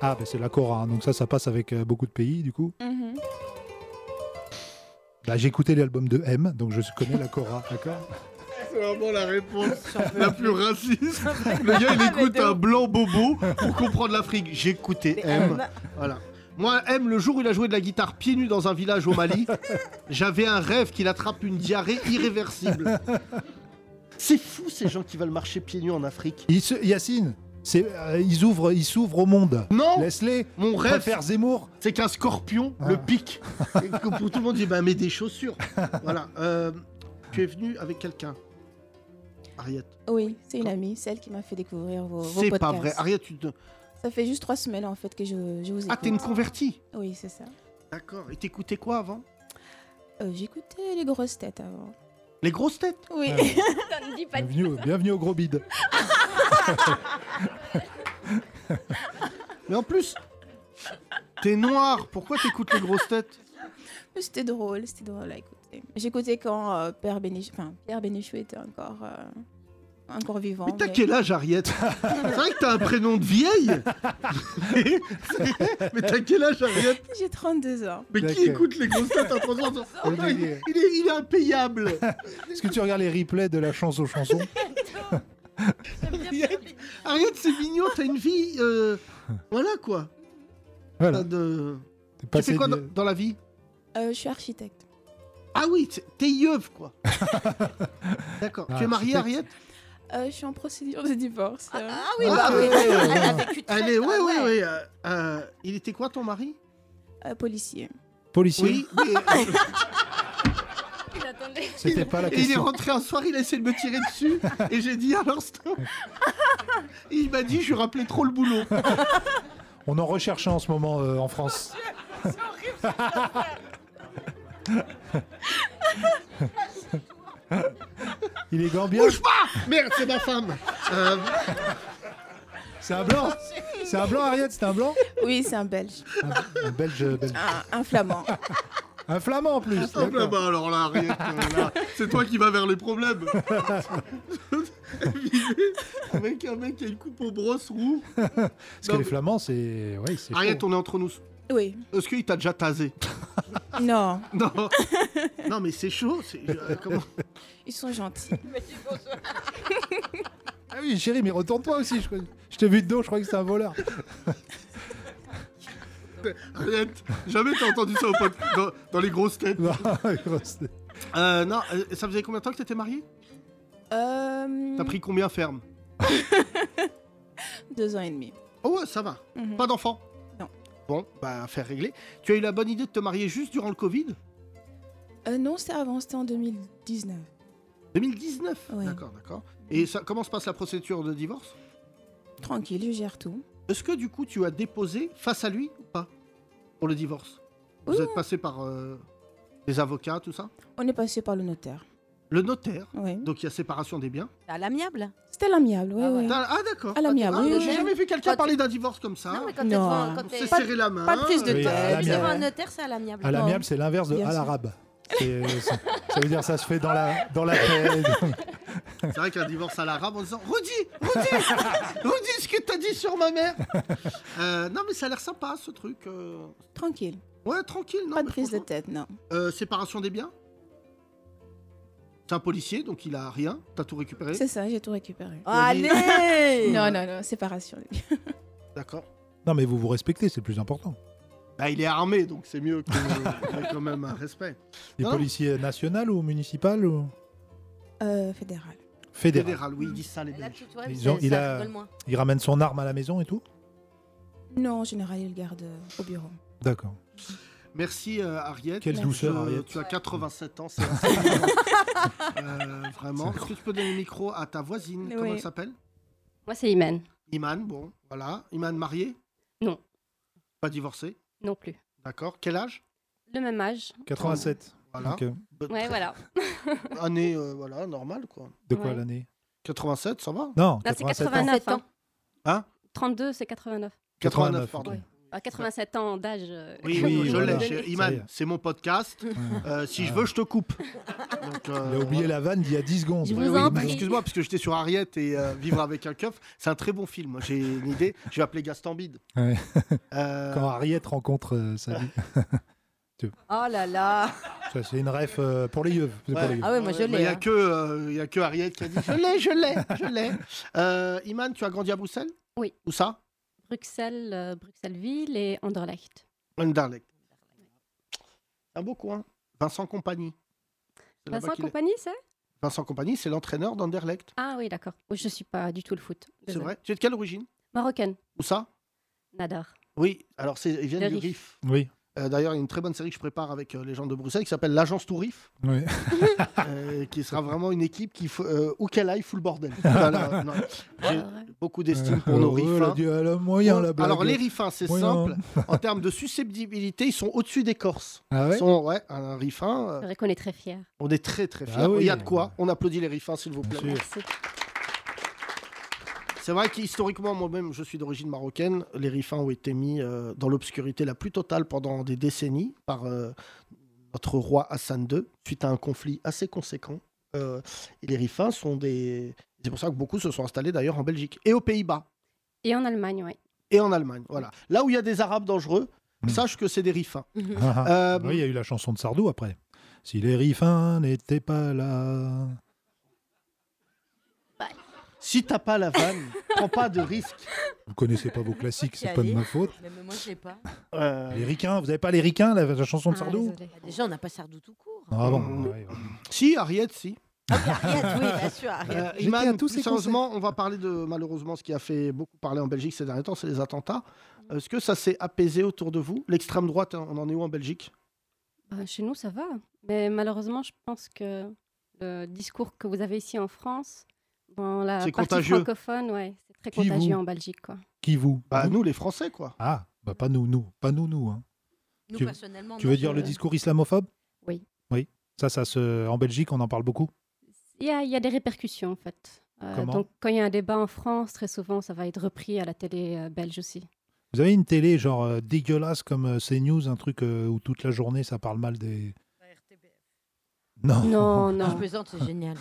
D: Ah, ben c'est la Cora, hein, donc ça, ça passe avec euh, beaucoup de pays du coup.
M: Mhm.
D: Bah, j'ai écouté l'album de M, donc je connais la Cora, d'accord
C: c'est vraiment la réponse la plus raciste. Le gars, il écoute un blanc bobo pour comprendre l'Afrique. J'écoutais M. Voilà. Moi, M, le jour où il a joué de la guitare pieds nus dans un village au Mali, j'avais un rêve qu'il attrape une diarrhée irréversible. C'est fou ces gens qui veulent marcher pieds nus en Afrique.
D: Ils se- Yacine, c'est, euh, ils ouvrent, ils s'ouvrent au monde.
C: Non
D: Laisse-les.
C: Mon
D: On
C: rêve,
D: préfère Zemmour. Ah.
C: C'est qu'un scorpion le pique. Et que pour tout le monde dit, bah mets des chaussures. voilà. euh, tu es venu avec quelqu'un. Ariette.
M: Oui, c'est une amie, celle qui m'a fait découvrir vos, vos
C: C'est
M: podcasts.
C: pas vrai. Ariette, tu te...
M: Ça fait juste trois semaines en fait que je, je vous écoute.
C: Ah, t'es une convertie
M: Oui, c'est ça.
C: D'accord. Et t'écoutais quoi avant
M: Euh, J'écoutais les grosses têtes avant.
C: Les grosses têtes
M: Oui.
D: Ouais.
C: Ah.
M: ne dis pas
D: Bienvenue, au- bienvenue au gros bide.
C: Mais en plus, t'es noir. Pourquoi t'écoutes les grosses têtes
M: Mais C'était drôle, c'était drôle à écouter. J'écoutais quand euh, Pierre Bénichou, enfin, Pierre Bénichou était encore, euh, encore vivant.
C: Mais t'as quel âge, Ariette C'est vrai que t'as un prénom de vieille Mais- Mais t'as quel âge, Ariette
M: J'ai 32 ans.
C: Mais qui
D: D'accord.
C: écoute les grosses têtes à 30 ans Enfin, Oh il, est- il est impayable
D: Est-ce que tu regardes les replays de la chance aux chansons
C: Ariette, Ariette, c'est mignon, t'as une vie. euh, voilà quoi.
D: Voilà.
C: T'as de- Tu
D: passé
C: fais quoi
D: de-
C: dans, dans la vie
M: Euh, je suis architecte.
C: Ah oui, t'es- t'es yeuve quoi. D'accord.
D: Ah,
C: tu es mariée, Ariette
M: Euh, Je suis en procédure de divorce. Ah,
E: oui,
C: Ah, ouais, ouais, ouais, ouais.
M: très
C: Elle est,
M: longtemps,
C: ouais, ouais,
M: ouais.
C: ouais, euh, euh, il était quoi ton mari
M: policier.
D: Policier.
C: Oui, mais-
D: C'était pas la
C: Et il est
D: question.
C: rentré un soir, il a essayé de me tirer dessus. et j'ai dit à l'instant. il m'a dit, je lui rappelais trop le boulot.
D: On en recherche un en ce moment euh, en France.
M: Oh,
D: Il est gambien
C: Bouge pas Merde, c'est ma femme. Euh, Oh,
D: C'est un blanc C'est un blanc, Ariette C'est un blanc
M: Oui, c'est un belge.
C: Ah,
D: Un belge, belge.
M: Un, un flamand.
D: Un flamand en plus
C: Hop là,
D: d'accord.
C: bah alors là, Ariette, euh, là, c'est toi qui vas vers les problèmes. Avec un mec qui a une coupe aux brosses roux.
D: Parce que les flamands, c'est. Ouais, c'est
C: Ariette,
D: chaud.
C: on est entre nous.
M: Oui.
C: Est-ce qu'il t'a déjà tasé
M: Non,
C: Non. non, mais c'est chaud. c'est- euh, comment-
M: ils sont gentils.
D: Ah oui, chérie, mais retourne-toi aussi. Je, crois- je t'ai vu de dos, je croyais que c'était un voleur.
C: Ariette, jamais t'as entendu ça au pod- dans, dans les grosses têtes.
D: Non, grosse tête.
C: Euh, non, euh, ça faisait combien de temps que t'étais mariée
M: Euh,
C: T'as pris combien ferme
M: Deux ans et demi.
C: Oh ouais, ça va.
M: Mhm.
C: Pas d'enfant
M: Non.
C: Bon, bah, faire régler. Tu as eu la bonne idée de te marier juste durant le Covid
M: Euh, non, c'était avant, c'était en 2019.
C: 2019
M: Ouais.
C: D'accord, d'accord. Et ça, comment se passe la procédure de divorce
M: Tranquille, je gère tout.
C: Est-ce que du coup tu as déposé face à lui ou pas Pour le divorce Vous êtes passé par euh, des avocats, tout ça
M: On est passé par le notaire.
C: Le notaire
M: Ouais.
C: Donc il y a séparation des biens
E: À l'amiable
M: C'était l'amiable, oui. oui.
C: T'as- Ah d'accord
M: À l'amiable,
C: Ah,
M: oui,
C: mais
M: oui.
C: J'ai jamais vu quelqu'un parler d'un divorce comme ça.
E: mais
M: quand t'es Non. devant- quand
C: On
E: t'es-
C: s'est
E: Pas-
C: serré la main. euh,
E: pas de prise de
D: Oui,
E: tête.
D: à
E: Devant un
D: l'amiable.
E: notaire, c'est à l'amiable.
D: À l'amiable, c'est l'inverse de
M: Bien
D: à euh,
M: sûr.
D: l'arabe. C'est- c'est- Ça veut dire ça se fait dans la, dans la paix.
C: C'est vrai qu'un divorce à l'arabe en disant oh, Rudy, Rudy, Rudy, ce que t'as dit sur ma mère. Euh, non, mais ça a l'air sympa ce truc. euh.
M: Tranquille.
C: Ouais, tranquille, non.
M: Pas de prise de tête, non.
C: Euh, séparation des biens C'est un policier, donc il a rien. T'as tout récupéré
M: C'est ça, j'ai tout récupéré.
C: Allez Allez
M: Non, non, non, séparation.
C: D'accord.
D: Non, mais vous vous respectez, c'est le plus important.
C: Bah, il est armé, donc c'est mieux que- qu'il y ait quand même un respect.
D: Les
C: Non, non.
D: policiers nationaux ou municipal ou
M: Euh, fédéral.
D: fédéral.
C: oui, ils disent ça les Belges.
D: Ils ont- il, a- il ramène son arme à la maison et tout
M: Non, en général, il le garde euh, au bureau.
D: D'accord.
C: Merci euh, Ariette.
D: Quelle
C: Merci.
D: douceur,
C: Euh,
D: Ariette.
C: Tu as 87 ans, c'est assez Euh, Vraiment. Est-ce que tu peux donner le micro à ta voisine Comment
N: Oui.
C: elle s'appelle
N: Moi, c'est Iman.
C: Iman, bon, voilà. Iman mariée
N: Non.
C: Pas divorcée
N: Non plus.
C: D'accord. Quel âge
N: Le même âge.
D: 87.
C: Voilà.
D: Ok.
C: Bonne-
N: Ouais, voilà.
C: Année, euh, voilà, normale, quoi.
D: De quoi
N: Ouais.
D: l'année
C: 87, ça va
D: Non,
N: Là, c'est
D: 87
N: 89
D: ans.
N: ans.
C: Hein
N: 32, c'est 89.
C: 89, pardon.
N: Ouais. Bah, 87 ans d'âge. euh,
C: Oui,
N: comme
C: oui,
N: on
C: je
N: dit.
C: l'ai.
D: Ça
C: chez
D: y est. Ah.
C: Iman, c'est mon podcast. Euh, si je veux, je te coupe. Donc, euh,
D: Il a oublié la vanne d'il y a 10 secondes.
C: Oui, oui, bah, Excuse-moi, parce que j'étais sur Ariette et euh, Vivre avec un keuf, c'est un très bon film. J'ai une idée. Je vais appeler Gaston Bide.
D: Ouais.
C: Euh,
D: Quand Ariette rencontre euh, sa vie.
E: Oh là là
D: Ça, c'est une ref euh, pour les yeux. c'est pour les
C: Ah
N: Ah
D: yeux.
C: Il
N: hein.
C: n'y a, que, euh, il y a que Ariette qui a dit Je l'ai, je l'ai, je l'ai. Euh, Iman, tu as grandi à Bruxelles
N: Oui.
C: Où ça
N: Bruxelles, euh, Bruxelles-Ville et Anderlecht.
C: Anderlecht. Un beau coin. Vincent Compagnie. C'est là-bas
N: Vincent
C: qu'il est.
N: Compagnie, c'est
C: Vincent Compagnie, c'est l'entraîneur d'Anderlecht.
N: Ah oui, d'accord. Oui, Je ne suis pas du tout le foot.
C: C'est
N: désolée.
C: vrai Tu es de quelle origine
N: Marocaine.
C: Où ça
N: Nadar.
C: Oui, alors c'est, ils viennent
N: Le
C: du
N: Rif.
C: RIF.
D: Oui.
C: Euh, D'ailleurs, il y a une très bonne série que je prépare avec euh, les gens de Bruxelles qui s'appelle l'Agence Tourif,
D: Oui.
C: qui sera vraiment une équipe qui, f- euh, où qu'elle aille, fout le bordel. Voilà, non. J'ai beaucoup d'estime pour nos
D: Euh, ouais,
C: Rifs.
D: elle a dit, elle a moyen, la blague.
C: Alors, les riffins, c'est
D: Moyen.
C: simple. En termes de susceptibilité, ils sont au-dessus des Corses.
D: Ah ouais
C: Ils sont- ouais, un riffin, euh,
N: C'est vrai qu'on est très fiers.
C: on est très très fiers.
D: Ah oui.
C: Il y a de quoi. On applaudit les riffins, s'il vous plaît.
N: Merci.
C: C'est vrai qu'historiquement, moi-même, je suis d'origine marocaine. Les riffins ont été mis euh, dans l'obscurité la plus totale pendant des décennies par euh, notre roi Hassan II, suite à un conflit assez conséquent. Euh, et les riffins sont des. C'est pour ça que beaucoup se sont installés d'ailleurs en Belgique et aux Pays-Bas
N: Et en Allemagne, oui.
C: et en Allemagne. Voilà. Là où il y a des Arabes dangereux, sache que c'est des riffins.
D: Ah, ah.
C: Euh,
D: Hmm. Oui, il y a eu la chanson de Sardou après. Si les riffins n'étaient pas là.
C: Si t'as pas la vanne, prends pas de risque.
D: Vous connaissez pas vos classiques, c'est pas de ma faute.
E: Même moi, je l'ai pas.
C: Euh.
D: Les ricains, vous avez pas les ricains, la, la chanson
N: Ah,
D: de Sardou
E: Bah, Déjà, on n'a pas Sardou tout court.
D: Ah bon
C: Mmh. Si, Ariette, si.
E: Ariette, oui, bien sûr, Ariette.
C: Ah. Euh,
E: J'étais
C: Iman,
E: à tous
C: plus
E: ces
C: sérieusement, on va parler de malheureusement ce qui a fait beaucoup parler en Belgique ces derniers temps, c'est les attentats. Euh, Est-ce que ça s'est apaisé autour de vous L'extrême droite, hein, on en est où en Belgique
N: Bah, chez nous, ça va. Mais malheureusement, je pense que le discours que vous avez ici en France, dans la
C: C'est
N: partie
C: contagieux.
N: francophone, ouais, c'est très
D: Qui vous
N: contagieux en Belgique. Quoi.
D: Qui vous
C: Bah nous, les Français, quoi.
D: Ah, bah pas nous, nous, pas nous, nous. hein.
N: Nous,
D: tu,
N: personnellement,
D: Tu
N: non,
D: veux
N: je-
C: Euh.
D: dire le discours islamophobe
N: Oui.
D: Oui. Ça, ça se... en Belgique, on en parle beaucoup.
N: Il y, a, il y a des répercussions, en fait. Euh,
D: Comment
N: donc, quand il y a un débat en France, très souvent, ça va être repris à la télé euh, belge aussi.
D: Vous avez une télé genre euh, dégueulasse comme euh, CNews, un truc euh, où toute la journée ça parle mal des. Non.
N: Non,
E: Non, Ah, je
N: non.
E: plaisante, c'est génial.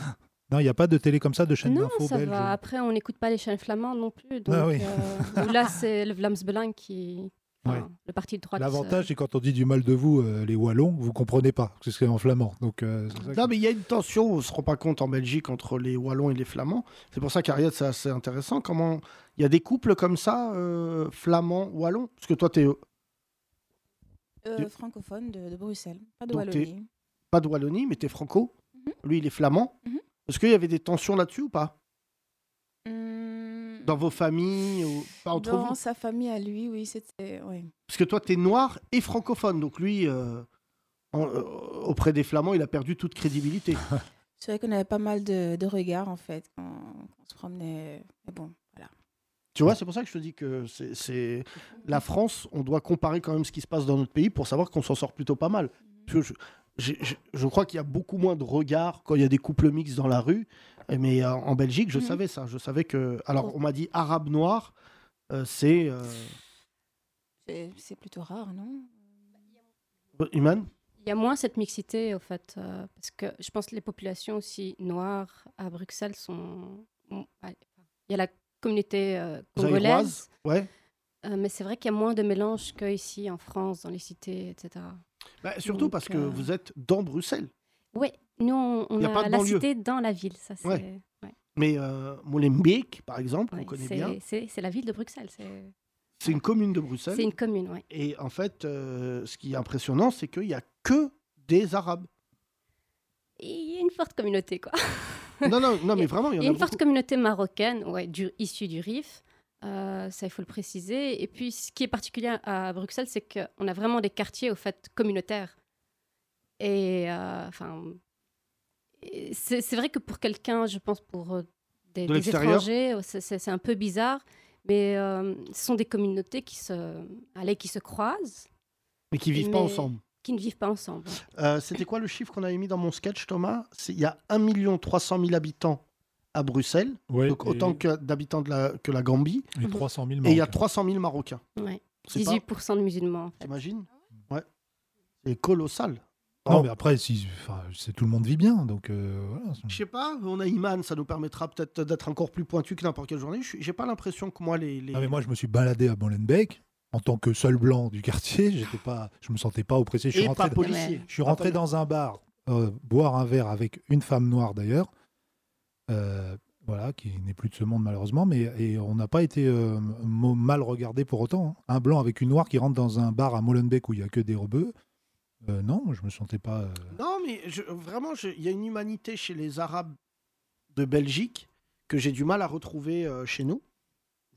D: Non, il n'y a pas de télé comme ça, de chaîne
N: Non,
D: d'info
N: ça
D: Ah, belge.
N: va. Après, on n'écoute pas les chaînes flamandes non plus. Donc,
D: Ah oui.
N: euh, où là, c'est le Vlaams Belang qui. enfin,
D: Ouais.
N: Le parti de droite.
D: L'avantage, c'est quand on dit du mal de vous, euh, les Wallons, vous comprenez pas, parce que c'est en flamand. Donc, euh, c'est ça que-
C: Non, mais il y a une tension, on se rend pas compte en Belgique entre les Wallons et les Flamands. C'est pour ça qu'Ariette, c'est assez intéressant. Comment il y a des couples comme ça, euh, Flamands, Wallons Parce que toi, t'es
M: Euh, francophone de, de Bruxelles, pas de
C: Donc, t'es-
M: Wallonie.
C: pas de Wallonie, mais t'es franco. Lui, il est flamand.
M: Mhm.
C: Est-ce qu'il y avait des tensions là-dessus ou pas Dans vos familles ou pas entre
M: Dans
C: vous
M: sa famille à lui, oui, c'était. ouais.
C: Parce que toi, t'es noir et francophone. Donc lui, euh, en- euh, auprès des Flamands, il a perdu toute crédibilité.
M: C'est vrai qu'on avait pas mal de, de regards, en fait, quand, quand on se promenait. Mais bon, voilà.
C: tu vois, c'est pour ça que je te dis que c'est- c'est la France, on doit comparer quand même ce qui se passe dans notre pays pour savoir qu'on s'en sort plutôt pas mal. Parce que je, j'ai- je- je crois qu'il y a beaucoup moins de regards quand il y a des couples mixtes dans la rue. Eh, Mais euh, en Belgique, je
N: Mhm. Oh.
C: savais ça. Je savais que. Alors, on m'a dit arabe noir, euh, c'est. euh,
M: C'est c'est plutôt rare, non
C: Iman
N: Il Il y a moins cette mixité, au fait, euh, parce que je pense que les populations aussi noires à Bruxelles sont. bon, allez, Il y a la communauté euh, congolaise.
C: Zaïroise, ouais.
N: Euh, mais c'est vrai qu'il y a moins de mélange qu'ici en France, dans les cités, etc.
C: Bah, surtout
N: Donc,
C: parce que
N: euh,
C: vous êtes dans Bruxelles.
N: Oui, nous, on, on
C: Y a
N: a,
C: pas de
N: la
C: banlieue.
N: cité dans la ville, ça c'est.
C: Ouais.
N: ouais.
C: Mais euh, Molenbeek, par exemple, on connaît
N: C'est-
C: bien,
N: C'est c'est la ville de Bruxelles. c'est-
C: c'est une commune de Bruxelles.
N: C'est une commune, oui.
C: Et en fait, euh, ce qui est impressionnant, c'est qu'il n'y a que des Arabes.
N: Il y a une forte communauté, quoi.
C: Non, non, non, mais vraiment, il
N: Il
C: y en
N: y a
C: a
N: une
C: beaucoup.
N: forte communauté marocaine, ouais, du, issue du RIF. euh, ça, il faut le préciser. Et puis, ce qui est particulier à Bruxelles, c'est qu'on a vraiment des quartiers, au fait, communautaires. Et, euh, enfin, et c'est c'est vrai que pour quelqu'un, je pense, pour euh, des, des
O: De l'extérieur.
N: étrangers, euh, c'est- c'est c'est un peu bizarre. Mais euh, ce sont des communautés qui se, allez, qui se croisent.
C: Mais qui vivent pas ensemble.
N: Qui ne vivent pas ensemble.
C: Euh, C'était quoi le chiffre qu'on avait mis dans mon sketch, Thomas C'est- Il y a 1 300 000 habitants à Bruxelles,
D: Ouais,
C: donc
D: et-
C: autant que d'habitants de la, que la Gambie.
D: Et 300 000
C: Et il y a
D: Marocains.
C: 300 000 Marocains.
N: Ouais.
C: C'est pas-
N: 18% de musulmans. en fait.
C: T'imagines Ouais. C'est colossal.
D: Non, mais après, si, enfin, c'est- tout le monde vit bien, donc euh, voilà.
C: Je sais pas, on a Iman, ça nous permettra peut-être d'être encore plus pointu que n'importe quelle journée. Je suis- J'ai pas l'impression que moi, les. les-
D: Ah, mais moi, je me suis baladé à Molenbeek en tant que seul blanc du quartier. J'étais pas, je me sentais pas oppressé. Je suis
C: Ah. Et
D: rentré,
C: pas policier.
D: Je suis rentré dans un bar euh, boire un verre avec une femme noire d'ailleurs, euh, voilà, qui n'est plus de ce monde malheureusement, mais et on n'a pas été euh, mo- mal regardé pour autant. hein. Un blanc avec une noire qui rentre dans un bar à Molenbeek où il y a que des rebeux. euh, non, moi, je me sentais pas. euh,
C: Non, mais je- vraiment, je- il y a une humanité chez les Arabes de Belgique que j'ai du mal à retrouver euh, chez nous.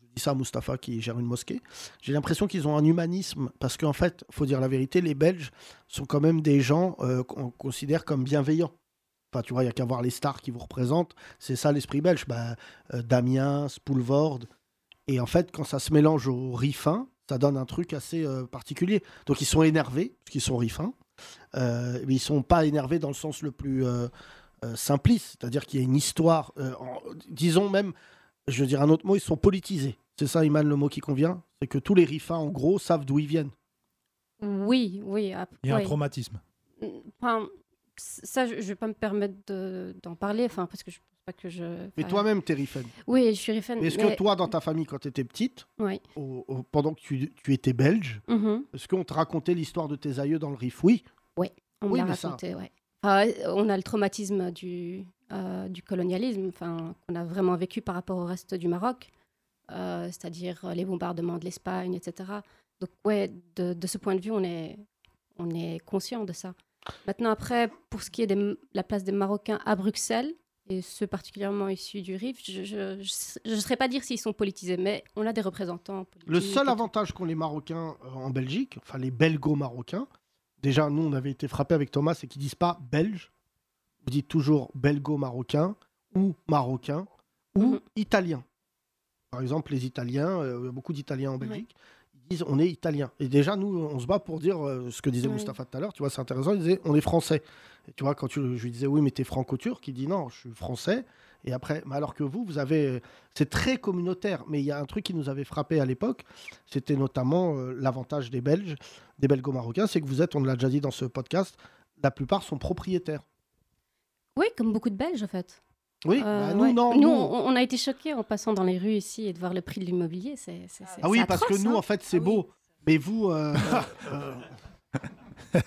C: Je dis ça à Mustapha qui gère une mosquée. J'ai l'impression qu'ils ont un humanisme parce qu'en fait, faut dire la vérité, les Belges sont quand même des gens euh, qu'on considère comme bienveillants. Enfin, tu vois, il n'y a qu'à voir les stars qui vous représentent. C'est ça l'esprit belge. Bah, euh, Damien, Spoulvord. Et en fait, quand ça se mélange au riz fin, ça donne un truc assez euh, particulier. Donc, ils sont énervés, parce qu'ils sont riz fins. Euh, mais ils sont pas énervés dans le sens le plus euh, euh, simpliste. C'est-à-dire qu'il y a une histoire. euh, en- disons même, je veux dire un autre mot, ils sont politisés. C'est ça, Iman, le mot qui convient C'est que tous les riz fins, en gros, savent d'où ils viennent.
N: Oui, oui. ap-
D: Il y a un
N: oui.
D: traumatisme.
N: Enfin, c- ça, je ne vais pas me permettre de- d'en parler, enfin, parce que je pense pas que je.
C: Mais
N: enfin,
C: toi-même, t'es riz fan.
N: Oui, je suis rifan.
C: Mais Est-ce que toi, dans ta famille, quand tu étais petite,
N: Oui.
C: au- au- pendant que tu, tu étais belge,
N: Mhm.
C: est-ce qu'on te racontait l'histoire de tes aïeux dans le RIF Oui.
N: Oui, on me
C: Oui,
N: l'a
C: mais ça-
N: raconté, ouais. Ah, on a le traumatisme du, euh, du colonialisme, enfin, qu'on a vraiment vécu par rapport au reste du Maroc, euh, c'est-à-dire euh, les bombardements de l'Espagne, etc. Donc, ouais, de, de ce point de vue, on est, on est conscient de ça. Maintenant, après, pour ce qui est de la place des Marocains à Bruxelles, et ceux particulièrement issus du RIF, je ne saurais pas dire s'ils sont politisés, mais on a des représentants politiques.
C: Le seul avantage qu'ont les Marocains euh, en Belgique, enfin les Belgo-Marocains, déjà nous on avait été frappés avec Thomas, c'est qu'ils disent pas belge, vous dites toujours Belgo-Marocain ou Marocain ou Italien. Par exemple, les Italiens, euh, il y a beaucoup d'Italiens en Belgique, ils disent on est Italien. Et déjà nous on se bat pour dire euh, ce que disait
L: Ouais.
C: Mustapha tout à l'heure, tu vois, c'est intéressant, il disait on est français. Et tu vois, quand tu- je lui disais oui, mais t'es franco-turc, il dit non, je suis français. Et après, mais alors que vous, vous avez. euh, C'est très communautaire, mais il y a un truc qui nous avait frappé à l'époque, c'était notamment euh, l'avantage des Belges, des Belgo-Marocains, c'est que vous êtes, on l'a déjà dit dans ce podcast, la plupart sont propriétaires.
N: Oui, comme beaucoup de Belges, en fait.
C: Oui,
N: Euh,
C: bah, nous,
N: ouais.
C: non.
N: Nous,
C: nous-
N: on, on a été choqués en passant dans les rues ici et de voir le prix de l'immobilier. C'est, c'est- c'est-
C: Ah oui,
N: c'est
C: parce que
N: atroce,
C: nous,
N: hein.
C: en fait, c'est beau. Mais vous. euh, euh,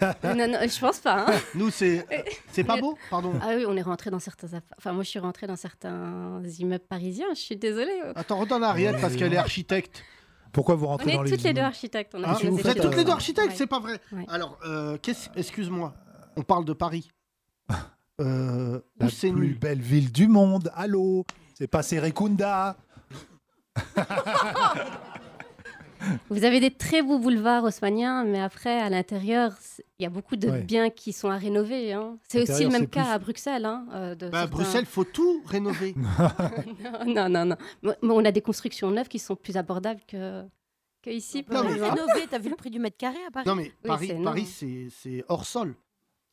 N: hein. non, non, je pense pas. hein.
C: nous, c'est. C'est pas beau Pardon.
N: Ah oui, on est rentré dans certains. appa- Enfin, moi, je suis rentrée dans certains immeubles parisiens. Je suis désolée.
C: Attends, redonne à Ariel parce qu'elle est architecte.
D: Euh, Pourquoi vous
N: On
D: rentrez
N: est
D: dans les
N: toutes les deux architectes. On a
C: Hein
N: fait nos
C: vous êtes
N: études.
C: toutes les deux architectes,
N: Ouais.
C: c'est pas vrai. Alors, euh, qu'est-ce- excuse-moi, on parle de Paris. Euh,
D: La plus belle ville du monde. Allô, c'est pas Serekunda.
N: Vous avez des très beaux boulevards haussmanniens, mais après, à l'intérieur, c'est- il y a beaucoup de
C: Ouais.
N: biens qui sont à rénover. hein. C'est aussi le
C: L'intérieur,
N: même
C: c'est
N: cas
C: plus-
N: à Bruxelles. hein, euh, de
C: Bah, à
N: certains-
C: Bruxelles, faut tout rénover.
N: non, non, non. Mais on a des constructions neuves qui sont plus abordables que, que ici.
E: Non,
N: par
E: mais
N: exemple.
E: rénové, t'as vu le prix du mètre carré à Paris
C: Non, mais
N: Oui,
C: Paris,
N: c'est énorme.
C: Paris c'est, c'est hors sol.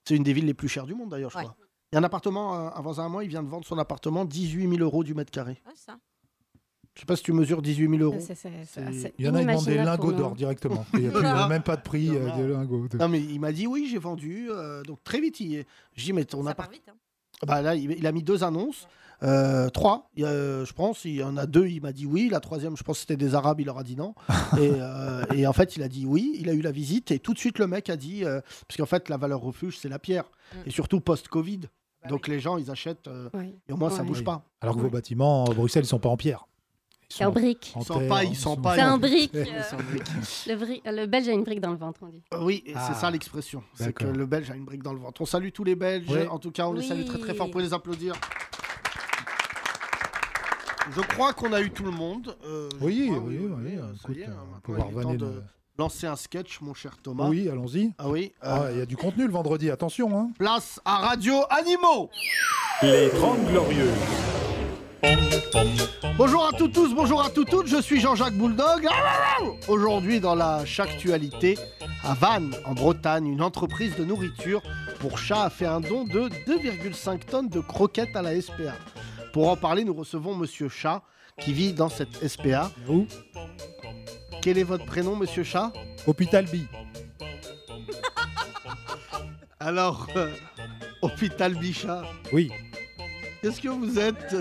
C: C'est une des villes les plus chères du monde, d'ailleurs, je crois. Il y a un appartement, euh, avant un mois, il vient de vendre son appartement 18 000 euros du mètre carré.
E: Ouais, ça.
C: Je sais pas si tu mesures 18 000 euros.
N: C'est- c'est- c'est-
C: C'est-
N: c'est
D: Il y en a, ils demandent des
N: inimaginable pour
D: lingots
N: nous.
D: d'or directement. Il n'y a plus- il y a même pas de prix, euh, des lingots. de-
C: Non, mais il m'a dit oui, j'ai vendu. euh, donc très vite, il... j'ai dit, mais on a pas. Bah là, il il a mis deux annonces, euh, trois, il y a- je pense. Il y en a deux, il m'a dit oui. La troisième, je pense que c'était des Arabes, il leur a dit non. et, euh, et en fait, il a dit oui. Il a eu la visite et tout de suite, le mec a dit, euh, parce qu'en fait, la valeur refuge, c'est la pierre. Et surtout post-Covid. Donc les gens, ils achètent euh, et au moins, ça
N: Ouais.
C: bouge pas.
D: Alors que vos bâtiments, à Bruxelles, ils sont pas en pierre.
N: C'est en brique.
D: en
C: Ils sont
D: terre,
C: pas, ils
D: ils
C: sont
D: sont-
C: pas.
N: C'est
C: ils-
N: un brique.
C: Ils
N: euh,
C: sont en brique.
N: le, bri- le Belge a une brique dans le ventre, on dit.
C: Oui, et
N: Ah.
C: c'est ça l'expression. C'est que
D: D'accord.
C: le Belge a une brique dans le ventre. On salue tous les Belges.
D: Ouais.
C: En tout cas, on les salue très très fort.
D: Oui.
C: pour les applaudir. Je crois qu'on a eu tout le monde. Euh, je
D: Oui,
C: crois,
D: oui, oui.
C: euh, ça y est, hein,
D: On peut
C: maintenant,
D: voir
C: il est temps
D: vanner
C: de
D: le-
C: lancer un sketch, mon cher Thomas.
D: Oui, allons-y.
C: Ah oui.
D: Il y a du contenu le vendredi, attention. Hein.
C: Place à Radio Animaux.
D: Les 30 Glorieux.
C: Bonjour à tous, tous, bonjour à toutes, toutes. Je suis Jean-Jacques Ah, Bouledog. oh. Aujourd'hui, dans la Chactualité, à Vannes, en Bretagne, une entreprise de nourriture pour chats a fait un don de 2,5 tonnes de croquettes à la SPA. Pour en parler, nous recevons Monsieur Chat, qui vit dans cette SPA.
D: Vous
C: Quel est votre prénom, Monsieur Chat
D: Hôpital B.
C: Alors, euh, Hôpital Bichat,
D: Oui.
C: qu'est-ce que vous êtes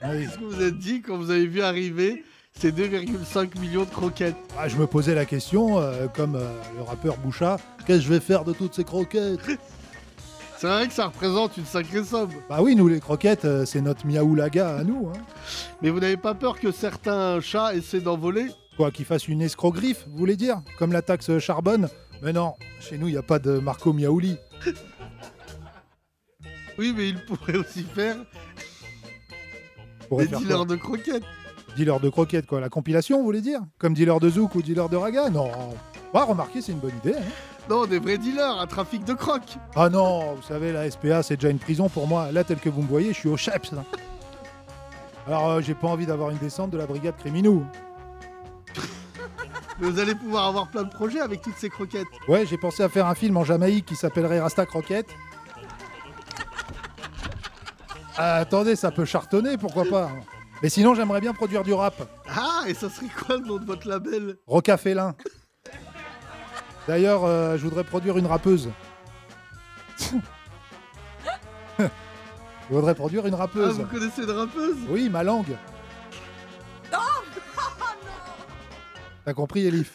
D: Ah
C: Qu'est-ce que vous êtes dit quand vous avez vu arriver ces 2,5 millions de croquettes
D: Ah, je me posais la question, euh, comme euh, le rappeur Boucha, qu'est-ce que je vais faire de toutes ces croquettes
C: C'est vrai que ça représente une sacrée somme.
D: Bah oui, nous les croquettes, euh, c'est notre miaoulaga à nous. hein.
C: Mais vous n'avez pas peur que certains chats essaient d'envoler
D: Quoi qu'ils fassent une escrogriffe, vous voulez dire Comme la taxe charbonne Mais non, chez nous, il n'y a pas de Marco Miaouli.
C: Oui, mais ils pourraient aussi faire
D: Pourrait
C: des
D: faire
C: dealers
D: quoi
C: de croquettes.
D: Dealer de croquettes, quoi. La compilation, vous voulez dire Comme dealer de zouk ou dealer de raga Non. Bah, remarquez, c'est une bonne idée. hein.
C: Non, des vrais dealers, un trafic de crocs.
D: Ah non, vous savez, la SPA, c'est déjà une prison pour moi. Là, tel que vous me voyez, je suis au chef. Alors, euh, j'ai pas envie d'avoir une descente de la brigade Créminou.
C: Mais vous allez pouvoir avoir plein de projets avec toutes ces croquettes.
D: Ouais, j'ai pensé à faire un film en Jamaïque qui s'appellerait Rasta Croquette. Ah, attendez, ça peut chartonner, pourquoi pas. Mais sinon, j'aimerais bien produire du rap.
C: Ah, et ça serait quoi le nom de votre label
D: Rocafélin. D'ailleurs, euh, je voudrais produire une rappeuse. je voudrais produire une
C: Ah,
D: rappeuse.
C: vous connaissez une rappeuse
D: Oui, ma langue. T'as compris, Elif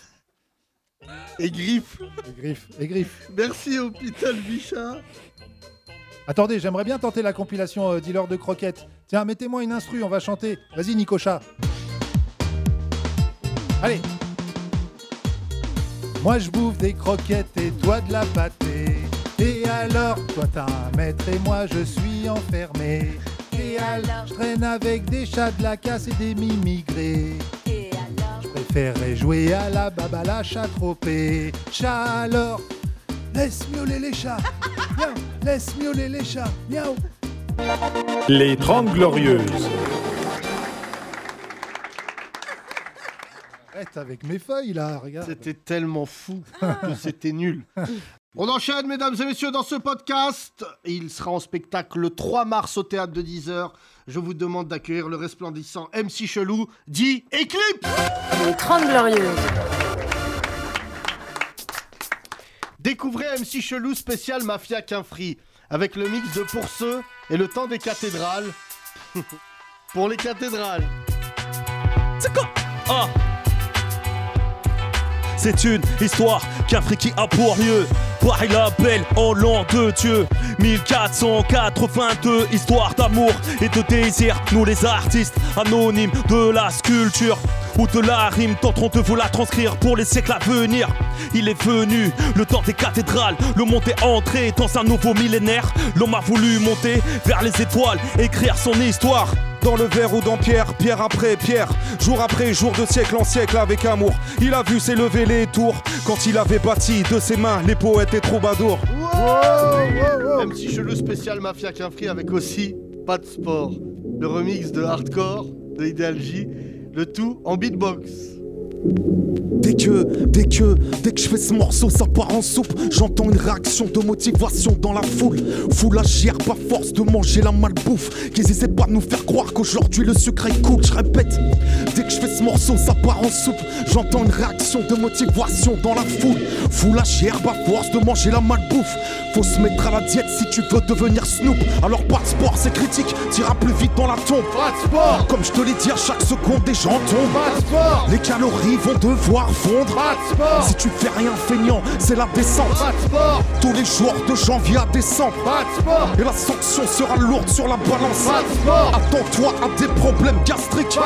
C: Et griffe.
D: Et griffe, et griffe.
C: Merci, Hôpital Bichat.
D: Attendez, j'aimerais bien tenter la compilation euh, Dealer de croquettes. Tiens, mettez-moi une instru, on va chanter. Vas-y, Nicocha. Allez. Moi, je bouffe des croquettes et toi de la pâtée. Et alors, toi t'as un maître et moi je suis enfermé. Et alors, je traîne avec des chats de la casse et des mimigrés.
A: Et alors
D: Je préférerais jouer à la babala chat tropée. Chat alors, laisse miauler les chats. Miaou, laisse miauler les chats. Miaou.
A: Les 30 Glorieuses.
D: Arrête avec mes feuilles là, regarde. Ah.
C: C'était tellement fou que c'était nul. On enchaîne, mesdames et messieurs, dans ce podcast. Il sera en spectacle le 3 mars au théâtre de 10h. Je vous demande d'accueillir le resplendissant MC Chelou, dit Eclipse
B: Les 30 Glorieuses.
C: Découvrez MC Chelou spécial Mafia Quinfri avec le mix de Pour ceux et le temps des cathédrales. Pour les cathédrales.
O: C'est quoi Ah. C'est une histoire qu'un fric qui a pour mieux. Pareil la belle en l'an de Dieu 1482 Histoire d'amour et de désir Nous les artistes anonymes de la sculpture Ou de la rime tenterons de vous la transcrire Pour les siècles à venir Il est venu le temps des cathédrales Le monde est entré dans un nouveau millénaire L'homme a voulu monter vers les étoiles Écrire son histoire
P: dans le verre ou dans pierre, pierre après pierre, jour après jour, de siècle en siècle avec amour. Il a vu s'élever les tours quand il avait bâti de ses mains les poètes et troubadours.
C: MC Chelou spécial Mafia Quinfri avec aussi Pas de sport. Le remix de Hardcore de Ideal J. Le tout en beatbox.
P: Dès que, dès que, dès que je fais ce morceau, ça part en soupe. J'entends une réaction de motivation dans la foule. Foule à chier, pas force de manger la malbouffe. Qu'ils essaient pas de nous faire croire qu'aujourd'hui le sucre est cool. Je répète, dès que je fais ce morceau, ça part en soupe. J'entends une réaction de motivation dans la foule. Foule à chier, pas force de manger la malbouffe. Faut se mettre à la diète si tu veux devenir Snoop. Alors pas de sport, c'est critique. T'iras plus vite dans la tombe. Pas de sport. Comme je te l'ai dit à chaque seconde, des gens tombent. Pas de sport. Les calories vont devoir fondre. Si tu fais rien feignant, c'est la descente. Tous les jours de janvier à décembre. Et la sanction sera lourde sur la balance. Attends-toi à des problèmes gastriques.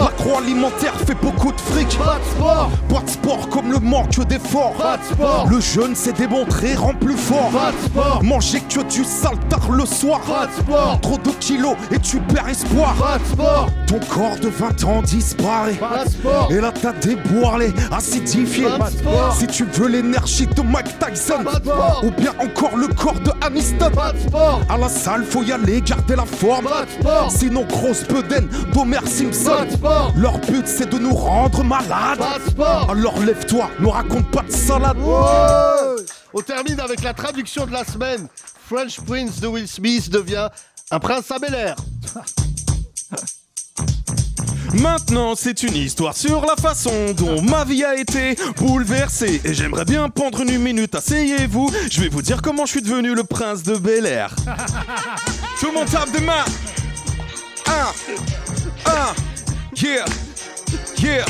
P: L'agroalimentaire fait beaucoup de fric. Pas de sport. comme le manque d'efforts. Le jeûne c'est démontré, rend plus fort. Manger que du sale tard le soir. Trop de kilos et tu perds espoir. Ton corps de 20 ans disparaît. Et là t'as déboiré, acidifié.
C: Pas de sport.
P: Si tu veux l'énergie de Mike Tyson.
C: Pas de sport.
P: Ou bien encore le corps de Aniston. À la salle faut y aller, garder la forme. Sinon grosse bedaine d'Homer Simpson. Leur but c'est de nous rendre malades. Alors lève-toi, ne raconte pas de salade.
C: Oh. On termine avec la traduction de la semaine. French Prince de Will Smith devient un prince à Bel Air.
O: Maintenant, c'est une histoire sur la façon dont ma vie a été bouleversée. Et j'aimerais bien prendre une minute, asseyez-vous. Je vais vous dire comment je suis devenu le prince de Bel Air. Tout le monde tape des mains. Un, un, yeah, yeah.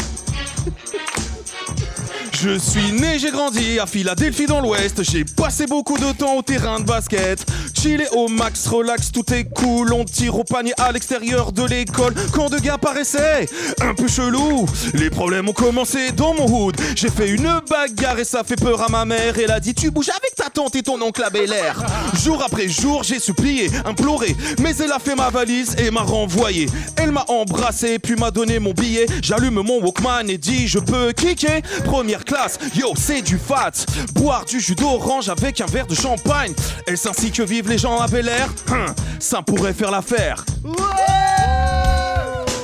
O: Je suis né, j'ai grandi à Philadelphie dans l'ouest. J'ai passé beaucoup de temps au terrain de basket. Chillé au max, relax, tout est cool. On tire au panier à l'extérieur de l'école quand deux gars paraissaient un peu chelou. Les problèmes ont commencé dans mon hood. J'ai fait une bagarre et ça fait peur à ma mère. Elle a dit Tu bouges avec ta tante et ton oncle à Bel Air. Jour après jour, j'ai supplié, imploré. Mais elle a fait ma valise et m'a renvoyé. Elle m'a embrassé, puis m'a donné mon billet. J'allume mon Walkman et dis Je peux kicker. Première classe, yo, c'est du fat. Boire du jus d'orange avec un verre de champagne. Est-ce ainsi que vivent les gens à Bel Air Hum, Ça pourrait faire l'affaire.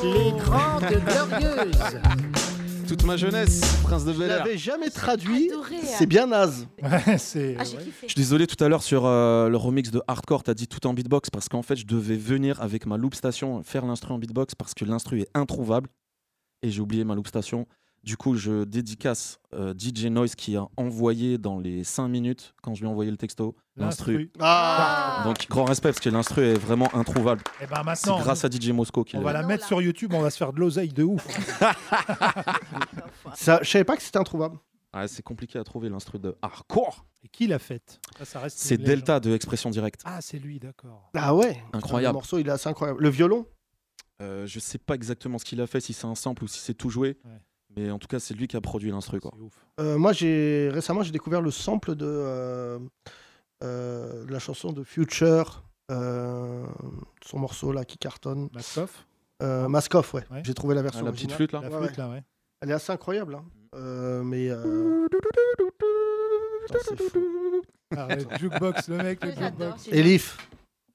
C: Les grandes glorieuses.
I: Toute ma jeunesse, prince de Bel Air.
C: l'avais jamais traduit.
Q: hein.
C: C'est bien naze. Ah,
Q: Ah,
D: c'est.
Q: Je suis désolé tout à l'heure sur euh, le remix de Hardcore, t'as dit tout en beatbox parce qu'en fait je devais venir avec ma loop station faire l'instru en beatbox parce que l'instru est introuvable et j'ai oublié ma loop station. Du coup, je dédicace euh, DJ Noise qui a envoyé dans les 5 minutes, quand je lui ai envoyé le texto, l'instru.
C: Ah.
Q: Donc, grand respect parce que l'instru est vraiment introuvable.
D: Eh ben,
Q: C'est
D: maintenant,
Q: grâce à DJ Mosco qu'il
D: On va
Q: l'a-
D: la mettre sur YouTube, on va se faire de l'oseille de ouf.
C: Ça, je savais pas que c'était introuvable.
Q: Ouais, Ah, C'est compliqué à trouver l'instru de Hardcore.
D: Et qui l'a faite Ça, ça reste
Q: C'est
D: une légende.
Q: Delta de Expression Directe.
D: Ah, c'est lui, d'accord.
C: Ah ouais.
Q: Incroyable.
C: Le morceau, il est assez incroyable. Le violon.
Q: Euh, je sais pas exactement ce qu'il a fait, si c'est un sample ou si c'est tout joué. Mais en tout cas, c'est lui qui a produit l'instru. quoi.
C: Euh, moi, j'ai récemment, j'ai découvert le sample de, euh, euh, de la chanson de Future, euh, son morceau là qui cartonne.
D: Maskoff.
C: Euh, Maskoff, ouais.
D: Ouais.
C: J'ai trouvé la version.
D: Ah, la petite
C: originale.
D: flûte, là. La
C: Ouais,
D: flûte, là, ouais.
C: Elle est assez incroyable. hein. Euh, mais. euh, putain, c'est fou.
D: Ah, Arrête, jukebox, Ah, le
C: Ah,
D: mec, le jukebox.
C: Elif,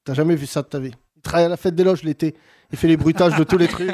C: t'as jamais vu ça de ta vie. Il travaille à la fête des loges l'été. Il fait les bruitages de tous les trucs.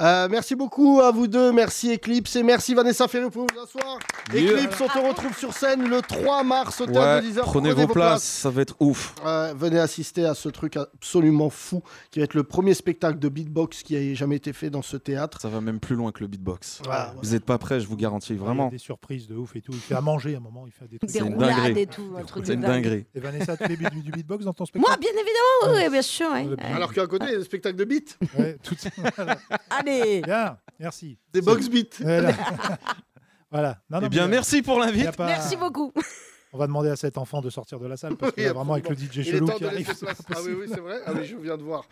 C: Euh, merci beaucoup à vous deux. Merci Eclipse et merci Vanessa Ferré pour vous asseoir.
Q: Yeah.
C: Eclipse, on te retrouve sur scène le 3 mars au théâtre de 10 heures.
Q: prenez vos places, ça va être ouf.
C: Euh, venez assister à ce truc absolument fou qui va être le premier spectacle de beatbox qui ait jamais été fait dans ce théâtre.
Q: Ça va même plus loin que le beatbox.
C: Ah,
Q: Vous n'êtes pas prêts, je vous garantis,
D: Il y a
Q: vraiment.
D: des surprises de ouf et tout. Il fait à manger à un moment, il fait des trucs.
Q: C'est une roulades dinguerie. et tout, un truc C'est une de dingue. dinguerie.
D: Et Vanessa, tu fais du, du beatbox dans ton spectacle
E: Moi, bien évidemment, oui,
D: Ouais.
E: bien sûr. ouais. Ouais.
C: Alors qu'à côté, il y a des spectacles de beats.
E: Allez
D: Bien, merci.
C: Des box beats.
D: Voilà. Voilà. Non, non,
Q: Eh bien,
D: mais, euh,
Q: merci pour l'invite.
D: y a pas-
E: Merci beaucoup.
D: On va demander à cet enfant de sortir de la salle parce
C: Oui,
D: qu'il a vraiment avec le
C: absolument.
D: DJ
C: Il est
D: chelou
C: temps
D: qui
C: de
D: arrive.
C: laisser
D: c'est
C: place.
D: pas
C: Ah oui, oui,
D: possible.
C: c'est vrai. Ah oui, je viens de voir.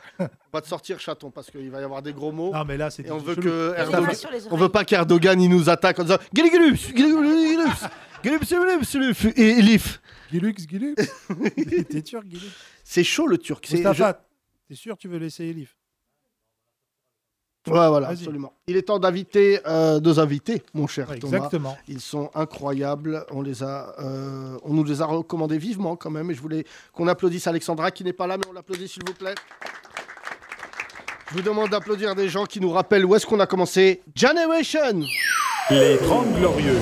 C: Pas de sortir chaton parce qu'il va y avoir des gros mots.
D: Non, mais là, c'est
C: Et on
D: DJ
C: veut
D: chelou.
C: que
D: Ça
C: Erdogan-
D: va sur les
C: on veut pas qu'Erdogan il nous attaque en disant Gilux, Gilux, Gilux, Gilux, Gilux, Gilux, et Elif.
D: Gilux, Gilux. T'es turc, Gilux.
C: C'est chaud le turc. C'est je-
D: Mustafa, t'es sûr que tu veux laisser Elif
C: Ouais, voilà,
D: Vas-y.
C: absolument. Il est temps d'inviter euh, nos invités, mon cher
D: Ouais,
C: Thomas.
D: exactement.
C: Ils sont incroyables. On les a, euh, on nous les a recommandés vivement quand même. Et je voulais qu'on applaudisse Alexandra qui n'est pas là, mais on l'applaudit s'il vous plaît. Je vous demande d'applaudir des gens qui nous rappellent où est-ce qu'on a commencé. Generation
A: Les 30 Glorieuses.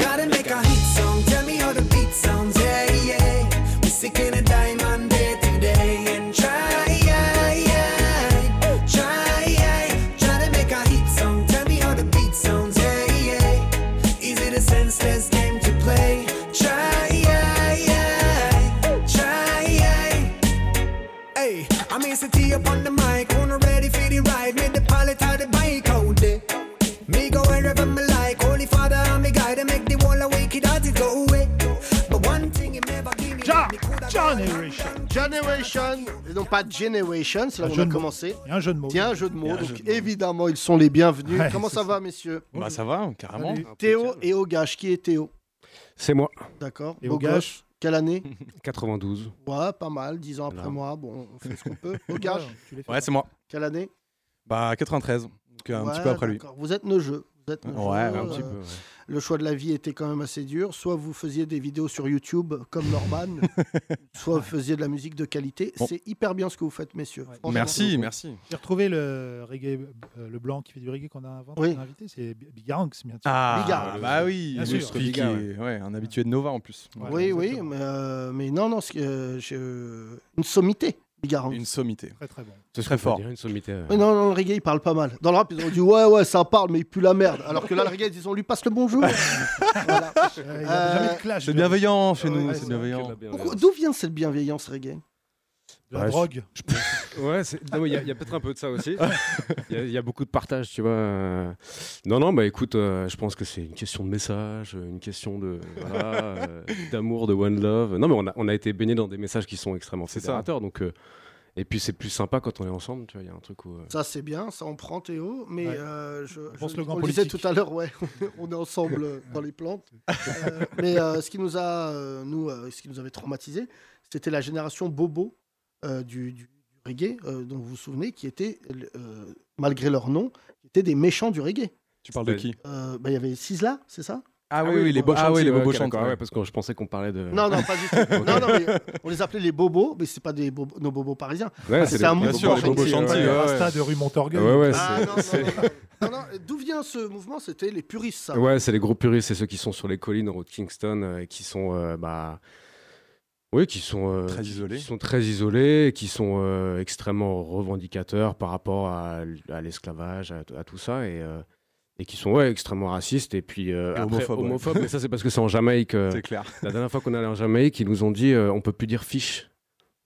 R: Gotta make a hit song, tell me how the beat sounds, yeah, yeah. We're seeking a diamond day to day and try, yeah, yeah. Try, yeah. Try to make a hit song, tell me how the beat sounds, yeah, yeah. Is it a senseless game to play? Try, yeah, yeah. Try, yeah. Hey, I'm in city up on the mic, wanna ready for the ride, make the pilot out the bike out there. Me go wherever me like, holy father and me guide, and make the wall of wicked heart it go away. But one thing it never give me,
C: Ja,
R: me coulda
C: Generation. Generation. Et non pas Generation, c'est là
D: Un
C: où
D: jeu
C: on a
D: de mots.
C: commencé.
D: Il y a un jeu de mots.
C: Tiens, un jeu de mots.
D: un
C: Donc
D: jeu de
C: évidemment, Oh, ils sont les bienvenus.
D: Ouais,
C: Comment
D: c'est
C: ça va, messieurs
Q: Bah ça va, carrément.
C: Salut. Théo et Ogache. Qui est Théo
S: C'est moi.
C: D'accord.
S: Et
C: Beau
S: Ogache
C: gosse. Quelle année
S: 92.
C: Ouais, pas mal. 10 ans après moi. Bon, on fait ce qu'on peut. Ogache
S: Ouais, c'est moi.
C: Quelle année
S: Bah 93, donc un petit
C: Ouais,
S: peu après lui.
C: d'accord. Vous êtes nos jeux. Vous êtes nos
S: Ouais,
C: jeux,
S: un petit peu, ouais.
C: Le choix de la vie était quand même assez dur. Soit vous faisiez des vidéos sur YouTube comme Norman, soit vous faisiez de la musique de qualité.
S: Bon.
C: C'est hyper bien ce que vous faites, messieurs. Franchement,
S: Merci, merci.
D: J'ai retrouvé le reggae, euh, le blanc qui fait du reggae qu'on a inventé,
C: Oui.
D: qu'on a invité, c'est Bi- Bigarang, c'est bien sûr.
S: Ah,
C: Bigard.
S: bah oui,
D: Bien
S: le
D: sûr.
S: Spi qui
D: Bigard, ouais.
S: est ouais, un habitué de Nova en plus.
C: oui, oui, mais, euh, mais non, non, c'est, euh, j'ai, euh, une sommité, Bigarand.
S: Une sommité.
D: Très très bon.
S: C'est très fort.
L: une sommité.
C: Mais non, non, le reggae, il parle pas mal. Dans le rap, ils ont dit ouais, ouais, ça parle, mais il pue la merde. Alors que là, le reggae, ils disent on lui passe le bonjour. Voilà.
D: Il n'y a jamais de clash.
S: C'est
D: de-
S: bienveillant chez
D: Euh, Ouais,
S: nous,
D: ouais,
S: c'est
D: c'est
S: bienveillant.
D: vrai que la
C: Pourquoi- D'où vient cette bienveillance reggae
D: De la
S: Ouais, je-
D: drogue.
S: Ouais, c'est- non, mais
L: il y a- il y a peut-être un peu de ça aussi. Il y, a- il y a beaucoup de partage, tu vois. euh. Non, non, bah écoute, euh, je pense que c'est une question de message, euh, une question de voilà, euh, d'amour, de one love. Non, mais on a, on a été baigné dans des messages qui sont extrêmement
S: C'est ça.
L: fédérateurs. Donc, euh, et puis c'est plus sympa quand on est ensemble, tu vois. Il y a un truc où. euh,
C: Ça, c'est bien, ça, on prend Théo, mais
D: Ouais.
C: euh, je,
D: Bon
C: je-
D: slogan
C: on le disait
D: politique.
C: tout à l'heure, ouais, on est ensemble euh, dans les plantes. Euh, mais euh, ce qui nous a, euh, nous, euh, ce qui nous avait traumatisé, c'était la génération bobo euh, du, du- du reggae, euh, dont vous vous souvenez, qui était, euh, malgré leur nom, qui étaient des méchants du reggae.
S: Tu parles de qui
C: Euh, bah, Il y avait Sisla, c'est ça
S: Ah oui, oui, les beaux
L: ah oui, les bobos
S: chantent,
L: chantent,
S: ouais.
L: ouais, parce que je pensais qu'on parlait de.
C: Non, non, pas du tout. Non, non, mais on les appelait les bobos, mais c'est pas des bobos- nos bobos parisiens.
L: Ouais,
C: Ah,
L: c'est
C: c'est
L: les-
C: un
L: bien
C: mouvement
L: sûr, les bobos
C: gentil.
L: gentils,
D: Ouais,
L: ouais,
D: Rasta
L: ouais.
D: de rue Montorgueil.
L: Ouais, ouais,
C: Ah,
L: c'est-
C: non, non,
L: c'est-
C: non, non, euh, D'où vient ce mouvement C'était les puristes, ça.
L: Ouais, c'est les gros puristes, c'est ceux qui sont sur les collines en route Kingston, euh, qui sont euh, bah, oui, qui sont euh,
S: Très
L: qui-
S: isolés.
L: qui sont très isolés, qui sont euh, extrêmement revendicateurs par rapport à, l- à l'esclavage, à, t- à tout ça, et, euh, et qui sont ouais, extrêmement racistes et puis
S: Et
L: euh, après,
S: homophobes, ouais.
L: homophobes, mais ça c'est parce que c'est en Jamaïque. euh,
S: C'est clair.
L: La dernière fois qu'on allait en Jamaïque, ils nous ont dit euh, on peut plus dire fish.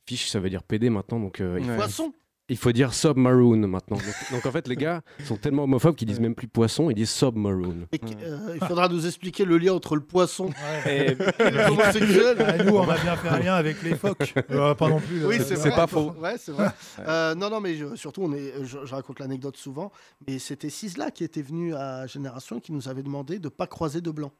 L: Fish, ça veut dire PD maintenant, donc euh, il,
S: Ouais.
C: Poisson.
L: il faut dire submaroon maintenant. Donc, donc, en fait, les gars sont tellement homophobes qu'ils disent même plus poisson, ils disent submaroon.
C: Et qui- euh, il faudra nous expliquer le lien entre le poisson
S: Et-
C: et les homosexuels.
D: Ah, nous, on a bien fait un lien avec les phoques. Euh, pas non plus.
C: Oui,
D: euh,
C: c'est vrai. Ouais, c'est vrai. Euh, non, non, mais je- surtout, on est, je, je raconte l'anecdote souvent, mais c'était Sisla qui était venu à Génération et qui nous avait demandé de pas croiser de blanc.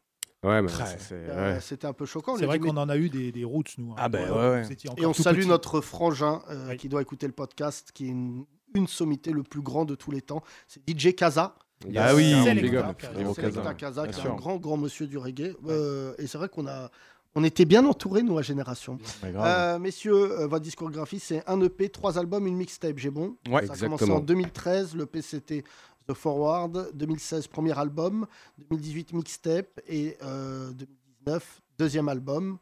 L: Ouais, mais
S: Ouais.
L: ça, c'est.
C: Euh,
L: ouais.
C: C'était un peu choquant. on
D: C'est
C: lui a
D: vrai
C: dit, mais-
D: qu'on en a eu des, des roots, nous. hein.
S: Ah, ben,
D: Quand
S: ouais, ouais.
D: vous étiez
C: Et on
D: encore tout
C: salue
D: petit.
C: notre frangin euh, qui doit écouter le podcast, qui est une, une sommité le plus grand de tous les temps. C'est DJ Kaza.
L: Yes.
S: Ah oui,
L: Selecta,
S: big up,
L: Kaza.
S: Niro
C: C'est Selecta
S: Kaza.
C: Kaza,
S: Bien
C: qui est un
S: sûr.
C: grand, grand monsieur du reggae. Euh, et c'est vrai qu'on a, on était bien entourés, nous, à Génération.
S: Ouais, grave.
C: Euh, messieurs, euh, votre discographie, c'est un EP, trois albums, une mixtape, j'ai bon
S: Ouais,
C: Ça a
L: exactement.
C: commencé en 2013, le PCT The Forward, 2016, premier album, 2018, mixtape, et euh, 2019, deuxième album,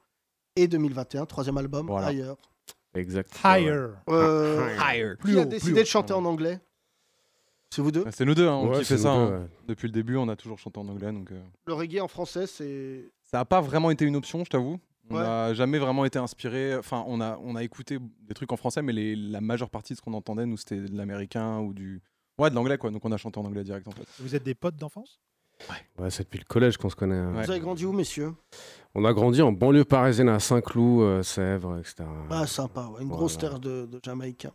C: et 2021, troisième album,
L: Voilà.
C: ailleurs.
L: Exact.
D: Higher.
C: Euh,
S: Higher.
C: Qui a décidé de chanter en anglais C'est vous deux
S: C'est nous deux, hein, on
L: Ouais,
S: qui fait
L: c'est
S: ça.
L: nous deux,
S: hein.
L: ouais.
S: Depuis le début, on a toujours chanté en anglais. Donc, euh,
C: Le reggae en français, c'est.
S: Ça n'a pas vraiment été une option, je t'avoue. On
C: Ouais.
S: n'a jamais vraiment été inspiré. Enfin, on a, on a écouté des trucs en français, mais les- la majeure partie de ce qu'on entendait, nous, c'était de l'américain ou du. Ouais, de l'anglais, quoi. Donc, on a chanté en anglais direct, en fait.
D: Vous êtes des potes d'enfance
L: Ouais, c'est depuis le collège qu'on se connaît. hein.
S: Ouais.
C: Vous avez grandi où, messieurs
L: On a grandi en banlieue parisienne à Saint-Cloud, euh, Sèvres, etc.
C: Bah, sympa, ouais, une
L: Voilà.
C: grosse terre de, de Jamaïcains.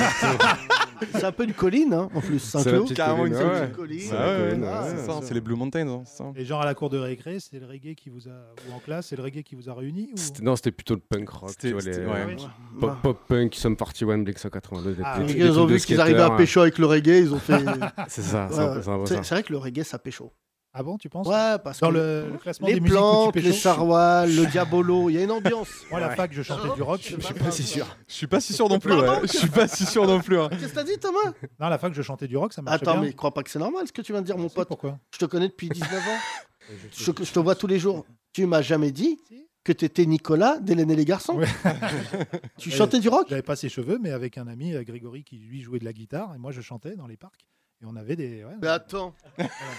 C: c'est un peu une colline, hein, en plus,
L: la
C: Saint-Cloud.
L: petite Carrément colline, une ouais.
C: petite
L: ouais.
C: colline. Ah,
L: C'est
S: Ouais,
L: la
S: ouais,
L: colline,
S: ouais,
L: ouais,
S: c'est
L: bien
S: ça,
L: sûr.
S: c'est les Blue Mountains. hein, c'est ça.
D: Et genre à la cour de récré, c'est le reggae qui vous a. Ou en classe, c'est le reggae qui vous a réunis ou...
L: C'était- Non, c'était plutôt le punk rock,
S: C'était-
L: tu vois,
S: c'était-
L: les
S: ouais.
L: euh,
S: Ouais.
L: pop,
C: Ouais.
L: pop punk, Sum 41, Blink 182. des
D: Ah,
L: petits-
C: Bah. Les
L: des
C: gars, ils ont
L: trucs de
C: vu qu'ils arrivaient à
L: skateurs, hein.
C: pécho avec le reggae, ils ont fait.
L: C'est ça, c'est
C: Ouais,
L: un peu-
C: ouais.
L: c'est un peu
C: C'est-
L: ça.
C: c'est vrai que le reggae, ça pécho.
D: Ah bon, tu penses
C: Ouais, parce
D: Dans
C: que
D: le, le classement
C: les
D: des musiques où tu
C: plantes,
D: pécho
C: les sarwals, le diabolo, il y a une ambiance.
D: Moi, à la fac, je chantais du rock.
C: Je suis pas si sûr.
S: Je suis pas si sûr non plus.
C: Pardon
S: ouais. Je suis pas si sûr non plus. hein.
C: Qu'est-ce que t'as dit, Thomas
D: Non, à la fac, je chantais du rock, ça marchait
C: Attends,
D: bien.
C: mais crois pas que c'est normal ce que tu viens de dire, mon pote.
D: Pourquoi
C: Je te connais depuis 19 ans. je, je te vois tous les jours. Tu m'as jamais dit que t'étais Nicolas d'Hélène et les garçons. tu chantais du rock
D: J'avais pas ses cheveux, mais avec un ami, euh, Grégory, qui lui jouait de la guitare, et moi, je chantais dans les parcs. Et on avait des. ouais,
C: Mais attends.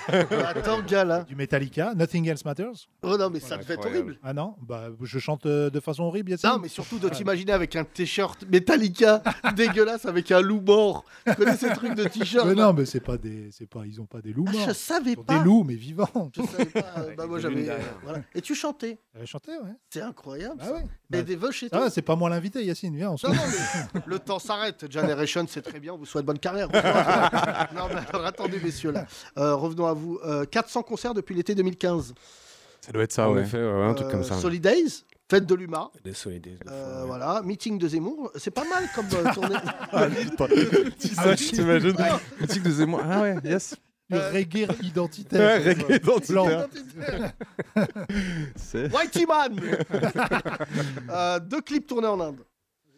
C: attends, gars, là.
D: Du Metallica, Nothing Else Matters.
C: Oh non, mais ça devait être horrible.
D: Ah non, bah, je chante euh, de façon horrible, Yacine.
C: Non, mais surtout de t'imaginer avec un t-shirt Metallica dégueulasse avec un loup mort. Tu connais ces trucs de t-shirt
D: Mais
C: là
D: non, mais c'est pas des, c'est pas, ils ont pas des loups
C: Ah,
D: morts.
C: je savais
D: Ils ont
C: pas.
D: Des loups mais vivants.
C: Je savais pas, euh, bah, moi,
D: les
C: j'avais,
D: volumes derrière.
C: euh, voilà. Et tu chantais
D: J'avais chanté, Euh, ouais.
C: C'est incroyable.
D: Bah
C: ça.
D: ouais.
C: Mais
D: Bah,
C: des vœux chez
D: Ah,
C: toi.
D: c'est pas moi l'invité, Yacine. Viens, on se.
C: Non, non, mais le temps s'arrête. Generation, c'est très bien. On vous souhaite bonne carrière. non, mais alors, attendez, messieurs, là. Euh, revenons à vous. Euh, 400 concerts depuis l'été 2015.
S: Ça doit être ça,
L: En
S: ouais.
L: effet, ouais, ouais, un truc comme ça.
C: Euh, Solidays, Fête de l'Huma.
L: Des solides.
C: Euh, voilà, meeting de Zemmour, c'est pas mal comme euh, tournée.
S: Tu sais, je t'imagine. Le tic de Zemmour. Ah ouais, yes.
D: Le
C: Euh,
D: reggae identitaire.
S: Ouais, reggae identitaire.
D: Blanc.
S: C'est-
C: Whitey Man Euh, Deux clips tournés en Inde.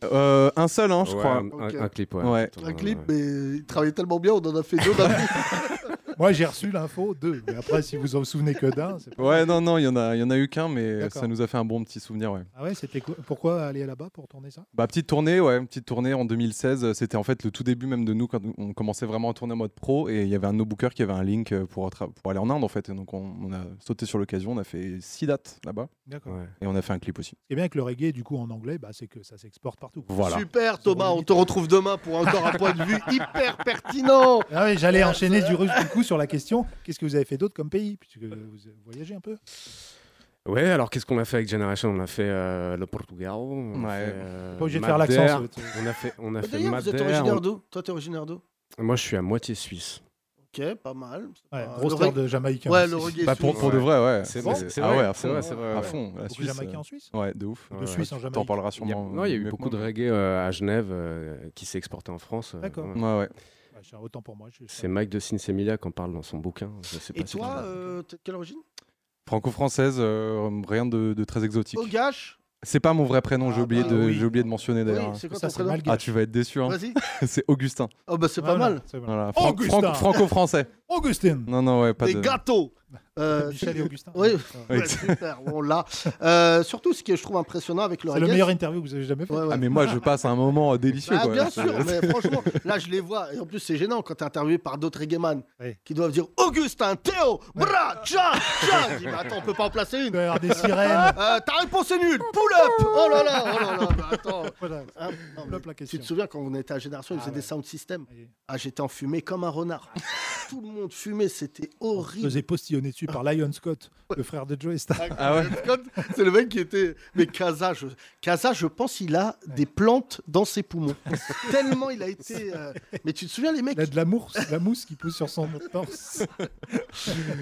S: Euh, un seul, hein, je
L: Ouais,
S: crois.
L: un- un- un clip, ouais.
C: Un clip, mais il travaillait tellement bien, on en a fait deux. d'un coup.
D: Moi, j'ai reçu l'info deux. Mais après, si vous en souvenez que d'un, c'est pas.
S: Ouais, non, non, il y en a, il y en a eu qu'un, mais
D: D'accord.
S: ça nous a fait un bon petit souvenir, ouais.
D: Ah ouais, c'était quoi Pourquoi aller là-bas pour tourner ça
S: Bah, petite tournée, ouais, petite tournée en 2016. euh, C'était en fait le tout début même de nous quand on commençait vraiment à tourner en mode pro et il y avait un de nos bookers qui avait un link euh, pour, tra- pour aller en Inde en fait. Et donc on, on a sauté sur l'occasion, on a fait six dates là-bas.
D: D'accord.
S: Et on a fait un clip aussi.
D: Et bien que le reggae, du coup, en anglais, bah, c'est que ça s'exporte partout.
S: Voilà.
C: Super Thomas, on te retrouve demain pour encore un point de vue hyper pertinent.
D: Ah oui, j'allais enchaîner du russe du coup sur la question. Qu'est-ce que vous avez fait d'autre comme pays Puisque vous voyagez un peu.
L: Ouais, alors qu'est-ce qu'on a fait avec Generation On a fait euh, le Portugal. On a fait, euh,
D: Pas obligé de faire l'accent, ça
L: Madère,
D: va être-
L: On a fait, on a fait
C: D'ailleurs, vous êtes
L: Madère,
C: originaire d'où Toi, t'es originaire d'où
L: on- Moi, je suis à moitié suisse.
C: Ok, pas mal.
D: Ouais,
C: Ah,
D: grosse
C: le
D: terre
C: reggae-
D: de hein, Jamaïcain.
C: Ouais, le reggae
S: Bah, pour,
C: suisse.
D: euh,
S: pour de vrai, ouais.
L: C'est
S: Bon,
L: vrai, c'est
S: ah
L: vrai,
S: ouais, à
L: c'est
S: fond,
L: vrai, c'est vrai,
S: à
L: ouais.
S: fond. La euh,
D: Beaucoup de Jamaïcains en Suisse
S: Ouais, de ouf.
D: De
L: Ouais,
D: Suisse en
L: ouais.
S: T'en
D: Jamaïque.
S: parleras
L: Il y a-
S: sûrement.
L: non, il y a eu
S: mieux que
L: beaucoup de
S: moi.
L: reggae euh, à Genève euh, qui s'est exporté en France. euh,
D: D'accord.
L: ouais.
S: Ouais, ouais.
D: Bah, c'est- autant pour moi. je-
L: C'est Mike de Sinsemilia qui en parle dans son bouquin. Je sais pas
C: Et
L: si tu
C: toi,
L: l'as.
C: euh, t'es de quelle origine
S: Franco-française, euh, rien de, de très exotique.
C: Ogache
S: C'est pas mon vrai prénom, j'ai oublié,
C: bah
S: de,
C: oui.
S: j'ai oublié de mentionner
C: Oui,
S: d'ailleurs.
C: c'est quoi
D: Ça,
C: ton
D: c'est
C: prénom
D: malgache.
S: ah, tu vas être déçu. Hein.
C: Vas-y.
S: c'est Augustin.
C: Oh bah c'est pas
D: Voilà,
C: mal.
D: c'est bon.
S: Voilà, fran-
D: Augustin.
S: fran- franco-français.
D: Augustin.
S: Non, non, ouais, pas
C: Des
S: de.
C: gâteaux Euh,
D: Michel et Augustin.
C: Oui,
D: Ouais.
C: ouais, super, on l'a. Euh, surtout, ce que je trouve impressionnant avec le
D: C'est
C: reggae.
D: le meilleur interview que vous avez jamais fait.
C: Ouais, ouais.
S: Ah, mais moi, je passe un moment euh, délicieux.
C: Ah,
S: quoi.
C: bien
S: C'est-
C: sûr, mais franchement, là je les vois, et en plus c'est gênant quand t'es interviewé par d'autres reggaeman
D: Ouais.
C: qui doivent dire Augustin, Théo, Bra, Tcha, Tcha. Je dis, mais attends, on peut pas en placer une.
D: Il doit y avoir des sirènes.
C: Euh, ta réponse est nulle, pull up Oh là là, oh là là, bah, attends.
D: Voilà.
C: Hein, non, mais
D: Hop, la
C: tu
D: question.
C: te souviens quand on était à Génération, ils
D: Ah
C: faisaient
D: ouais.
C: des sound systems
D: Allez.
C: Ah, j'étais en fumée comme un renard. Tout le monde fumait, c'était
D: Je
C: horrible.
D: faisais postillonner dessus par Lion Scott, le frère de Joe Star.
S: Ah ouais.
C: Scott, C'est le mec qui était. Mais Kaza, je, Kaza, je pense, il a des plantes dans ses poumons. Tellement il a été. euh, Mais tu te souviens, les mecs
D: Il a de la mousse, de la mousse qui pousse sur son torse.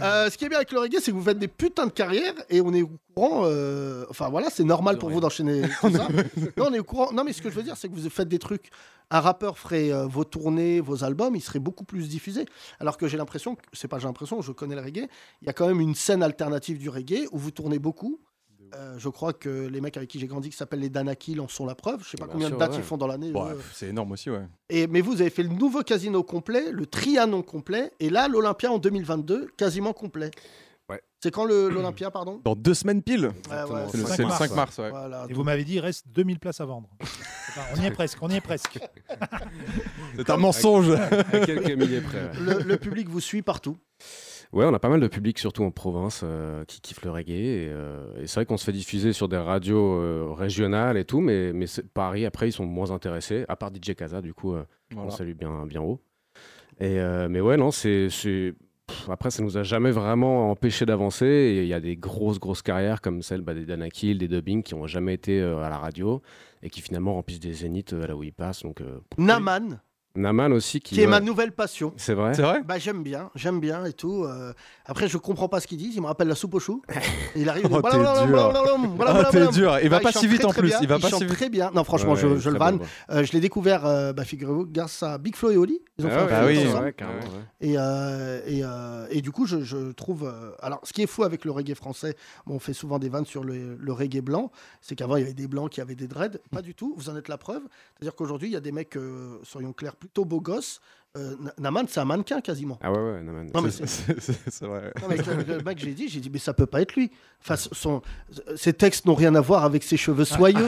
C: Euh, Ce qui est bien avec le reggae, c'est que vous faites des putains de carrières et on est au courant. euh, Enfin voilà, c'est normal pour vous d'enchaîner tout ça. non, on est au courant. Non, mais ce que je veux dire, c'est que vous faites des trucs. Un rappeur ferait euh, vos tournées, vos albums, il serait beaucoup plus diffusé. Alors que j'ai l'impression, que- c'est pas j'ai l'impression, je connais le reggae, il y a quand même une scène alternative du reggae où vous tournez beaucoup. Euh, je crois que les mecs avec qui j'ai grandi, qui s'appellent les Danakil, en sont la preuve. Je sais pas
L: Bien
C: combien
L: sûr,
C: de dates
L: ouais. Bah,
C: ils font dans l'année. euh.
S: Ouais,
C: eux.
S: pff, c'est énorme aussi, ouais.
C: Et, mais vous vous avez fait le nouveau casino complet, le Trianon complet, et là l'Olympia en 2022, quasiment complet.
L: Ouais.
C: C'est quand le- l'Olympia, pardon
S: Dans deux semaines pile.
C: Ouais, ouais,
S: C'est le,
D: cinq
S: c'est le
D: mars.
S: 5 mars, ouais.
C: Voilà.
D: Et vous m'avez dit, il reste 2000 places à vendre. Enfin, on y est presque, on y est presque.
S: C'est un mensonge.
L: À quelques milliers près. ouais.
C: Le, le public vous suit partout.
L: Ouais, on a pas mal de public, surtout en province, euh, qui kiffe le reggae. Et, euh, et c'est vrai qu'on se fait diffuser sur des radios euh, régionales et tout, mais, mais c'est- Paris, après, ils sont moins intéressés, à part DJ Kaza, du coup, euh, on
S: Voilà.
L: salue bien, bien haut. Et, euh, mais ouais, non, c'est. c'est- pff, Après, ça nous a jamais vraiment empêché d'avancer. Et Il y a des grosses, grosses carrières comme celle bah, des Danakil, des Dubbing, qui ont jamais été euh, à la radio et qui finalement remplissent des zéniths euh, là où ils passent. Donc, euh,
C: Naman,
L: Naman aussi, qui.
C: qui est
L: ouais,
C: ma nouvelle passion.
L: C'est vrai.
S: C'est vrai
C: Bah, j'aime bien, j'aime bien et tout. euh, Après, je comprends pas ce qu'ils disent. Il me rappelle la soupe aux choux. Et il arrive. il dit,
S: Oh, t'es
C: blablabla,
S: dur.
C: blablabla, blablabla.
S: Ah, t'es dur. Il va
C: Ah,
S: pas
C: chante
S: si vite,
C: très,
S: en
C: très
S: plus.
C: bien,
S: Il va pas
C: chante
S: si vite.
C: très bien. Non, franchement,
L: Ouais,
C: je,
L: il est
C: je le
L: très
C: vanne.
L: bon, ouais.
C: Euh, je l'ai découvert, euh, bah, figurez-vous, grâce à Big Flo et Oli. Ils ont fait un
L: Ah
C: feat
L: ouais,
S: oui,
L: c'est
C: ensemble.
L: vrai, carrément, ouais.
C: Et, euh, et, euh, et et du coup, je, je trouve. euh, alors, ce qui est fou avec le reggae français, bon, on fait souvent des vannes sur le, le reggae blanc, c'est qu'avant, il y avait des blancs qui avaient des dreads. Pas du tout, vous en êtes la preuve. C'est-à-dire qu'aujourd'hui, il y a des mecs, euh, soyons clairs, plutôt beaux gosses. Euh, Na- Naman, c'est un mannequin quasiment.
L: Ah ouais, ouais, non, mais-
C: Non, mais
L: c'est-
C: c'est-
S: c'est c'est vrai.
C: Non, mais le, le mec, j'ai dit, j'ai dit, mais ça peut pas être lui. Enfin, son, ses textes n'ont rien à voir avec ses cheveux soyeux.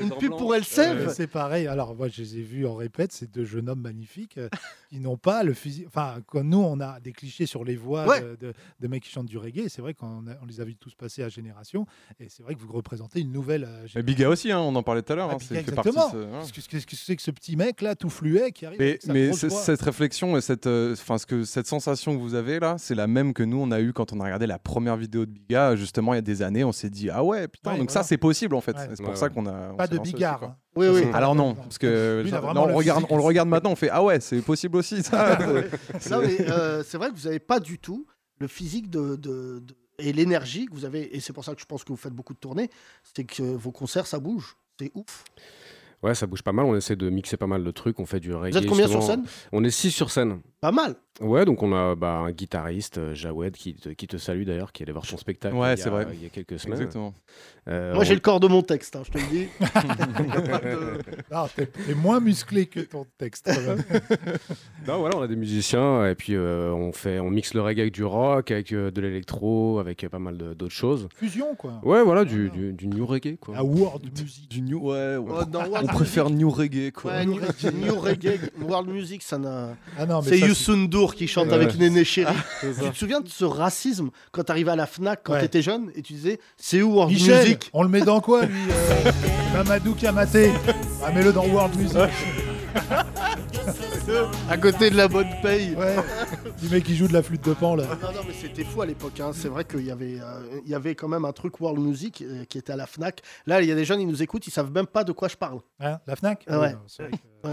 C: Une pub pour elle
D: Euh, C'est pareil. Alors, moi, je les ai vus en répète, ces deux jeunes hommes magnifiques euh, qui n'ont pas le physique. Enfin, comme nous, on a des clichés sur les voix
C: Ouais.
D: de, de- de mecs qui chantent du reggae. C'est vrai qu'on a- on les a vus tous passer à génération. Et c'est vrai que vous représentez une nouvelle euh,
S: Mais
D: génération.
S: Biga aussi, hein, on en parlait tout à l'heure.
D: Ah,
S: hein,
D: puis
S: c'est- il fait partie de
D: exactement.
S: ce- voilà.
D: Qu'est-ce que- Qu'est-ce que c'est que ce petit mec-là, tout fluet, qui arrive hein,
S: Mais,
D: avec sa
S: mais
D: grosse
S: c'est-
D: voix
S: cette réflexion et cette, euh, enfin, ce que, cette sensation que vous avez là, c'est la même que nous on a eu quand on a regardé la première vidéo de Biga, justement il y a des années, on s'est dit ah ouais putain
D: Ouais,
S: donc
D: voilà.
S: ça c'est possible en fait.
D: Ouais.
S: C'est pour
D: Ouais,
S: ça
D: ouais.
S: qu'on a on
D: Pas
S: s'est
D: de
S: lancé
D: Bigard,
S: dessus, quoi.
D: hein. Oui, oui.
S: Alors non parce que
D: Lui, il a
S: non,
D: vraiment
S: on
D: le
S: regarde
D: physique.
S: on le regarde maintenant on fait ah ouais c'est possible aussi ça. C'est-
C: Non, mais euh, c'est vrai que vous n'avez pas du tout le physique de, de- de- et l'énergie que vous avez. Et c'est pour ça que je pense que vous faites beaucoup de tournées. C'est que vos concerts, ça bouge. C'est ouf.
L: Ouais, ça bouge pas mal. On essaie de mixer pas mal de trucs. On fait du reggae.
C: êtes combien
L: justement.
C: sur scène
L: On est 6 sur scène.
C: Pas mal.
L: Ouais, donc on a bah, un guitariste, euh, Jawed, qui te, qui te salue d'ailleurs, qui allait voir ton spectacle
S: Ouais,
L: il, y
S: c'est
L: a,
S: vrai.
L: il y a quelques semaines.
S: Exactement.
L: Euh,
C: Moi, j'ai
L: on-
C: le corps de mon texte, hein, je te le dis. Il y a pas de-
D: Non, Ah, t'es t'es moins musclé que ton texte. quand même.
L: Non, bah, voilà, on a des musiciens et puis euh, on, fait, on mixe le reggae avec du rock, avec euh, de l'électro, avec euh, pas mal de- d'autres choses.
D: Fusion, quoi.
L: Ouais, voilà, du, du, du new reggae, quoi.
C: Ah
D: La world music.
Q: Du new, ouais, on,
C: Oh, non,
Q: on
C: World
Q: préfère
C: Music.
Q: new reggae quoi.
C: Ouais, new, new reggae, World Music, ça n'a.
D: Ah non, mais
C: c'est
D: ça,
C: Youssou
D: c'est-
C: N'Dour qui chante
D: Ouais.
C: avec Néné Chéri.
D: c'est ça.
C: tu te souviens de ce racisme quand t'arrivais à la Fnac quand
D: Ouais.
C: t'étais jeune et tu disais c'est où World
D: Michel,
C: Music
D: on le met dans quoi, lui euh, Mamadou Kamaté. Ah, mets-le dans World Music.
C: à côté de la bonne paye.
D: Ouais. Du mec qui joue de la flûte de pan, là.
C: euh, Non, non, mais c'était fou à l'époque. hein. C'est vrai qu'il y, avait, euh, il y avait quand même un truc World Music euh, qui était à la Fnac. Là, il y a des jeunes, ils nous écoutent, ils savent même pas de quoi je parle.
D: Hein, la Fnac
C: Ah ouais.
D: Ouais.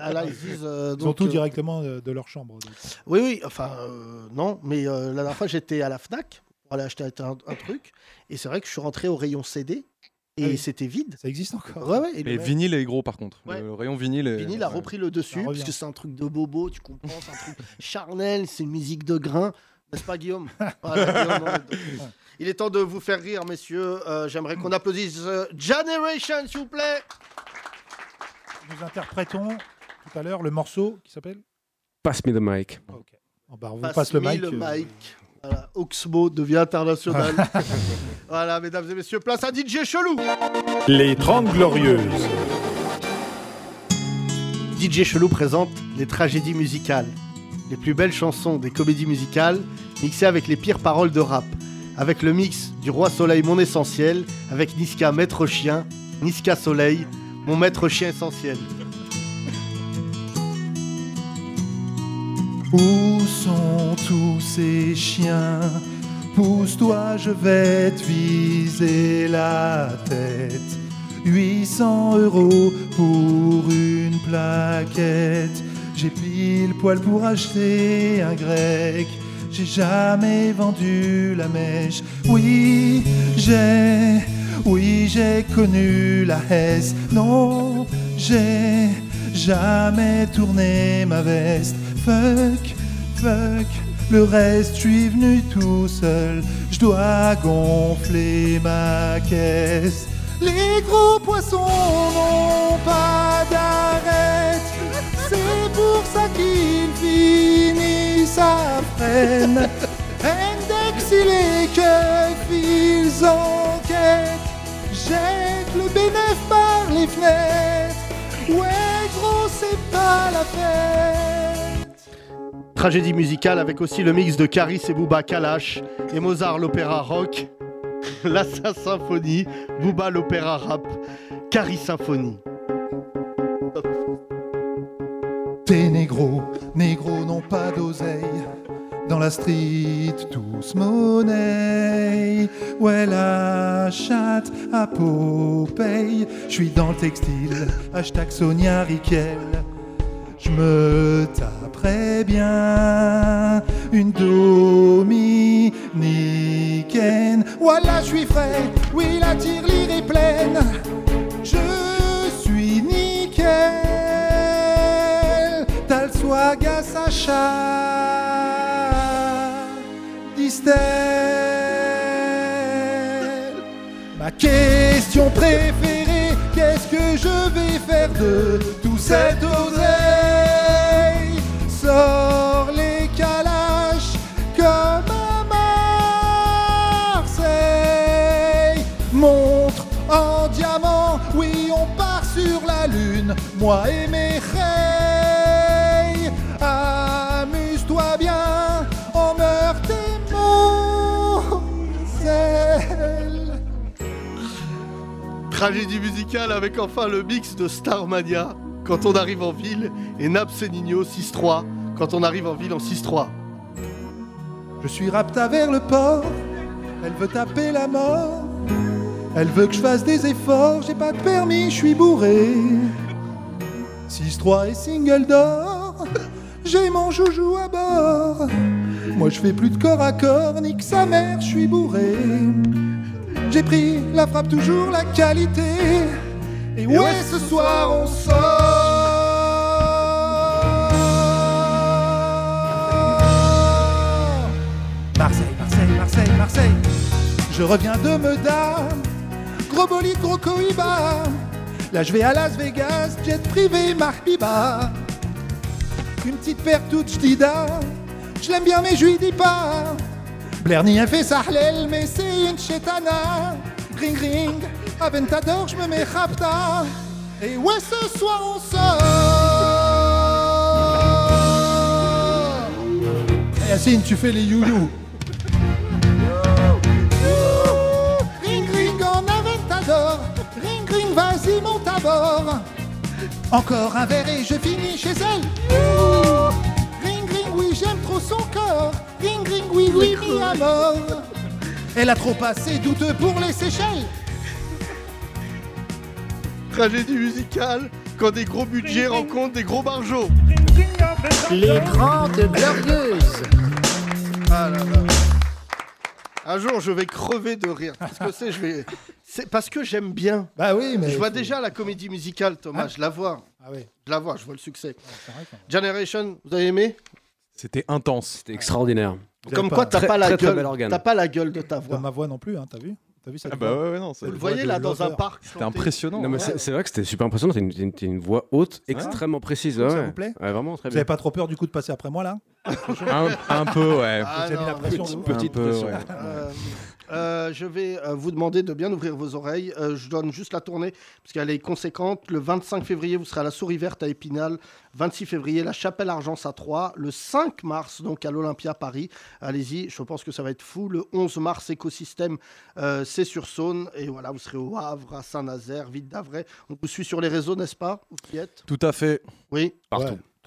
C: Ah, là, ils disent, euh,
D: Ils ont
C: donc,
D: tout
C: euh,
D: directement euh, de leur chambre. donc.
C: Oui, oui, enfin, euh, non, mais euh, la dernière fois, j'étais à la Fnac pour aller acheter un, un truc, et c'est vrai que je suis rentré au rayon CD, et
D: Ah oui.
C: c'était vide.
D: Ça existe encore.
C: Ouais, ouais, et le
S: Mais
C: mec-
S: vinyle euh, est gros par contre.
C: Ouais.
S: Le rayon vinyle. Est...
C: Vinyle a repris le dessus, parce
S: revient.
C: que c'est un truc de bobo, tu comprends, c'est un truc charnel, c'est une musique de grain. N'est-ce pas, Guillaume Voilà, Guillaume, non, mais- Il est temps de vous faire rire, messieurs. Euh, J'aimerais qu'on applaudisse euh, Generation, s'il vous plaît.
D: Nous interprétons tout à l'heure le morceau qui s'appelle
L: Pass me the mic.
D: Oh, bah, On vous
C: Passe
D: passe le
C: me
D: mic.
C: le
D: euh,
C: mic. Voilà, Oxmo devient international. voilà, mesdames et messieurs, place à DJ Chelou.
A: Les 30 Glorieuses.
C: DJ Chelou présente les tragédies musicales, les plus belles chansons des comédies musicales mixées avec les pires paroles de rap, avec le mix du Roi Soleil mon essentiel, avec Niska maître chien, Niska Soleil mon maître chien essentiel.
T: Où sont tous ces chiens Pousse-toi, je vais te viser la tête. 800 euros pour une plaquette. J'ai pile poil pour acheter un grec. J'ai jamais vendu la mèche. Oui, j'ai, oui, j'ai connu la Hesse. Non, j'ai jamais tourné ma veste. Fuck, fuck, le reste, je suis venu tout seul. Je dois gonfler ma caisse. Les gros poissons n'ont pas d'arrêt. C'est pour ça qu'ils finissent à freine. Index, il est que ils enquêtent. Jette le bénéf par les fenêtres. Ouais, gros, c'est pas la peine.
C: Tragédie musicale avec aussi le mix de Caris et Booba Kalash et Mozart l'opéra rock, Lassa symphonie, Booba l'opéra rap, Caris symphonie.
T: T'es négro, négro n'ont pas d'oseille. Dans la street, tous monnaie. Ouais, la chatte à Popeye. Je suis dans le textile, hashtag Sonia Riquel. Je me taperais bien une dominicaine. Voilà, je suis frais. Oui, la tirelire est pleine. Je suis nickel. T'as le swag à Sacha Distel. Ma question préférée, qu'est-ce que je vais faire de tout cette oseille Sors les calaches comme à Marseille. Montre en diamant, oui, on part sur la lune, moi et mes rêves. Amuse-toi bien, en meurt et Moselle.
C: Tragédie musicale avec enfin le mix de Starmania quand on arrive en ville et Napsenino 6-3 quand on arrive en ville en 6-3.
T: Je suis rapta vers le port, elle veut taper la mort. Elle veut que je fasse des efforts, j'ai pas de permis, je suis bourré. 6-3 et single d'or, j'ai mon joujou à bord. Moi je fais plus de corps à corps, nique sa mère, je suis bourré. J'ai pris la frappe, toujours la qualité. Et ouais, ce soir on sort. Marseille, Marseille, Marseille, Marseille. Je reviens de Meda, gros bolide, gros cohiba. Là je vais à Las Vegas, jet privé, Marc Biba. Une petite paire toute j'dida, je l'aime bien mais je lui dis pas. Blerny a fait Sahlel, mais c'est une chétana. Ring ring, Aventador, je me mets rapta. Et ouais, ce soir on sort.
D: Eh, Yacine, tu fais les youyou.
T: Ring ring en Aventador, ring ring vas-y monte à bord. Encore un verre et je finis chez elle. Ouh. Ring ring oui j'aime trop son corps, ring ring oui oui mis à mort. Elle a trop passé douteux pour les Seychelles.
C: Tragédie musicale quand des gros budgets rencontrent des gros barjots.
B: Les Grandes Glorieuses.
C: Ah là là. Un jour, je vais crever de rire. Parce que c'est, je vais. C'est parce que j'aime bien.
D: Bah oui, mais Ah.
C: Je vois
D: faut-
C: déjà la comédie musicale, Thomas. je la vois. Je la vois. Je vois le succès. Generation, vous avez aimé
L: C'était intense. C'était extraordinaire.
C: Comme quoi, t'as
L: Très-
C: pas la
L: très, très
C: gueule.
L: bel organe.
C: T'as pas la gueule de ta voix.
D: Ma voix non plus, hein, t'as vu T'as vu ça
S: Ah bah ouais, ouais, non, c'est-
C: Vous le voyez là dans un parc. chanter.
L: Non, mais c'est, c'est vrai que c'était super impressionnant. T'as une, t'as une- t'as une voix haute extrêmement précise.
D: Ça
L: ouais.
D: vous plaît
L: Ouais, Vraiment très
D: Vous
L: bien.
D: avez pas trop peur du coup de passer après moi là
L: Un, un peu, ouais.
C: Ah
D: J'ai mis
C: non,
D: la pression.
C: petit-
D: de ouf.
L: Petite
S: Un peu,
L: pression.
S: ouais.
C: Euh, euh, je vais euh, vous demander de bien ouvrir vos oreilles. Euh, je donne juste la tournée, parce qu'elle est conséquente. Le 25 février, vous serez à la Souris Verte à Épinal. 26 février, la Chapelle Argence à Troyes. Le 5 mars, donc à l'Olympia Paris. Allez-y, je pense que ça va être fou. Le 11 mars, écosystème, euh, c'est sur Saône. Et voilà, vous serez au Havre, à Saint-Nazaire, Ville d'Avray. On vous suit sur les réseaux, n'est-ce pas Vous qui êtes
S: Tout à fait.
C: Oui.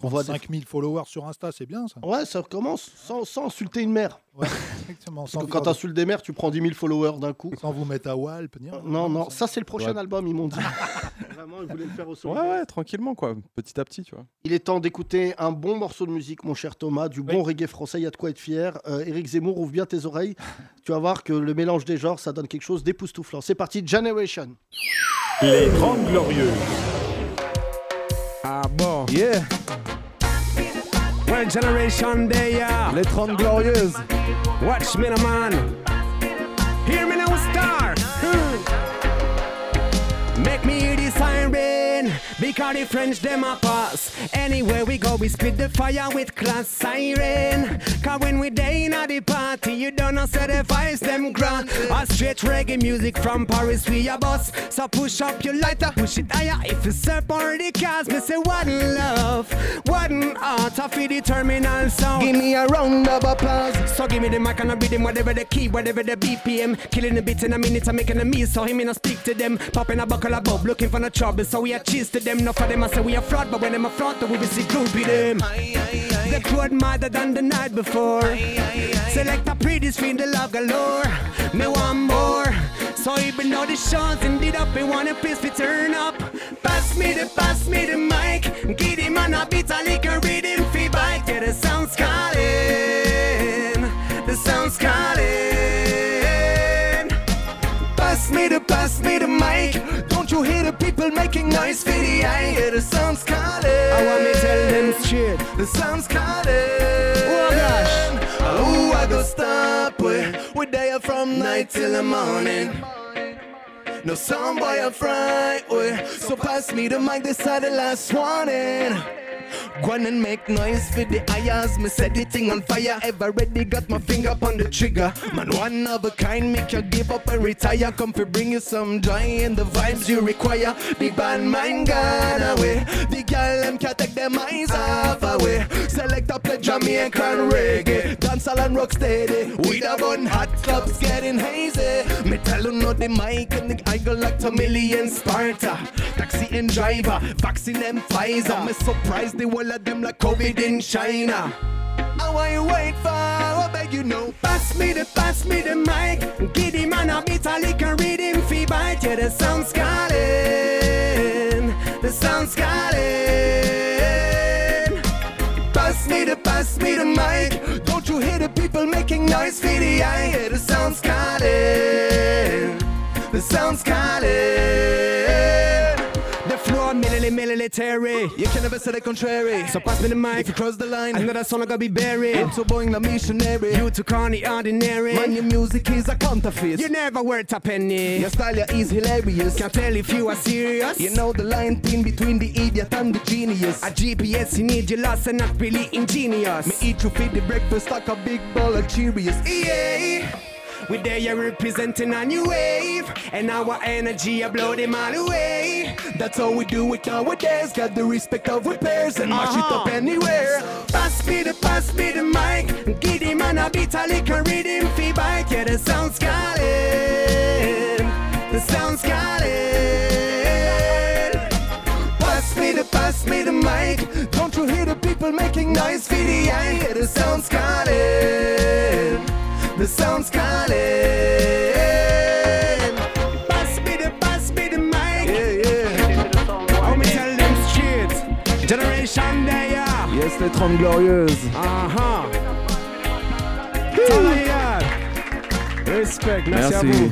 D: Ouais, 35 000 followers sur Insta, c'est bien ça
C: Ouais, ça commence sans, sans insulter une mère.
D: Exactement.
C: Parce que quand t'insultes des mères, tu prends 10 000 followers d'un coup.
D: Sans vous mettre à Walp, ni rien.
C: Non, non, ça c'est le prochain
D: Ouais.
C: album, ils m'ont dit. Vraiment, ils voulaient le faire au
S: Ouais,
C: solide.
S: ouais, tranquillement, quoi. Petit à petit, tu vois.
C: Il est temps d'écouter un bon morceau de musique, mon cher Thomas, du bon reggae français, il y a de quoi être fier. Euh, Éric Zemmour, ouvre bien tes oreilles. tu vas voir que le mélange des genres, ça donne quelque chose d'époustouflant. C'est parti, Generation.
A: Les 30 Glorieuses.
U: Ah bon Yeah One generation day yeah. Les 30 glorieuses Watch me now man Hear me now star Hmm. Make me hear the siren Because the French them a pass Anywhere we go we spit the fire with class siren Cause when we day in a the party You don't know say the vibes them grand A straight reggae music from Paris we a boss So push up your lighter Push it higher if you support the cause Me say one love One heart I feel the terminal sound Give me a round of applause So give me the mic and I rhythm Whatever the key, whatever the BPM Killing the beat in a minute I'm making a meal So him and I speak to them Popping a buckle of bob Looking for no trouble So we are cheese to them No for them I say we are fraud But when them a fraud Then we will see groupie them The crowd madder than the night before Select a pretty stream The love galore Me want more So even though the shots ended up We want a piece we turn up Pass me the, pass me the mic Get him on a beat I lick a rhythm Fee bite Yeah the sound's calling The sound's calling Pass me the, pass me the mic. Don't you hear the people making noise? Video, I hear the sounds calling. I want me tell them straight. shit, the sun's cutting. Oh gosh. Oh, I go stop. We, we there from night till the morning. No sound by a fright. We, so pass me the mic, this are the last warning. Go on and make noise for the ayahs. Me set the thing on fire. I've already got my finger up on the trigger. Man, one of a kind, make you give up and retire. Come for bring you some joy and the vibes you require. Big band, man, gone away. The girl, them can't take them eyes off away. Select a play Jamaican reggae. Dancehall and rock steady. We da gun hot clubs getting hazy. Me tell you no the mic and the I go like to million Sparta. Taxi and driver, vaccine and Pfizer. Me surprise the whole of them like COVID in China. Oh, what you wait for? I beg you no. Pass me the, pass me the mic. Giddy man a bit a lick and read him fee bite. Yeah, the sound's calling. The sound's calling. Pass me the, pass me the mic. Don't you hear the people making noise for the eye? Yeah, the sound's calling. The sound's calling. The floor milli military. You can never say the contrary. So pass me the mic. If you cross the line, another song I gotta be buried. I'm too boring the missionary. You too corny, ordinary. Man, your music is a counterfeit. You never worth a penny. Your style yeah, is hilarious. Can't tell if you are serious. You know the line thin between the idiot and the genius. A GPS you need your loss and not really ingenious. Me eat you feed the breakfast like a big bowl of Cheerios. EA. We there, you're representing a new wave. And our energy, I blow them all away. That's how we do it nowadays. Got the respect of our peers and mash it up anywhere. Pass me the, pass me the mic. Give him an a beat, I lick and read him fee bike. Yeah, the sound's calling. The sound's calling. Pass me the, pass me the mic. Don't you hear the people making noise? For the eye, yeah, the sound's calling. The sound's calling. Pass me the, pass me the mic. Yeah, yeah. How me tell them straight. Generation they are. Uh-huh.
Q: Yes, les 30 glorieuses.
U: Aha. Travaillard. Respect, merci, à
Q: Merci.
U: vous.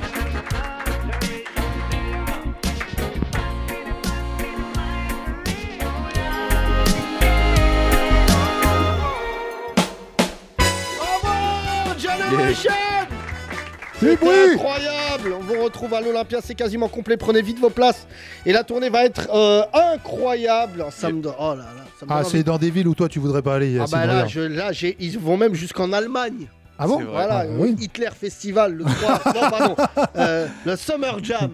C: Oh, Generation
U: Du
C: C'était incroyable On vous retrouve à l'Olympia, c'est quasiment complet, prenez vite vos places. Et la tournée va être euh, incroyable. Ça me donne- Oh là là, ça me
D: Ah,
C: donne
D: c'est
C: envie.
D: dans des villes où toi tu voudrais pas aller.
C: Ah
D: Yacine,
C: bah là,
D: regarde.
C: je, là j'ai- ils vont même jusqu'en Allemagne.
D: Ah bon C'est vrai.
C: Voilà,
D: Ah, oui.
C: Hitler Festival, le 3... non, pardon, euh, le Summer Jam.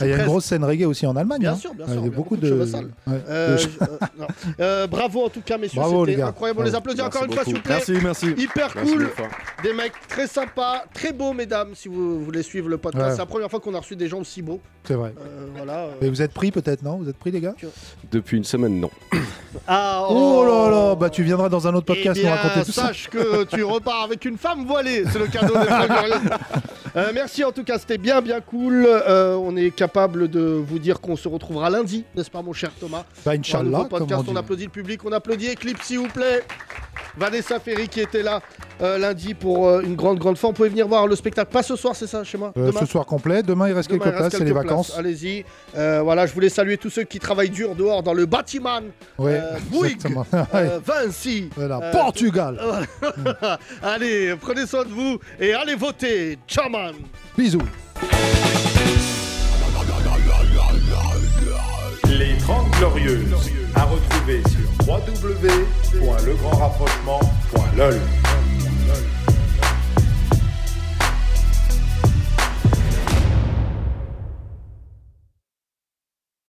D: Ah, Il y a une grosse scène reggae aussi en Allemagne.
C: Bien
D: hein.
C: sûr, bien
D: Ah,
C: sûr,
D: Il y a
C: bien
D: beaucoup
C: beaucoup de
D: de.
C: choses à salle.
D: ouais,
C: Euh,
D: de-
C: je- euh, non. Euh, bravo en tout cas, messieurs.
D: Bravo, les
C: C'était
D: gars.
C: incroyable. On les
D: Bravo.
C: applaudit
D: Merci
C: encore une fois,
D: beaucoup.
C: s'il vous plaît.
D: Merci, merci.
C: Hyper
D: Merci
C: cool.
D: mille fois.
C: Des mecs très sympas, très beaux, mesdames, si vous voulez suivre le podcast.
D: Ouais.
C: C'est la première fois qu'on a reçu des gens aussi beaux.
D: C'est vrai.
C: Euh, voilà. euh.
D: Mais vous êtes pris peut-être, non Vous êtes pris, les gars
L: Depuis une semaine, non.
C: Ah,
D: Oh là là Bah, tu viendras dans un autre podcast
C: Eh
D: nous
C: bien,
D: raconter tout ça.
C: sache que tu repars avec une femme voilée. C'est le cadeau des Frères Glorieuses. Euh, merci en tout cas, c'était bien bien cool. Euh, on est capable de vous dire qu'on se retrouvera lundi, n'est-ce pas mon cher Thomas
D: Bah,
C: Pour un
D: Inch'Allah,
C: nouveau
D: comme
C: podcast,
D: on dit.
C: on applaudit le public, on applaudit Eclipse s'il vous plaît. Vanessa Ferry qui était là euh, lundi pour euh, une grande grande fin. Vous pouvez venir voir le spectacle, pas ce soir c'est ça chez moi
D: Euh,
C: Demain
D: ce soir complet. Demain, il reste
C: Demain,
D: quelques
C: il reste
D: places, c'est les
C: quelques
D: vacances.
C: places. Allez-y. Euh, voilà, je voulais saluer tous ceux qui travaillent dur dehors dans le bâtiment.
D: Ouais,
C: Euh, Bouygues,
D: exactement.
C: euh, Vinci.
D: Voilà,
C: euh,
D: Portugal.
C: allez, prenez soin de vous et allez voter. Ciao, man.
D: Bisous.
A: Les 30 Glorieuses. À retrouver sur www.legrandrapprochement.lol.